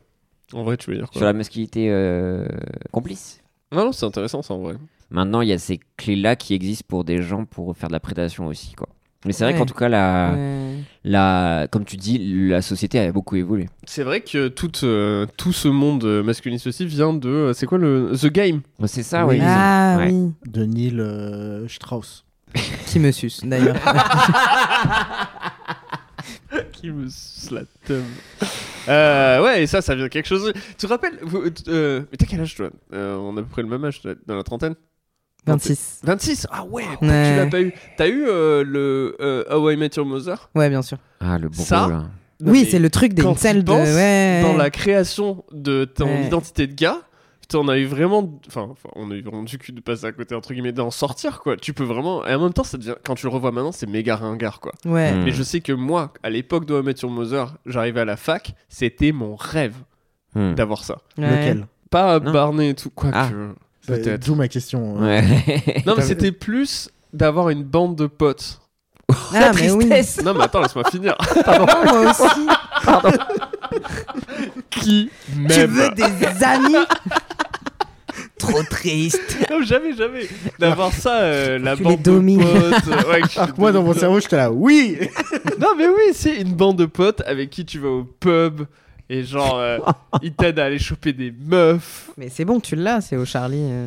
A: En vrai, tu veux dire quoi
D: Sur la masculinité euh, complice.
A: Ah Non, non, c'est intéressant ça en vrai.
D: Maintenant, il y a ces clés là qui existent pour des gens pour faire de la prédation aussi quoi. Mais c'est vrai
C: Ouais.
D: qu'en tout cas la,
C: Ouais.
D: la, comme tu dis, la société a beaucoup évolué.
A: C'est vrai que tout, euh, tout ce monde euh, masculiniste aussi vient de. euh, C'est quoi le. The Game
D: C'est ça,
F: Oui.
D: oui.
C: ah
D: Ouais.
C: oui
F: De Neil euh, Strauss.
C: qui me suce d'ailleurs
A: Qui me slatum. Euh, ouais, et ça, ça vient de quelque chose. Tu te rappelles vous- t- euh, Mais t'as quel âge toi Euh, On a à peu près le même âge, t'as- dans la trentaine
C: 26
A: 26 Ah ouais,
C: Ouais.
A: putain, Tu l'as pas eu T'as eu euh, le euh, How I Met Your Mother
C: ouais bien sûr
D: Ah, le bourreau,
A: Ça,
D: là.
A: Non,
C: oui
A: mais
C: c'est le truc des
A: quand tu
C: incels de
A: penses
C: ouais
A: Dans la création de ton
C: Ouais.
A: identité de gars, Putain, on a eu vraiment. Enfin, enfin, on a eu vraiment du cul de passer à côté, entre guillemets, d'en sortir, quoi. Tu peux vraiment. Et en même temps, ça devient. Quand tu le revois maintenant, c'est méga ringard, quoi.
C: Ouais.
D: Mm.
A: Et je sais que moi, à l'époque de Mohamed sur Mother, j'arrivais à la fac, c'était mon rêve
D: Hmm.
A: d'avoir ça.
C: Ouais.
F: Lequel
A: Pas
D: Non.
A: Barney et tout, quoi
D: Ah.
A: que.
F: C'est
A: Peut-être.
F: D'où ma question. euh.
A: Non,
D: Ouais.
A: mais
F: T'avais-
A: c'était plus d'avoir une bande de potes.
C: Ah, mais oui.
A: tristesse. Non, mais attends, laisse-moi finir.
C: Oh, moi aussi.
A: Qui
C: Tu
A: m'aime
C: veux des amis Trop triste.
A: Non, jamais, jamais. D'avoir ça, euh, la
C: Tu les
A: bande de
C: domines.
A: potes. euh, Ouais, que je-
F: Alors que moi, dans mon cerveau, j'étais là, oui
A: Non, mais oui, c'est une bande de potes avec qui tu vas au pub et genre, euh, ils t'aident à aller choper des meufs.
C: Mais c'est bon, tu l'as, c'est au Charlie. euh.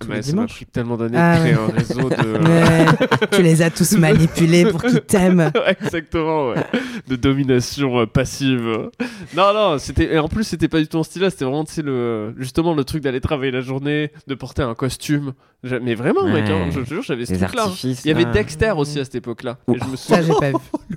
C: Tous
A: Ah, Mais
C: les
A: ça m'a
C: dimanches.
A: pris tellement d'années
C: Ah
A: de créer
C: ouais.
A: un réseau de.
C: Ouais. tu les as tous manipulés pour qu'ils t'aiment.
A: Ouais, exactement, ouais. de domination euh, passive. Non, non, c'était. Et en plus, c'était pas du tout en style là, c'était vraiment, tu sais, le... justement, le truc d'aller travailler la journée, de porter un costume. J'a- Mais vraiment, mec, hein,
D: Ouais.
A: je te jure, j'avais ce
D: Les
A: truc-là. hein.
D: artifices.
A: Il y avait
D: là.
A: Dexter aussi à cette époque-là. Et je me
C: Ça,
A: souviens.
C: j'ai pas vu.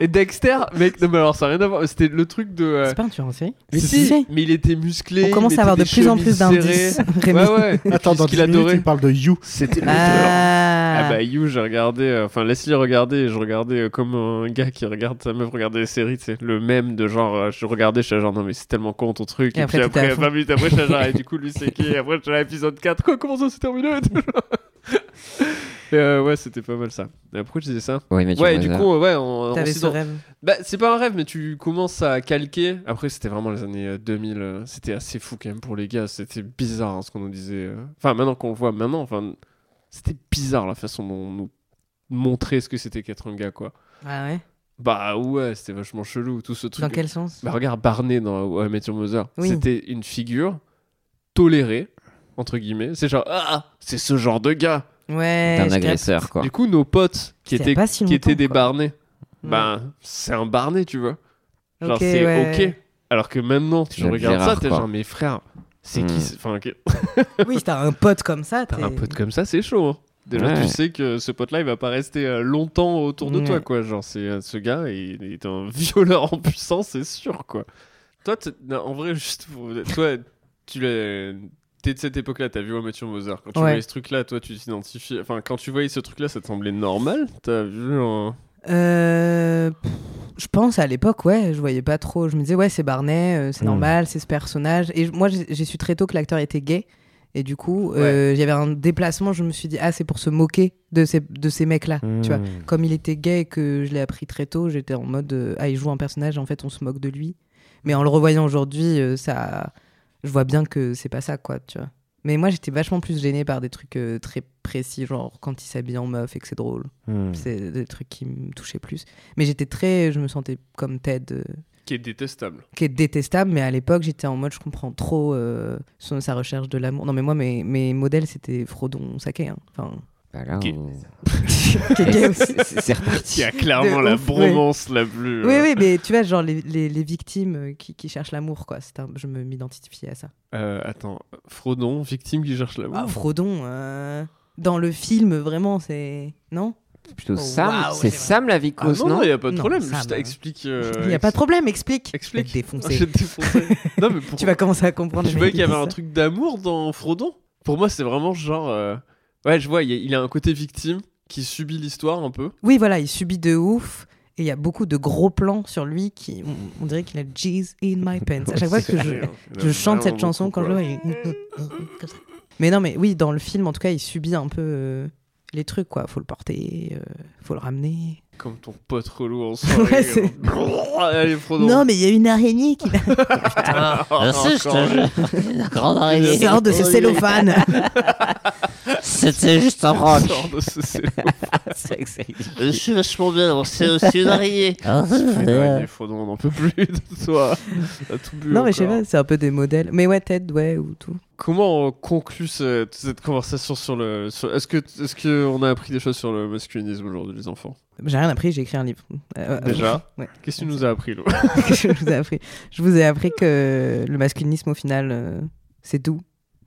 A: Et Dexter, mec, non, mais alors ça n'a rien à voir. C'était le truc de. euh,
C: C'est pas un tueur en série
A: Mais
C: Si, si.
A: mais il était musclé.
C: On
A: il
C: commence
A: mettait
C: à avoir de
A: des
C: plus en plus
A: chemises serrées.
C: d'indices. Rémi.
A: Ouais, ouais. Et
F: Attends,
A: puis,
F: dans
A: ce qu'il
F: 10 minutes,
A: adorait,
F: il parle de You.
A: c'était le tueur. Ah
C: Ah,
A: bah You, j'ai regardé, euh, enfin laisse-le regarder, et je regardais euh, comme un gars qui regarde sa meuf regarder des séries, tu sais, le même de genre, euh, je regardais, je suis genre non mais c'est tellement con ton truc, et,
C: Et après,
A: puis
C: t'étais à
A: après,
C: fond.
A: 20 minutes après, je suis genre, et du coup lui c'est qui, et après je suis à l'épisode 4, quoi, comment ça c'est terminé et tout, genre. Et euh, ouais, c'était pas mal ça. Euh, pourquoi je disais ça
D: Ouais, mais tu
A: Ouais,
D: vois
A: du
D: ça.
A: coup, euh, ouais, on, on
C: t'avais
A: s'y
C: ce
A: dans-
C: rêve.
A: bah, c'est pas un rêve, mais tu commences à calquer. Après, c'était vraiment les années euh, 2000. euh, C'était assez fou quand même pour les gars. C'était bizarre hein, ce qu'on nous disait. euh. Enfin, maintenant qu'on le voit, maintenant, enfin, c'était bizarre la façon dont on nous montrait ce que c'était qu'être un gars, quoi.
C: Ah ouais
A: Bah ouais, c'était vachement chelou, tout ce truc.
C: Dans quel sens
A: Bah regarde Barney dans How I Met Your Mother.
C: Oui.
A: C'était une figure tolérée, entre guillemets. C'est genre, ah, c'est ce genre de gars.
C: Ouais.
D: D'un
C: je
D: agresseur, quoi.
A: Du coup, nos potes qui
C: C'était il
A: étaient,
C: y a pas si
A: qui étaient
C: longtemps,
A: des
C: quoi.
A: Barney,
C: Ouais.
A: bah, c'est un Barney, tu vois. Genre,
C: Hmm. Ok,
A: c'est
C: ouais.
A: ok. Alors que maintenant,
D: C'est
A: tu regardes ça,
D: Gérard,
A: t'es
D: quoi.
A: genre, mais frère, c'est
D: Hmm.
A: qui ce- Enfin, ok,
C: Oui, si t'as un pote comme ça.
A: t'as
C: t'es-
A: un pote comme ça, c'est chaud. hein. Déjà,
D: Ouais.
A: tu sais que ce pote-là, il va pas rester euh, longtemps autour de
C: Ouais.
A: toi, quoi. Genre, c'est euh, ce gars, il, il est un violeur en puissance, c'est sûr, quoi. Toi, t'es- non, en vrai, juste pour- Toi, tu l'as. T'es de cette époque-là, t'as vu How I Met Your Mother. Quand tu
C: Ouais.
A: voyais ce truc-là, toi, tu t'identifies. Enfin, quand tu voyais ce truc-là, ça te semblait normal T'as vu un.
C: Euh, pff, Je pense à l'époque, ouais, je voyais pas trop. Je me disais, ouais, c'est Barney, euh, c'est
D: Mm.
C: normal, c'est ce personnage. Et je- moi, j'ai j'ai su très tôt que l'acteur était gay. Et du coup, euh, il y avait un déplacement, je me suis dit, ah, c'est pour se moquer de ces, de ces mecs-là. Tu vois,
D: Hmm.
C: comme il était gay et que je l'ai appris très tôt, j'étais en mode, euh, ah, il joue un personnage, en fait, on se moque de lui. Mais en le revoyant aujourd'hui, euh, ça, je vois bien que c'est pas ça, quoi, tu vois. Mais moi, j'étais vachement plus gênée par des trucs euh, très précis, genre quand il s'habille en meuf et que c'est drôle.
A: Mm.
D: Hmm.
C: C'est des trucs qui me touchaient plus. Mais j'étais très. Je me sentais comme Ted, euh,
A: qui est détestable.
C: qui est détestable, mais à l'époque, j'étais en mode je comprends trop euh, son- sa recherche de l'amour. Non, mais moi, mes, mes modèles, c'était Frodon Saké. hein. Enfin,
D: Bah là,
A: Qui-
D: on-
C: qui est gay aussi.
D: C'est- c'est c'est
A: Qui
D: reparti.
A: a clairement
C: De
A: la
C: ouf,
A: bromance la plus.
C: Oui,
A: euh,
C: oui, mais tu vois, genre les, les- les victimes euh, qui, qui cherchent l'amour, quoi. C'est un- je me m'identifiais à ça.
A: Euh, attends, Frodon, victime qui cherche l'amour.
C: Ah, Frodon, euh, dans le film, vraiment, c'est. Non
D: C'est plutôt
C: Oh,
D: Sam.
C: waouh,
D: C'est
C: c'est vrai.
D: Sam la
A: Ah
D: vicose,
A: non, non,
D: non
A: il n'y a pas de
C: Non,
A: problème.
C: ça
A: Juste
C: va.
A: explique. euh,
C: Il n'y a pas de problème, explique.
A: Explique.
C: Je vais te défoncer.
A: J'ai défoncé. non, mais pour...
C: Tu vas commencer à comprendre.
A: Je
C: les
A: voyais qu'il y avait
C: mécanismes.
A: un truc d'amour dans Frodon. Pour moi, c'est vraiment genre. euh, Ouais, je vois, il y a- il a un côté victime qui subit l'histoire un peu.
C: Oui, voilà, il subit de ouf. Et il y a beaucoup de gros plans sur lui qui. On, on dirait qu'il a Jeez in my pants. À chaque fois que je,
A: euh,
C: je chante cette chanson, quand je le vois, il- comme ça. Mais non, mais oui, dans le film, en tout cas, il subit un peu euh, les trucs, quoi. Faut le porter, euh, faut le ramener.
A: Comme ton pote relou en soirée.
C: Ouais, c'est-
A: euh, Allez, Frodon.
C: Oh Non, mais il y a une araignée qui
A: Ah, encore.
D: La grande
C: sort de ce cellophane.
D: C'était juste un
A: Sors de ce- c'est-
E: Je suis vachement bien, on s'est aussi marié.
A: Allez, Frodon, on n'en peut plus de toi. T'as tout bu
C: non, mais je sais
A: encore.
C: pas, c'est un peu des modèles. Mais ouais, Ted, ouais, ou tout.
A: Comment on conclut ce- toute cette conversation sur le. sur- Est-ce que est-ce que on a appris des choses sur le masculinisme aujourd'hui, les enfants
C: J'ai rien appris, j'ai écrit un livre. Euh, euh,
A: Déjà
C: ouais.
A: Qu'est-ce que tu nous as appris, Lou
C: je vous ai appris. Je vous ai appris que le masculinisme, au final, euh, c'est doux.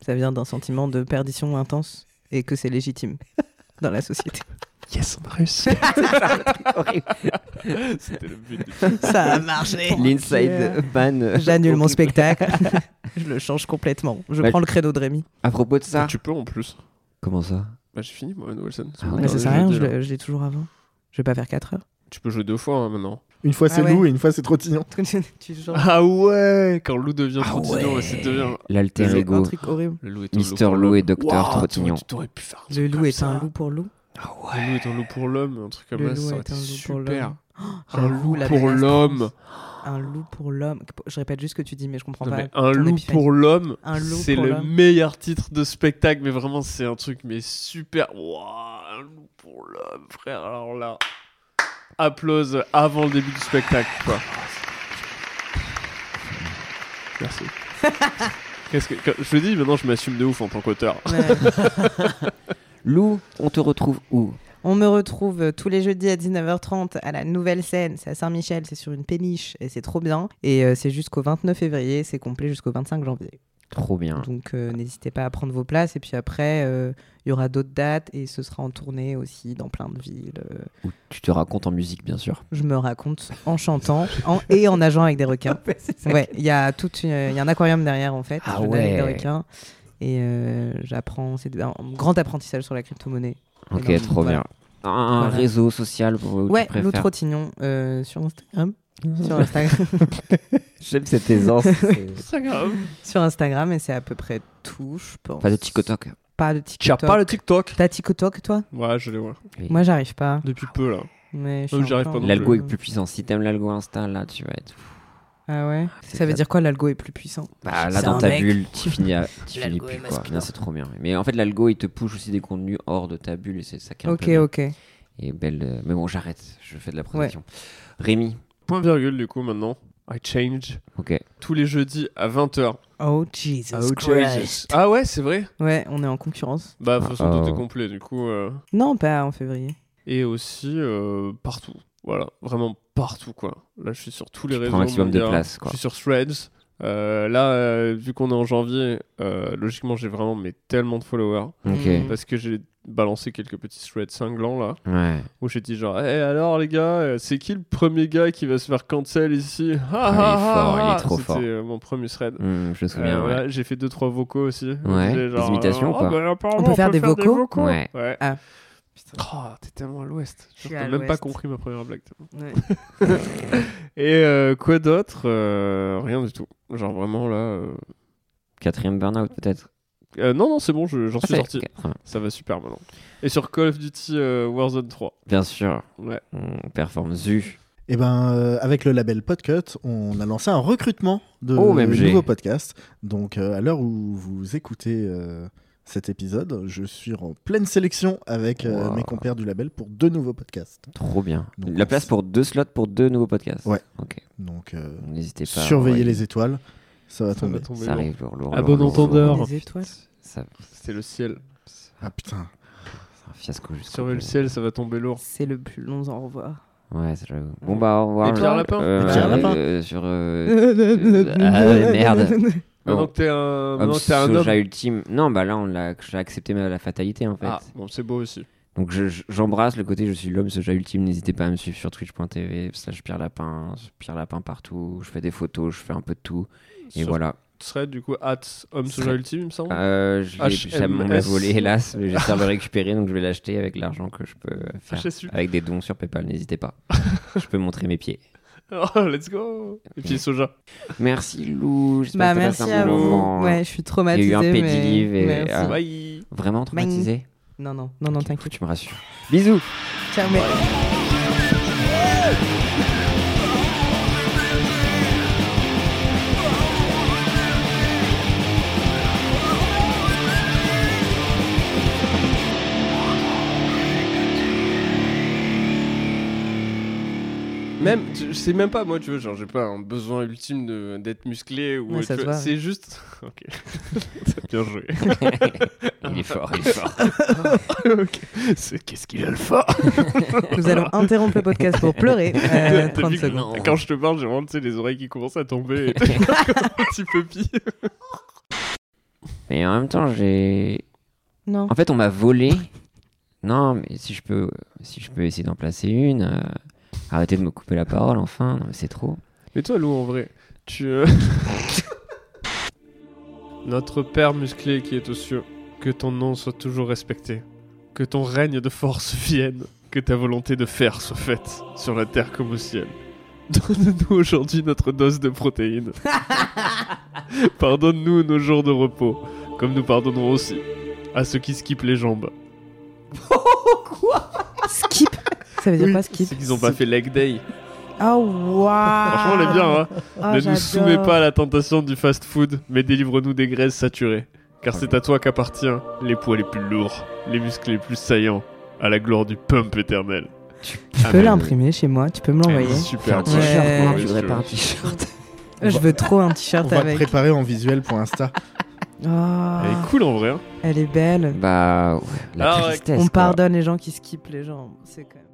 C: Ça vient d'un sentiment de perdition intense et que c'est légitime dans la société.
A: Yes, on a réussi. C'était le but. du-
C: Ça a marché.
D: L'inside man.
C: J'annule mon spectacle. Je le change complètement. Je
D: Bah,
C: prends le créneau de Rémi.
D: À propos de ça.
A: Tu peux en plus.
D: Comment ça
A: Bah, j'ai fini, moi, Wilson.
D: Ah ouais.
C: Mais
D: Mais
C: ça sert à rien, je l'ai- je l'ai toujours avant. Je vais pas faire 4 heures.
A: Tu peux jouer deux fois hein, maintenant.
F: Une fois
C: Ah
F: c'est
C: ouais.
F: loup et une fois c'est trottignon.
C: tu changes.
A: Ah ouais Quand le loup devient
D: Ah
A: trottignon,
D: ouais.
A: c'est devient.
D: L'alter
C: C'est un
D: ego.
C: truc horrible.
A: Le loup est
D: Mister Loup et Docteur Trottignon.
A: Tu t'aurais pu faire. un
C: Le
A: truc
C: loup
A: comme
C: est
A: ça.
C: un loup pour loup.
D: Ah
A: Le loup est un loup pour l'homme, un truc comme
C: Le
A: ça.
C: loup
A: ça aurait
C: est
A: été
C: un loup
A: super.
C: pour l'homme.
A: Un
C: j'avoue,
A: loup
C: Oh, la
A: pour
C: menace
A: l'homme.
C: trans. Un loup pour l'homme. Je répète juste ce que tu dis, mais je comprends
A: Non,
C: pas.
A: mais un
C: ton
A: loup
C: épiphanie.
A: pour l'homme,
C: Un loup
A: c'est
C: pour
A: le
C: l'homme.
A: meilleur titre de spectacle, mais vraiment c'est un truc mais super. Ouah, un loup pour l'homme, frère. Alors là, applause avant le début du spectacle, quoi. Merci. Qu'est-ce que quand- je le dis maintenant, je m'assume de ouf en tant qu'auteur.
C: Ouais.
D: Lou, on te retrouve où
C: On me retrouve euh, tous les jeudis à 19h30 à la nouvelle scène. C'est à Saint-Michel, c'est sur une péniche et c'est trop bien. Et euh, c'est jusqu'au 29 février, c'est complet jusqu'au 25 janvier.
D: Trop bien.
C: Donc euh, n'hésitez pas à prendre vos places. Et puis après, euh, il y aura d'autres dates et ce sera en tournée aussi dans plein de villes. Euh,
D: Où tu te racontes en musique, bien sûr.
C: Je me raconte en chantant en- et en nageant avec des requins. Ouais, il y a tout, il y a un aquarium derrière en fait.
D: Ah
C: je nage avec des
D: ouais.
C: requins et euh, j'apprends. C'est un grand apprentissage sur la crypto-monnaie.
D: Ok,
C: Et non,
D: trop
C: voilà.
D: bien. Un
C: Voilà.
D: réseau social pour où
C: Ouais,
D: tu
C: Lou
D: préfères.
C: Trottignon euh, sur Instagram. sur Instagram.
D: J'aime cette aisance. c'est-
A: C'est grave.
C: sur Instagram et c'est à peu près tout, je pense.
D: Pas de ticotoc.
C: Pas de
A: Tu as
C: TikTok.
A: pas le TikTok
C: T'as TikTok toi
A: Ouais, je l'ai ouais.
C: Moi j'arrive pas.
A: Depuis peu là.
C: Mais je
A: Non,
C: suis
A: Euh, j'arrive
C: encore-
A: pas non
D: L'algo est plus puissant. Si t'aimes l'algo Insta, là, tu vas être.
C: Ah ouais.
D: C'est
C: Ça veut
D: pas-
C: dire quoi l'algo est plus puissant
D: Bah, là,
C: C'est
D: dans
C: un
D: ta
C: mec.
D: bulle, tu finis, à... tu finis
C: L'algo
D: plus,
C: est
D: quoi.
C: masculin.
D: Non, c'est trop bien. Mais en fait, l'algo, il te push aussi des contenus hors de ta bulle et c'est ça qui est un
C: Ok,
D: peu bien.
C: ok.
D: Et belle. euh, Mais bon, j'arrête. Je fais de la protection. Rémi.
A: Point virgule du coup maintenant. I change
D: Ok.
A: tous les jeudis à 20h.
C: Oh Jesus Christ.
A: Ah ouais, c'est vrai.
C: Ouais, on est en concurrence.
A: Bah faut sans doute
D: Uh-oh.
A: est complet du coup. euh,
C: Non, pas en février.
A: et aussi euh, partout. Voilà, vraiment partout quoi. Là, je suis sur tous les
D: Tu
A: réseaux.
D: prends un maximum de
A: mondiaux.
D: place, quoi.
A: Je suis sur Threads. Euh, là, euh, vu qu'on est en janvier, euh, logiquement, j'ai vraiment mais tellement de followers
D: Ok.
C: Mm.
A: parce que j'ai balancé quelques petits threads cinglants là
D: Ouais.
A: où j'ai dit genre, Eh, alors les gars, euh, c'est qui le premier gars qui va se faire cancel ici Ah,
D: il est
A: ah,
D: fort,
A: ah,
D: il est
A: ah
D: trop
A: C'était
D: fort.
A: euh, mon premier thread.
D: Mm, je me
A: Euh,
D: souviens. ouais.
A: voilà, J'ai fait deux trois vocaux aussi.
D: Ouais,
A: J'ai
D: des imitations ou
A: euh,
D: pas
A: Oh, bah, apparemment,
C: On peut faire des vocaux
D: Ouais.
A: Ouais.
C: Ah.
A: Oh, t'es tellement à l'ouest.
C: Je suis
A: Genre,
C: à
A: T'as même pas
C: l'ouest.
A: compris ma première blague. Et euh, quoi d'autre Euh, Rien du tout. Genre vraiment là. euh,
D: Quatrième burnout, peut-être.
A: euh, non, non, c'est bon, je- j'en
D: Ah,
A: suis
D: c'est-
A: sorti.
D: ok, très bien.
A: Ça va super maintenant. Et sur Call of Duty euh, Warzone 3.
D: Bien sûr.
A: Ouais.
D: On performe ZU.
F: Et ben euh, avec le label Podcut, on a lancé un recrutement de
D: OMG.
F: nouveaux podcasts. Donc euh, à l'heure où vous écoutez euh, cet épisode, je suis en pleine sélection avec euh,
D: Wow.
F: mes compères du label pour deux nouveaux podcasts.
D: Trop bien.
F: Donc,
D: La place
F: c'est-
D: pour deux slots pour deux nouveaux podcasts.
F: Ouais.
D: Ok.
F: Donc euh,
D: N'hésitez pas. à
F: surveillez
D: envoyer.
F: les étoiles, ça va
A: Ça va
F: tomber.
A: tomber
D: Ça
A: lourd.
D: arrive lourd, lourd.
A: À
D: lourd,
A: bon
D: lourd,
A: entendeur.
D: lourd.
C: Des étoiles.
D: Ça-
A: C'est le ciel.
F: Ah putain.
D: C'est un fiasco juste.
A: Sur le ciel, ça va tomber lourd.
C: C'est le plus long au revoir.
D: Ouais, c'est j'avoue. Bon bah au revoir.
A: Et Pierre Lapin
D: Euh,
F: Et Pierre Lapin
D: euh, Sur. euh, ah, merde.
A: Maintenant
D: bon,
A: que t'es un,
D: Homme
A: maintenant que t'es un Oh. homme.
D: soja ultime. Non, bah là, on l'a, j'ai accepté ma- la fatalité en fait.
A: Ah, bon, c'est beau aussi.
D: Donc je- je- j'embrasse le côté je suis l'homme soja ultime. N'hésitez pas à me suivre sur twitch.tv slash Pierre Lapin, Pierre Lapin partout. Je fais des photos, je fais un peu de tout. Et
A: Sur
D: voilà.
A: Thread, du coup, at homme
D: Thread.
A: soja ultime, il me semble.
C: Ah,
D: Euh, je l'ai-
A: HMS.
D: ça- on me l'a volé hélas, mais j'espère le récupérer donc je vais l'acheter avec l'argent que je peux
A: Ah,
D: faire.
A: j'ai su.
D: Avec des dons sur PayPal, n'hésitez pas. je peux montrer mes pieds.
A: Oh, let's go. Et puis soja.
D: Merci Lou, j'espère
C: Bah
D: que t'as
C: merci
D: passé
C: à
D: un bon moment. hein.
C: vous. Ouais, je suis traumatisée.
D: Il y a eu un
C: mais-
D: pédilive et-
C: Merci.
D: ah.
A: Bye.
D: Vraiment traumatisé
C: Non, non, non, non, t'inquiète.
D: Tu me rassures. Bisous
C: Ciao, mais-
A: Même, tu- je sais même pas, moi, tu vois, genre, j'ai pas un besoin ultime de- d'être musclé ou.
C: Ouais, ça
A: tu
C: se
A: vois,
C: voit,
A: C'est juste. Ok. T'as bien joué.
D: Il est fort, il est fort.
A: C'est qu'est-ce qu'il a le fort
C: Nous allons interrompre le podcast pour pleurer. Euh, 30 secondes.
A: Quand je te parle, j'ai vraiment tu sais, les oreilles qui commencent à tomber. et tout, comme un petit peu
D: Mais en même temps, j'ai...
C: Non.
D: En fait, on m'a volé... Non, mais si je peux, si je peux essayer d'en placer une... euh, Arrêtez de me couper la parole, enfin. Non, mais c'est trop.
A: Mais toi, Lou, en vrai, tu. euh, Notre Père musclé qui est aux cieux, que ton nom soit toujours respecté, que ton règne de force vienne, que ta volonté de faire soit faite, sur la terre comme au ciel. Donne-nous aujourd'hui notre dose de protéines. Pardonne-nous nos jours de repos, comme nous pardonnerons aussi à ceux qui skippent les jambes.
C: Skip Ça veut dire
F: Oui.
C: pas skip
A: C'est qu'ils ont pas fait leg day.
C: Oh, waouh
A: Franchement, on est bien, hein.
C: Oh,
A: ne nous
C: j'adore.
A: soumets pas à la tentation du fast-food, mais délivre-nous des graisses saturées. Car c'est à toi qu'appartient les poids les plus lourds, les muscles les plus saillants, à la gloire du pump éternel.
C: Tu peux
D: mais-
C: l'imprimer chez moi, tu peux me
A: Eh,
C: l'envoyer.
D: Faire
A: Super.
D: un t-shirt,
C: Ouais.
D: comment
A: Oui,
D: tu voudrais
A: je-
D: pas un t-shirt
C: Je veux trop un
F: On
C: t-shirt
F: va le
C: avec.
F: préparer en visuel pour Insta.
C: Oh,
A: Elle est cool en vrai. hein.
C: elle est belle.
D: Bah, ouais, la
A: Alors, euh,
D: tristesse.
C: On
D: quoi.
C: pardonne les gens qui skippent les gens. C'est quand même.